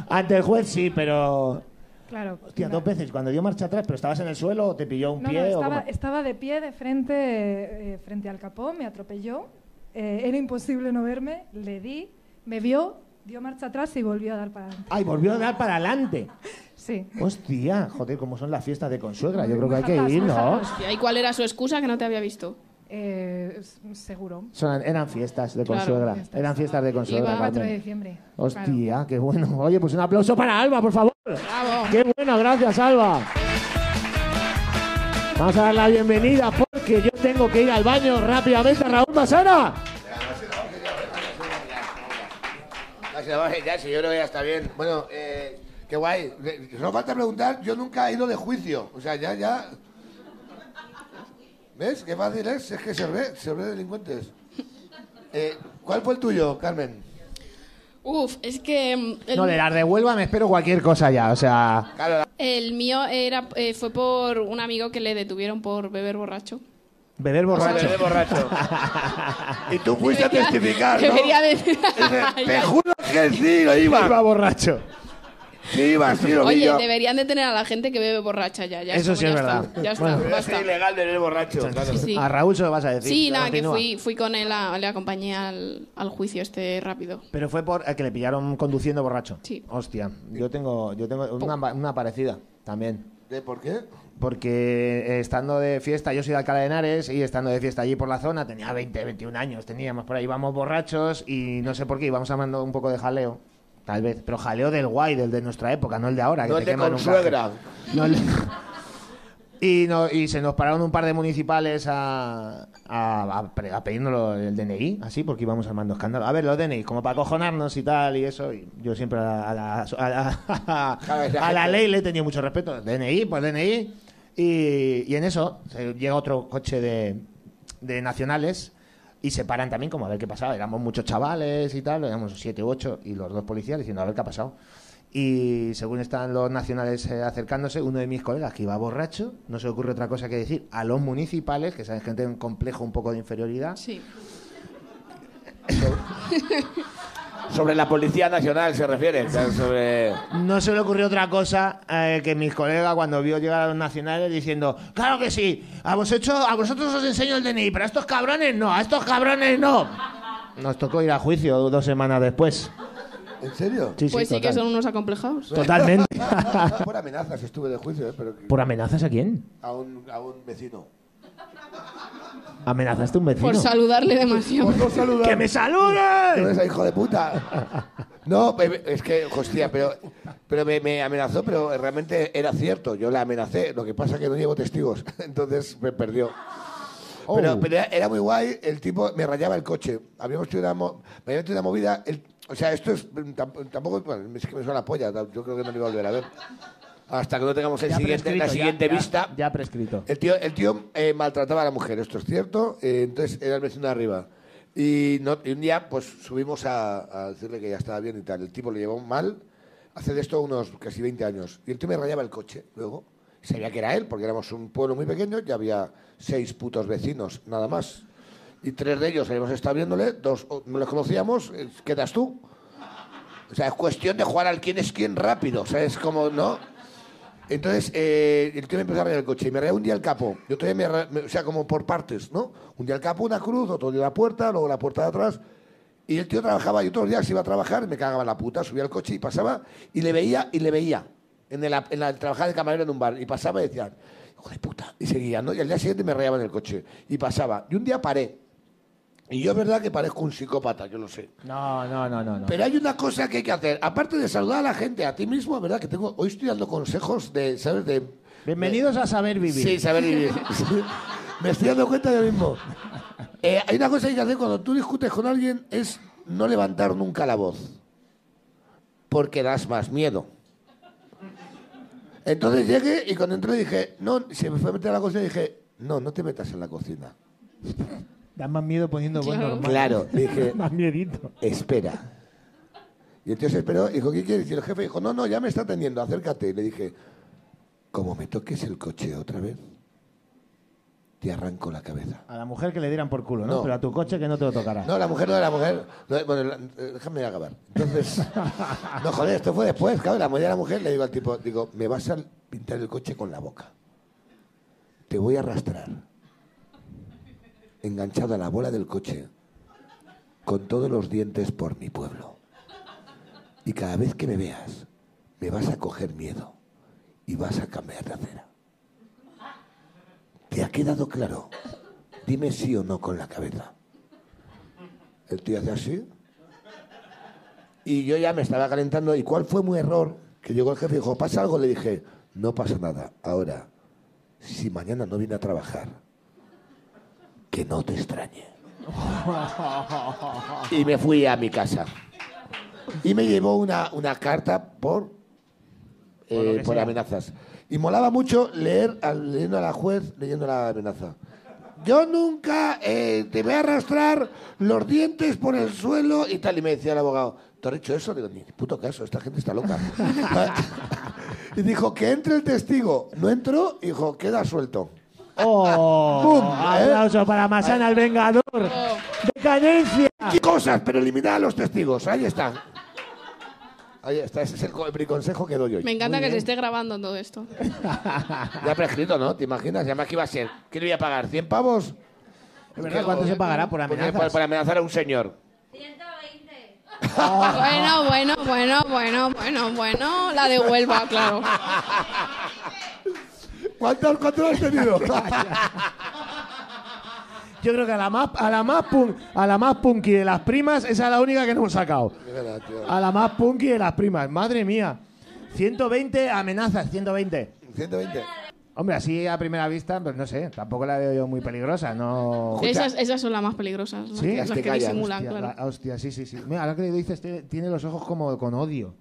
[SPEAKER 3] Ante el juez sí, pero...
[SPEAKER 12] claro.
[SPEAKER 3] Hostia, dos veces, cuando dio marcha atrás, pero estabas en el suelo o te pilló un
[SPEAKER 12] No, no,
[SPEAKER 3] pie o
[SPEAKER 12] estaba,
[SPEAKER 3] cómo?
[SPEAKER 12] estaba de pie de frente, eh, frente al capó, me atropelló eh, era imposible no verme, le di, me vio, dio marcha atrás y volvió a dar para adelante.
[SPEAKER 3] Ay, volvió a dar para adelante.
[SPEAKER 12] Sí.
[SPEAKER 3] Hostia, joder, cómo son las fiestas de consuegra. Yo creo que hay
[SPEAKER 12] Muy
[SPEAKER 3] que ir, ¿no?
[SPEAKER 12] jatas,
[SPEAKER 8] Hostia, ¿y cuál era su excusa que no te había visto?
[SPEAKER 12] Eh, s- seguro.
[SPEAKER 3] Son- eran fiestas de
[SPEAKER 12] Claro,
[SPEAKER 3] consuegra.
[SPEAKER 12] fiestas.
[SPEAKER 3] eran fiestas de consuegra.
[SPEAKER 12] Iba- 4 de
[SPEAKER 3] Carmen.
[SPEAKER 12] diciembre.
[SPEAKER 3] Hostia, qué bueno. Oye, pues un aplauso para Alba, por favor. Qué bueno, gracias, Alba. Vamos a dar la bienvenida porque yo tengo que ir al baño rápidamente. Raúl Masana.
[SPEAKER 2] Ya, se va, ya, sí, yo creo que ya está bien. Bueno, eh, qué guay. Le- Solo falta preguntar, yo nunca he ido de juicio. O sea, ya, ya... ¿Ves? Qué fácil es, es que se ve, se ve delincuentes. Eh, ¿Cuál fue el tuyo, Carmen?
[SPEAKER 8] Uf, es que... mm, El,
[SPEAKER 3] No, de la revuelva me espero cualquier cosa ya. O sea,
[SPEAKER 8] el mío era, eh, fue por un amigo que le detuvieron por beber borracho.
[SPEAKER 3] beber borracho.
[SPEAKER 2] beber borracho. y tú fuiste a
[SPEAKER 8] Debería-
[SPEAKER 2] testificar, ¿no?
[SPEAKER 8] debería decir-
[SPEAKER 2] Te juro que sí, lo iba.
[SPEAKER 3] Iba borracho.
[SPEAKER 2] Sí, iba, sí, lo vi
[SPEAKER 8] Oye,
[SPEAKER 2] yo.
[SPEAKER 8] deberían detener a la gente que bebe borracha ya. ya
[SPEAKER 3] Eso
[SPEAKER 8] estamos,
[SPEAKER 3] sí es
[SPEAKER 8] ya
[SPEAKER 3] verdad.
[SPEAKER 8] estamos, ya está,
[SPEAKER 3] Bueno.
[SPEAKER 8] basta.
[SPEAKER 2] ilegal beber borracho. claro.
[SPEAKER 8] Sí.
[SPEAKER 3] A Raúl se lo vas a decir.
[SPEAKER 8] Sí, nada, que
[SPEAKER 3] Continúa.
[SPEAKER 8] fui, fui con él, a- le acompañé al, al juicio este rápido.
[SPEAKER 3] Pero fue por eh, que le pillaron conduciendo borracho.
[SPEAKER 8] Sí.
[SPEAKER 3] Hostia, yo tengo, yo tengo una, pa- una parecida también.
[SPEAKER 2] ¿De por qué?
[SPEAKER 3] Porque eh, estando de fiesta, yo soy de Alcalá de Henares y estando de fiesta allí por la zona, tenía 20, 21 años, teníamos por ahí, íbamos borrachos y no sé por qué, íbamos amando un poco de jaleo, tal vez, pero jaleo del guay, del de nuestra época, no el de ahora.
[SPEAKER 2] No
[SPEAKER 3] que
[SPEAKER 2] el
[SPEAKER 3] te
[SPEAKER 2] de
[SPEAKER 3] queman un
[SPEAKER 2] consuegra.
[SPEAKER 3] café. No el- y, no- y se nos pararon un par de municipales a, a, a pre- a pedirnos el DNI, así, porque íbamos armando escándalo. A ver, los DNI, como para acojonarnos y tal, y eso. Y yo siempre a la, a la- a la- a la ley le he tenido mucho respeto. DNI, pues DNI. Y, y en eso se- llega otro coche de, de nacionales y se paran también como a ver qué pasaba. Éramos muchos chavales y tal, éramos siete u ocho, y los dos policías diciendo a ver qué ha pasado. Y según están los nacionales eh, acercándose, uno de mis colegas que iba borracho, no se le ocurre otra cosa que decir a los municipales, que saben que tienen un complejo un poco de inferioridad.
[SPEAKER 2] Sobre la Policía Nacional se refiere. claro, sobre...
[SPEAKER 3] No se le ocurrió otra cosa eh, que mis colegas cuando vio llegar a los nacionales diciendo, claro que sí, a vosotros, a vosotros os enseño el DNI, pero a estos cabrones no, a estos cabrones no. Nos tocó ir a juicio dos semanas después.
[SPEAKER 2] ¿En serio?
[SPEAKER 3] Sí, sí,
[SPEAKER 8] pues sí que
[SPEAKER 3] total.
[SPEAKER 8] son unos acomplejados.
[SPEAKER 3] Totalmente.
[SPEAKER 2] Por amenazas estuve de juicio, ¿eh? Pero que-
[SPEAKER 3] ¿Por amenazas a quién?
[SPEAKER 2] a, un, a un vecino.
[SPEAKER 3] ¿Amenazaste a un vecino?
[SPEAKER 8] Por saludarle demasiado.
[SPEAKER 3] ¡Que me salude!
[SPEAKER 2] ¿Qué ves, hijo de puta? No, pe- es que, hostia, pero, pero me, me amenazó, pero realmente era cierto. Yo la amenacé, lo que pasa que no llevo testigos, entonces me perdió.
[SPEAKER 3] Oh.
[SPEAKER 2] Pero, pero era- era muy guay, el tipo me rayaba el coche. Habíamos tenido una, mo- habíamos tenido una movida. el- o sea, esto es. tamp- Tampoco. Bueno, es que me suena la polla, tam- yo creo que no lo iba a volver a ver. Hasta que no tengamos el
[SPEAKER 3] Ya
[SPEAKER 2] siguiente, la
[SPEAKER 3] prescrito, ya-
[SPEAKER 2] siguiente
[SPEAKER 3] ya-
[SPEAKER 2] vista.
[SPEAKER 3] Ya prescrito.
[SPEAKER 2] El tío, el tío eh, maltrataba a la mujer, esto es cierto. eh, entonces era el vecino de arriba. Y, no- y un día, pues subimos a, a decirle que ya estaba bien y tal. El tipo le llevó mal. Hace de esto unos casi 20 años. Y el tío me rayaba el coche luego. Sabía que era él, porque éramos un pueblo muy pequeño y había seis putos vecinos, nada más. Y tres de ellos habíamos estado viéndole, dos o- no les conocíamos, eh, quedas tú. O sea, es cuestión de jugar al quién es quién rápido, o sea, es como, ¿no? Entonces, eh, el tío me empezó a rayar el coche y me rayó un día el capo. Yo todavía me, ra- me- O sea, como por partes, ¿no? Un día el capo, una cruz, otro día la puerta, luego la puerta de atrás. Y el tío trabajaba y otros días iba a trabajar y me cagaba en la puta. Subía al coche y pasaba y le veía y le veía. En el, en la, trabajaba de camarero en un bar y pasaba y decían, hijo de puta. Y seguía, ¿no? Y al día siguiente me rayaban el coche y pasaba. Y un día paré. Y yo es verdad que parezco un psicópata, yo lo sé.
[SPEAKER 3] No, no, no, no. no.
[SPEAKER 2] Pero hay una cosa que hay que hacer. Aparte de saludar a la gente, a ti mismo, es verdad que tengo. Hoy estoy dando consejos de, ¿sabes? De,
[SPEAKER 3] Bienvenidos a Saber Vivir.
[SPEAKER 2] Sí, saber vivir. Sí. Me estoy dando cuenta yo mismo. Eh, hay una cosa que hay que hacer cuando tú discutes con alguien es no levantar nunca la voz. Porque das más miedo. Entonces llegué y cuando entré dije, no, se me fue a meter a la cocina y dije, no, no te metas en la cocina.
[SPEAKER 3] Da más miedo poniendo voz
[SPEAKER 2] Claro.
[SPEAKER 3] normal.
[SPEAKER 2] Claro, dije-
[SPEAKER 3] más miedito.
[SPEAKER 2] espera. Y el tío se esperó, dijo, ¿qué quieres? Y el jefe dijo, no, no, ya me está atendiendo, acércate. Y le dije, como me toques el coche otra vez, te arranco la cabeza.
[SPEAKER 3] A la mujer que le dieran por culo, ¿no?
[SPEAKER 2] No.
[SPEAKER 3] Pero a tu coche que no te lo tocará.
[SPEAKER 2] No, la mujer no, la mujer. no, bueno, la- eh, déjame acabar. Entonces, no, joder, esto fue después, claro, la mujer de la mujer, le digo al tipo, digo, me vas a pintar el coche con la boca. Te voy a arrastrar. Enganchado a la bola del coche. con todos los dientes por mi pueblo. Y cada vez que me veas, me vas a coger miedo y vas a cambiar de acera. ¿Te ha quedado claro? Dime sí o no con la cabeza. El tío hace así. Y yo ya me estaba calentando. ¿Y cuál fue mi error? Que llegó el jefe y dijo, ¿pasa algo? Le dije, no pasa nada. Ahora, si mañana no viene a trabajar, que no te extrañe. Y me fui a mi casa. Y me llevó una, una carta por, eh,
[SPEAKER 13] Por lo que
[SPEAKER 2] por
[SPEAKER 13] sea.
[SPEAKER 2] amenazas. Y molaba mucho leer, al- leyendo a la juez, leyendo la amenaza. Yo nunca eh, te voy a arrastrar los dientes por el suelo y tal. Y me decía el abogado, ¿te has dicho eso? Digo, ni puto caso, esta gente está loca. y dijo, que entre el testigo. No entró, y dijo, queda suelto.
[SPEAKER 3] ¡Oh!
[SPEAKER 2] ¡Bum!
[SPEAKER 3] ¡Aplauso para Masana, el vengador! ¡Decadencia!
[SPEAKER 2] Qué cosas, pero eliminar a los testigos. Ahí está. Ahí está, ese es el, co- el consejo que doy hoy.
[SPEAKER 8] Me encanta
[SPEAKER 2] Muy
[SPEAKER 8] que se
[SPEAKER 2] bien.
[SPEAKER 8] esté grabando todo esto.
[SPEAKER 2] Ya prescrito, ¿no? ¿Te imaginas? Y Además, ¿qué iba a ser? ¿Qué le voy a pagar? ¿100 pavos?
[SPEAKER 14] Es verdad, ¿cuánto se pagará por amenazas?
[SPEAKER 2] Por, por amenazar a un señor.
[SPEAKER 8] Bueno, bueno, bueno, bueno, bueno, bueno. La de Huelva, claro.
[SPEAKER 2] ¿Cuántos, cuántos has tenido?
[SPEAKER 3] Yo creo que a la más a la más punk, a la más punky de las primas, esa es la única que no hemos sacado. A la más punky de las primas, madre mía. 120 amenazas, 120.
[SPEAKER 2] 120.
[SPEAKER 14] Hombre, así a primera vista, pues no sé, tampoco la veo yo muy peligrosa, no...
[SPEAKER 8] Esas, esas son las más peligrosas. Las, que- las que disimulan,
[SPEAKER 3] hostia,
[SPEAKER 8] claro.
[SPEAKER 3] la- hostia, sí, sí, sí. Mira, ahora que le dices, tiene, tiene los ojos como con odio.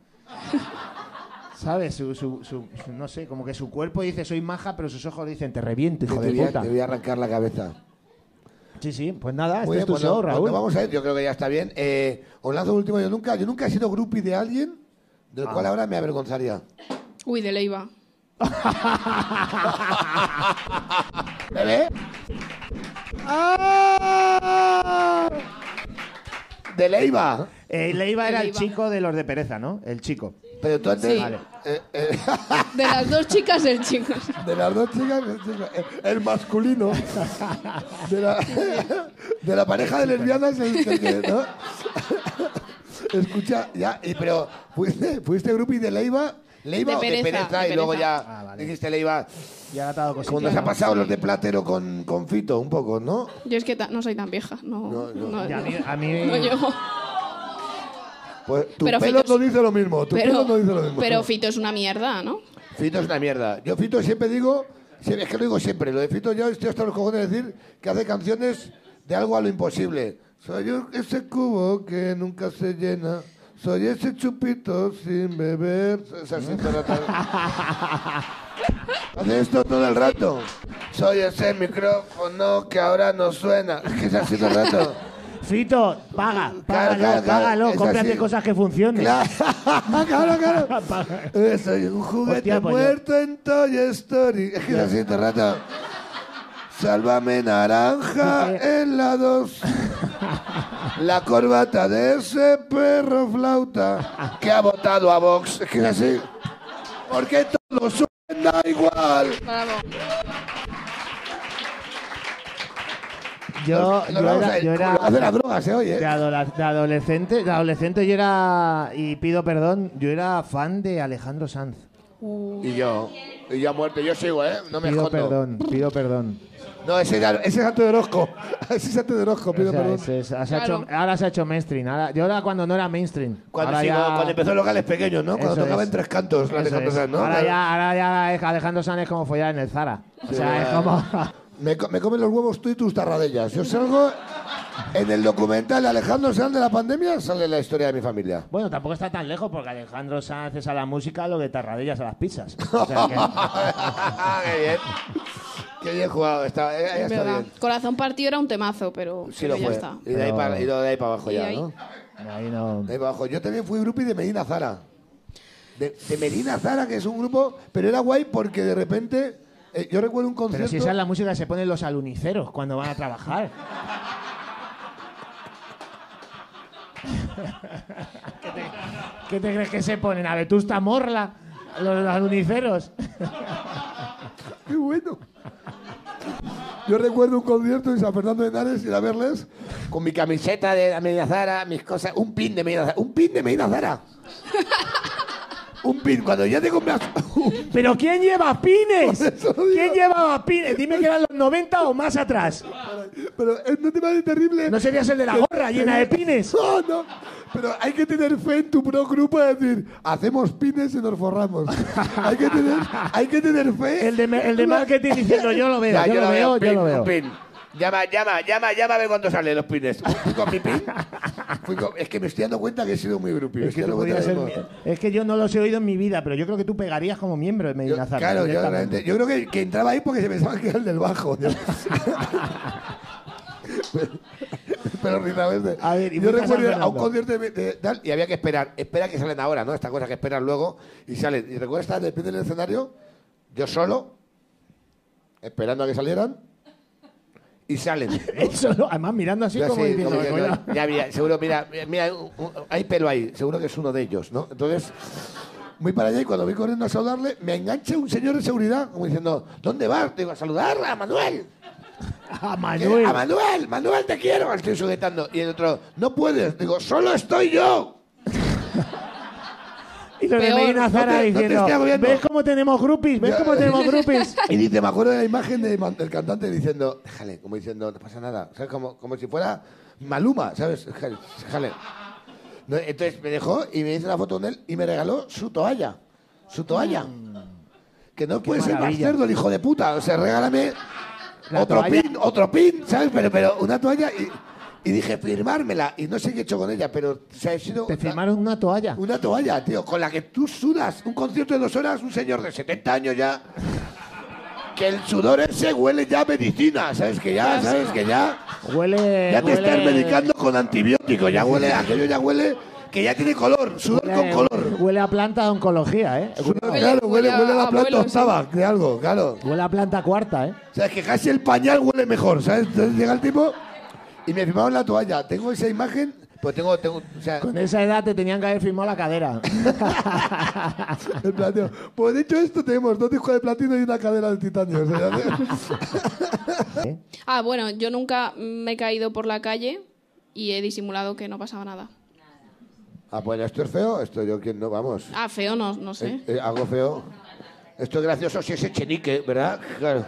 [SPEAKER 3] ¿Sabes? Su, su- su- su- no sé, como que su cuerpo dice soy maja, pero sus ojos dicen te reviento,
[SPEAKER 2] Te
[SPEAKER 3] hijo de
[SPEAKER 2] voy, a,
[SPEAKER 3] puta.
[SPEAKER 2] te voy a arrancar la cabeza.
[SPEAKER 3] Sí, sí, pues nada,
[SPEAKER 2] Muy
[SPEAKER 3] este es tu
[SPEAKER 2] bien,
[SPEAKER 3] show,
[SPEAKER 2] bueno,
[SPEAKER 3] Raúl.
[SPEAKER 2] bueno, vamos a ver, yo creo que ya está bien. Eh, os lanzo un último yo nunca. Yo nunca he sido groupie de alguien del
[SPEAKER 3] Ah.
[SPEAKER 2] cual ahora me avergonzaría.
[SPEAKER 8] Uy, de Leiva.
[SPEAKER 2] ¿Bebé? De Leiva.
[SPEAKER 3] Eh, Leiva era el chico de los de pereza, ¿no? El chico.
[SPEAKER 2] Pero tú antes- Sí.
[SPEAKER 8] De las dos chicas, el chico.
[SPEAKER 2] eh, De las dos chicas, el chico- eh, el masculino. De la, de la pareja de lesbianas, el, el que- ¿no? Escucha, ya, y, pero fuiste, fuiste groupie de Leiva, Leiva
[SPEAKER 13] De
[SPEAKER 2] o
[SPEAKER 13] pereza,
[SPEAKER 2] de pereza,
[SPEAKER 13] de
[SPEAKER 2] y luego
[SPEAKER 13] pereza.
[SPEAKER 2] ya
[SPEAKER 3] Ah,
[SPEAKER 2] dijiste Leiva.
[SPEAKER 3] Ya ha dado
[SPEAKER 2] Como nos ha pasado los de Platero con, con Fito, un poco, ¿no?
[SPEAKER 8] Yo es que ta- no soy tan vieja. No,
[SPEAKER 2] No,
[SPEAKER 8] no,
[SPEAKER 2] no.
[SPEAKER 8] no.
[SPEAKER 2] Y a mí- a mí-
[SPEAKER 8] No llego.
[SPEAKER 2] Pues tu
[SPEAKER 8] Pero
[SPEAKER 2] pelo
[SPEAKER 8] Fito-
[SPEAKER 2] no dice lo mismo, tu
[SPEAKER 8] Pero,
[SPEAKER 2] pelo no dice lo mismo.
[SPEAKER 8] pero Fito es una mierda, ¿no?
[SPEAKER 2] Fito es una mierda. Yo Fito siempre digo, sí, es que lo digo siempre, lo de Fito yo estoy hasta los cojones de decir que hace canciones de algo a lo imposible. Soy un- ese cubo que nunca se llena, soy ese chupito sin beber. O sea, sí, todo el rato. hace esto todo el rato. Soy ese micrófono que ahora no suena. Es que es así todo el rato.
[SPEAKER 3] Fito, paga,
[SPEAKER 2] Claro,
[SPEAKER 3] págalo,
[SPEAKER 2] claro, claro,
[SPEAKER 3] págalo,
[SPEAKER 2] es
[SPEAKER 3] cómprate
[SPEAKER 2] así.
[SPEAKER 3] cosas que funcionen.
[SPEAKER 2] Ah, claro, claro. Eh, Soy un juguete
[SPEAKER 3] Hostia, pues yo-
[SPEAKER 2] muerto en Toy Story. Es que es así todo el rato. Sálvame naranja en la 2. La corbata de ese perro flauta que ha votado a Vox. Es que es así. Porque todo suena igual.
[SPEAKER 3] Yo,
[SPEAKER 2] No,
[SPEAKER 3] yo
[SPEAKER 2] no, o sea,
[SPEAKER 3] era,
[SPEAKER 2] el
[SPEAKER 3] yo era-
[SPEAKER 2] culo de las drogas, ¿eh? Oye.
[SPEAKER 3] De, adola- de adolescente, de adolescente yo era y pido perdón, yo era fan de Alejandro Sanz.
[SPEAKER 2] Y yo, y yo muerto, yo sigo, ¿eh? No me
[SPEAKER 3] pido
[SPEAKER 2] escondo.
[SPEAKER 3] perdón, pido perdón.
[SPEAKER 2] No, ese, era- ese es Santo de Orozco. Ese es Santo de Orozco, pido
[SPEAKER 3] O sea,
[SPEAKER 2] perdón.
[SPEAKER 3] ese es- has
[SPEAKER 2] Claro.
[SPEAKER 3] hecho- ahora se ha hecho mainstream. Ahora, yo era cuando no era mainstream.
[SPEAKER 2] Cuando,
[SPEAKER 3] Ahora
[SPEAKER 2] sí,
[SPEAKER 3] ya-
[SPEAKER 2] cuando- cuando empezó en locales pequeños, ¿no? Cuando
[SPEAKER 3] Eso
[SPEAKER 2] tocaba
[SPEAKER 3] es.
[SPEAKER 2] en tres cantos, la
[SPEAKER 3] Eso
[SPEAKER 2] Alejandro
[SPEAKER 3] es.
[SPEAKER 2] Sanz, ¿no?
[SPEAKER 3] Ahora
[SPEAKER 2] Claro.
[SPEAKER 3] ya, ahora ya es- Alejandro Sanz es como follar en el Zara. O
[SPEAKER 2] Sí,
[SPEAKER 3] sea, es
[SPEAKER 2] ya.
[SPEAKER 3] como...
[SPEAKER 2] Me, co- me comen los huevos tú y tus tarradellas. Yo salgo en el documental de Alejandro Sanz de la pandemia, sale la historia de mi familia.
[SPEAKER 3] Bueno, tampoco está tan lejos porque Alejandro Sanz es a la música lo que Tarradellas a las pizzas. O sea que-
[SPEAKER 2] Ah, qué bien. Qué bien jugado. Está, eh, ya
[SPEAKER 8] Es
[SPEAKER 2] está
[SPEAKER 8] verdad.
[SPEAKER 2] bien.
[SPEAKER 8] Corazón partido era un temazo, pero,
[SPEAKER 2] Sí
[SPEAKER 8] pero
[SPEAKER 2] lo
[SPEAKER 8] ya
[SPEAKER 2] fue.
[SPEAKER 8] está.
[SPEAKER 2] Y de ahí
[SPEAKER 3] Pero-
[SPEAKER 2] para, y lo de ahí para abajo
[SPEAKER 8] Y
[SPEAKER 2] ya,
[SPEAKER 8] ahí-
[SPEAKER 2] ¿no?
[SPEAKER 3] Ahí no.
[SPEAKER 2] De ahí para abajo. Yo también fui grupi de Medina Zara. De, de Medina Zara, que es un grupo, pero era guay porque de repente... eh, yo recuerdo un concierto...
[SPEAKER 3] Pero si esa es la música que se ponen los aluniceros cuando van a trabajar. ¿Qué, te, qué te crees que se ponen? ¿A Vetusta Morla? Los aluniceros.
[SPEAKER 2] ¡Qué bueno! Yo recuerdo un concierto en San Fernando de Henares, ir a verles,
[SPEAKER 15] Con mi camiseta de Medina Zara, mis cosas, un pin de Medina Zara. Un pin de Medina Zara.
[SPEAKER 2] un pin, cuando ya te compras...
[SPEAKER 3] ¿Pero quién lleva pines? ¿Quién llevaba pines? Dime que eran los 90 o más atrás.
[SPEAKER 2] Pero es un tema de terrible.
[SPEAKER 3] ¿No serías el de la gorra llena de pines?
[SPEAKER 2] No, no. Pero hay que tener fe en tu pro grupo de decir, hacemos pines y nos forramos. hay, que tener, hay que tener fe.
[SPEAKER 3] El de, el de marketing diciendo, yo lo veo,
[SPEAKER 15] Ya,
[SPEAKER 3] yo, lo veo,
[SPEAKER 15] pin,
[SPEAKER 3] yo lo
[SPEAKER 15] un
[SPEAKER 3] veo.
[SPEAKER 15] pin. Llama, llama, llama, llama a ver cuándo salen los pines. Fui con mi pin. Fui con- Es que me estoy dando cuenta que he sido muy grupi.
[SPEAKER 3] Es que, tú podías ser mi- es que yo no los he oído en mi vida, pero yo creo que tú pegarías como miembro de Medina Zara.
[SPEAKER 2] Claro, yo,
[SPEAKER 3] directamente.
[SPEAKER 2] realmente- yo creo que, que entraba ahí porque se pensaba que era el del bajo. tío. pero Rita Verde.
[SPEAKER 15] A ver,
[SPEAKER 2] y Yo fuiste a recuerdo San ir a un Fernando.
[SPEAKER 15] concierto de, tal y había que esperar. Espera que salen ahora, ¿no? Estas cosas que esperan luego y salen. Y recuerdo estar de pie del escenario, yo solo, esperando a que salieran y salen.
[SPEAKER 3] Eso, no, además mirando así
[SPEAKER 15] Yo
[SPEAKER 3] como
[SPEAKER 15] así,
[SPEAKER 3] diciendo,
[SPEAKER 15] como diciendo,
[SPEAKER 3] "Coño".
[SPEAKER 15] ya, mira, seguro, mira, mira, un- un- hay pelo ahí, seguro que es uno de ellos, ¿no? Entonces,
[SPEAKER 2] Muy para allá y cuando voy corriendo a saludarle, me engancha un señor de seguridad como diciendo, ¿dónde vas? Te digo, a saludar a Manuel.
[SPEAKER 3] A
[SPEAKER 15] Manuel. A Manuel, Manuel, te quiero. Estoy sujetando. Y el otro, no puedes. Digo, solo estoy yo.
[SPEAKER 3] Y los de
[SPEAKER 15] Peor.
[SPEAKER 3] Medina Zara
[SPEAKER 15] No te- no te
[SPEAKER 3] diciendo,
[SPEAKER 15] estoy agobiando.
[SPEAKER 3] ¿ves cómo tenemos groupies? ¿Ves cómo tenemos groupies?
[SPEAKER 2] Y dice, me acuerdo de la imagen de Man- del cantante diciendo, déjale, como diciendo, no pasa nada. O sea, como, como si fuera Maluma, ¿sabes? Déjale, déjale.
[SPEAKER 15] No, entonces me dejó
[SPEAKER 2] Dejó y me hizo la foto con él y me regaló su toalla. Su toalla.
[SPEAKER 3] Mm.
[SPEAKER 2] Que no puede ser más
[SPEAKER 15] maravilla.
[SPEAKER 2] cerdo el hijo de puta. O sea, regálame
[SPEAKER 15] La
[SPEAKER 2] otro
[SPEAKER 15] toalla.
[SPEAKER 2] pin, otro pin, ¿sabes? Pero, pero una toalla y, y dije, firmármela. Y no sé qué he hecho con ella, pero se ha sido...
[SPEAKER 3] Te firmaron una toalla.
[SPEAKER 2] Una toalla, tío, con la que tú sudas. Un concierto de dos horas, un señor de 70 años ya. Que el sudor ese huele ya a medicina, ¿sabes? Que ya, ¿sabes? Que ya.
[SPEAKER 3] Huele.
[SPEAKER 2] Ya te
[SPEAKER 3] Eh, huele-
[SPEAKER 2] estás medicando con antibióticos, ya huele, aquello ya huele, que ya tiene color, sudor
[SPEAKER 3] huele-
[SPEAKER 2] con color.
[SPEAKER 3] eh, Huele a planta de oncología, ¿eh?
[SPEAKER 2] Sudor, claro, huele, huele a la planta octava de algo, claro.
[SPEAKER 3] Huele a planta cuarta, ¿eh?
[SPEAKER 2] O sea, es que casi el pañal huele mejor, ¿sabes? Entonces llega el tipo y me firmaron la toalla. Tengo esa imagen, pues tengo, tengo, o sea,
[SPEAKER 3] Con esa edad te tenían que haber firmado la cadera.
[SPEAKER 2] el platino. Pues dicho esto, tenemos dos discos de platino y una cadera de titanio. o sea, ya-
[SPEAKER 8] Ah, bueno, yo nunca me he caído por la calle y he disimulado que no pasaba nada.
[SPEAKER 2] ah, bueno, esto es feo, esto yo quien no, vamos.
[SPEAKER 8] Ah, feo, no, no sé.
[SPEAKER 2] Eh, eh, algo feo.
[SPEAKER 15] Esto es gracioso si es Echenique, ¿verdad? Claro.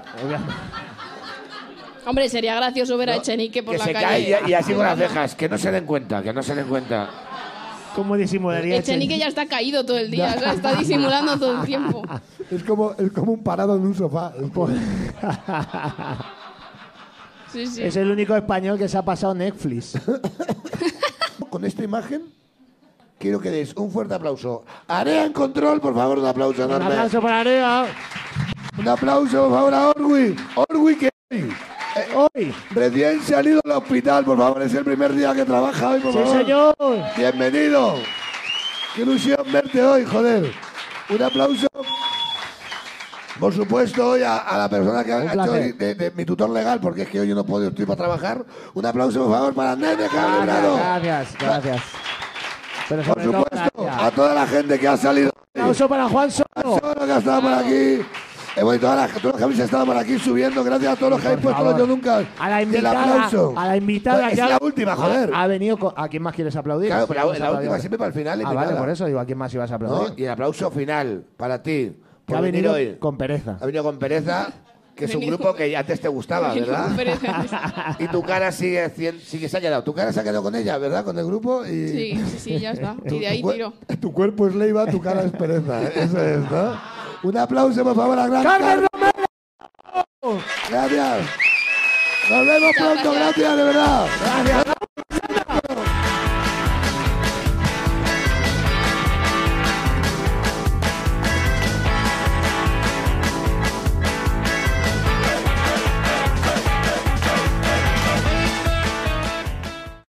[SPEAKER 8] Hombre, sería gracioso ver a Echenique por
[SPEAKER 15] Que
[SPEAKER 8] la
[SPEAKER 15] se cae
[SPEAKER 8] calle.
[SPEAKER 15] y, y así con las cejas. Que no se den cuenta, que no se den cuenta.
[SPEAKER 3] ¿Cómo disimularía
[SPEAKER 8] Echenique Este ya está caído todo el día,
[SPEAKER 3] Ya.
[SPEAKER 8] o sea, está disimulando todo el tiempo.
[SPEAKER 2] Es como, es como un parado en un sofá. Es como-
[SPEAKER 8] Sí, sí.
[SPEAKER 3] Es el único español que se ha pasado Netflix.
[SPEAKER 2] Con esta imagen quiero que des un fuerte aplauso. Area en control, por favor, un aplauso
[SPEAKER 3] Un
[SPEAKER 2] enorme.
[SPEAKER 3] aplauso para Area.
[SPEAKER 2] Un aplauso, por favor, a Orwi. Orwi que hoy, eh,
[SPEAKER 3] hoy
[SPEAKER 2] recién salido del hospital, por favor, es el primer día que trabaja hoy, por
[SPEAKER 3] Sí,
[SPEAKER 2] favor.
[SPEAKER 3] señor.
[SPEAKER 2] Bienvenido. Qué ilusión verte hoy, joder. Un aplauso. Por supuesto, hoy a, a la persona que
[SPEAKER 15] Un
[SPEAKER 2] ha hecho
[SPEAKER 15] placer.
[SPEAKER 2] hoy de, de mi tutor legal, porque es que hoy yo no puedo, estoy para trabajar. Un aplauso, por favor, para Nene Calabrado.
[SPEAKER 3] Gracias, gracias. Pero
[SPEAKER 2] Por
[SPEAKER 3] sobre todo,
[SPEAKER 2] supuesto,
[SPEAKER 3] gracias.
[SPEAKER 2] a toda la gente que ha salido.
[SPEAKER 3] Un aplauso para Juan Solo.
[SPEAKER 2] Todos los que estado por aquí. Eh, bueno, y todas las- todos los que habéis estado por aquí subiendo, gracias a todos los que habéis puesto los yo nunca.
[SPEAKER 3] A la
[SPEAKER 2] Y el
[SPEAKER 3] invitada.
[SPEAKER 2] aplauso.
[SPEAKER 3] A la invitada.
[SPEAKER 2] Pues es
[SPEAKER 3] que ha-
[SPEAKER 2] la última, joder.
[SPEAKER 3] Ha venido con- ¿A quién más quieres aplaudir? Pues
[SPEAKER 15] Claro, pero la-
[SPEAKER 3] Vamos a
[SPEAKER 15] la
[SPEAKER 3] aplaudir
[SPEAKER 15] última
[SPEAKER 3] ahora.
[SPEAKER 15] siempre para el final,
[SPEAKER 3] Ah,
[SPEAKER 15] invitada.
[SPEAKER 3] vale, por eso digo, ¿a quién más ibas a
[SPEAKER 15] ¿no?
[SPEAKER 3] aplaudir?
[SPEAKER 15] Y el aplauso final para ti.
[SPEAKER 3] Que ha
[SPEAKER 15] Por venir
[SPEAKER 3] venido
[SPEAKER 15] hoy.
[SPEAKER 3] con pereza.
[SPEAKER 15] Ha venido con pereza, que es un
[SPEAKER 3] Venido-
[SPEAKER 15] grupo que antes te gustaba,
[SPEAKER 3] venido
[SPEAKER 15] ¿verdad?
[SPEAKER 3] con
[SPEAKER 15] Y tu cara sigue, cien- sigue se ha quedado. Tu cara se ha quedado con ella, ¿verdad? Con el grupo y...
[SPEAKER 8] Sí, sí, sí, ya está. Y de ahí
[SPEAKER 2] Tu cuer-
[SPEAKER 8] tiro.
[SPEAKER 2] Tu cuerpo es leiva, tu cara es pereza. ¿eh? Eso es, ¿no? Un aplauso, por favor, a Gran
[SPEAKER 3] ¡Carmen
[SPEAKER 2] Romero! Gracias. Nos vemos pronto, gracias, de verdad. Gracias.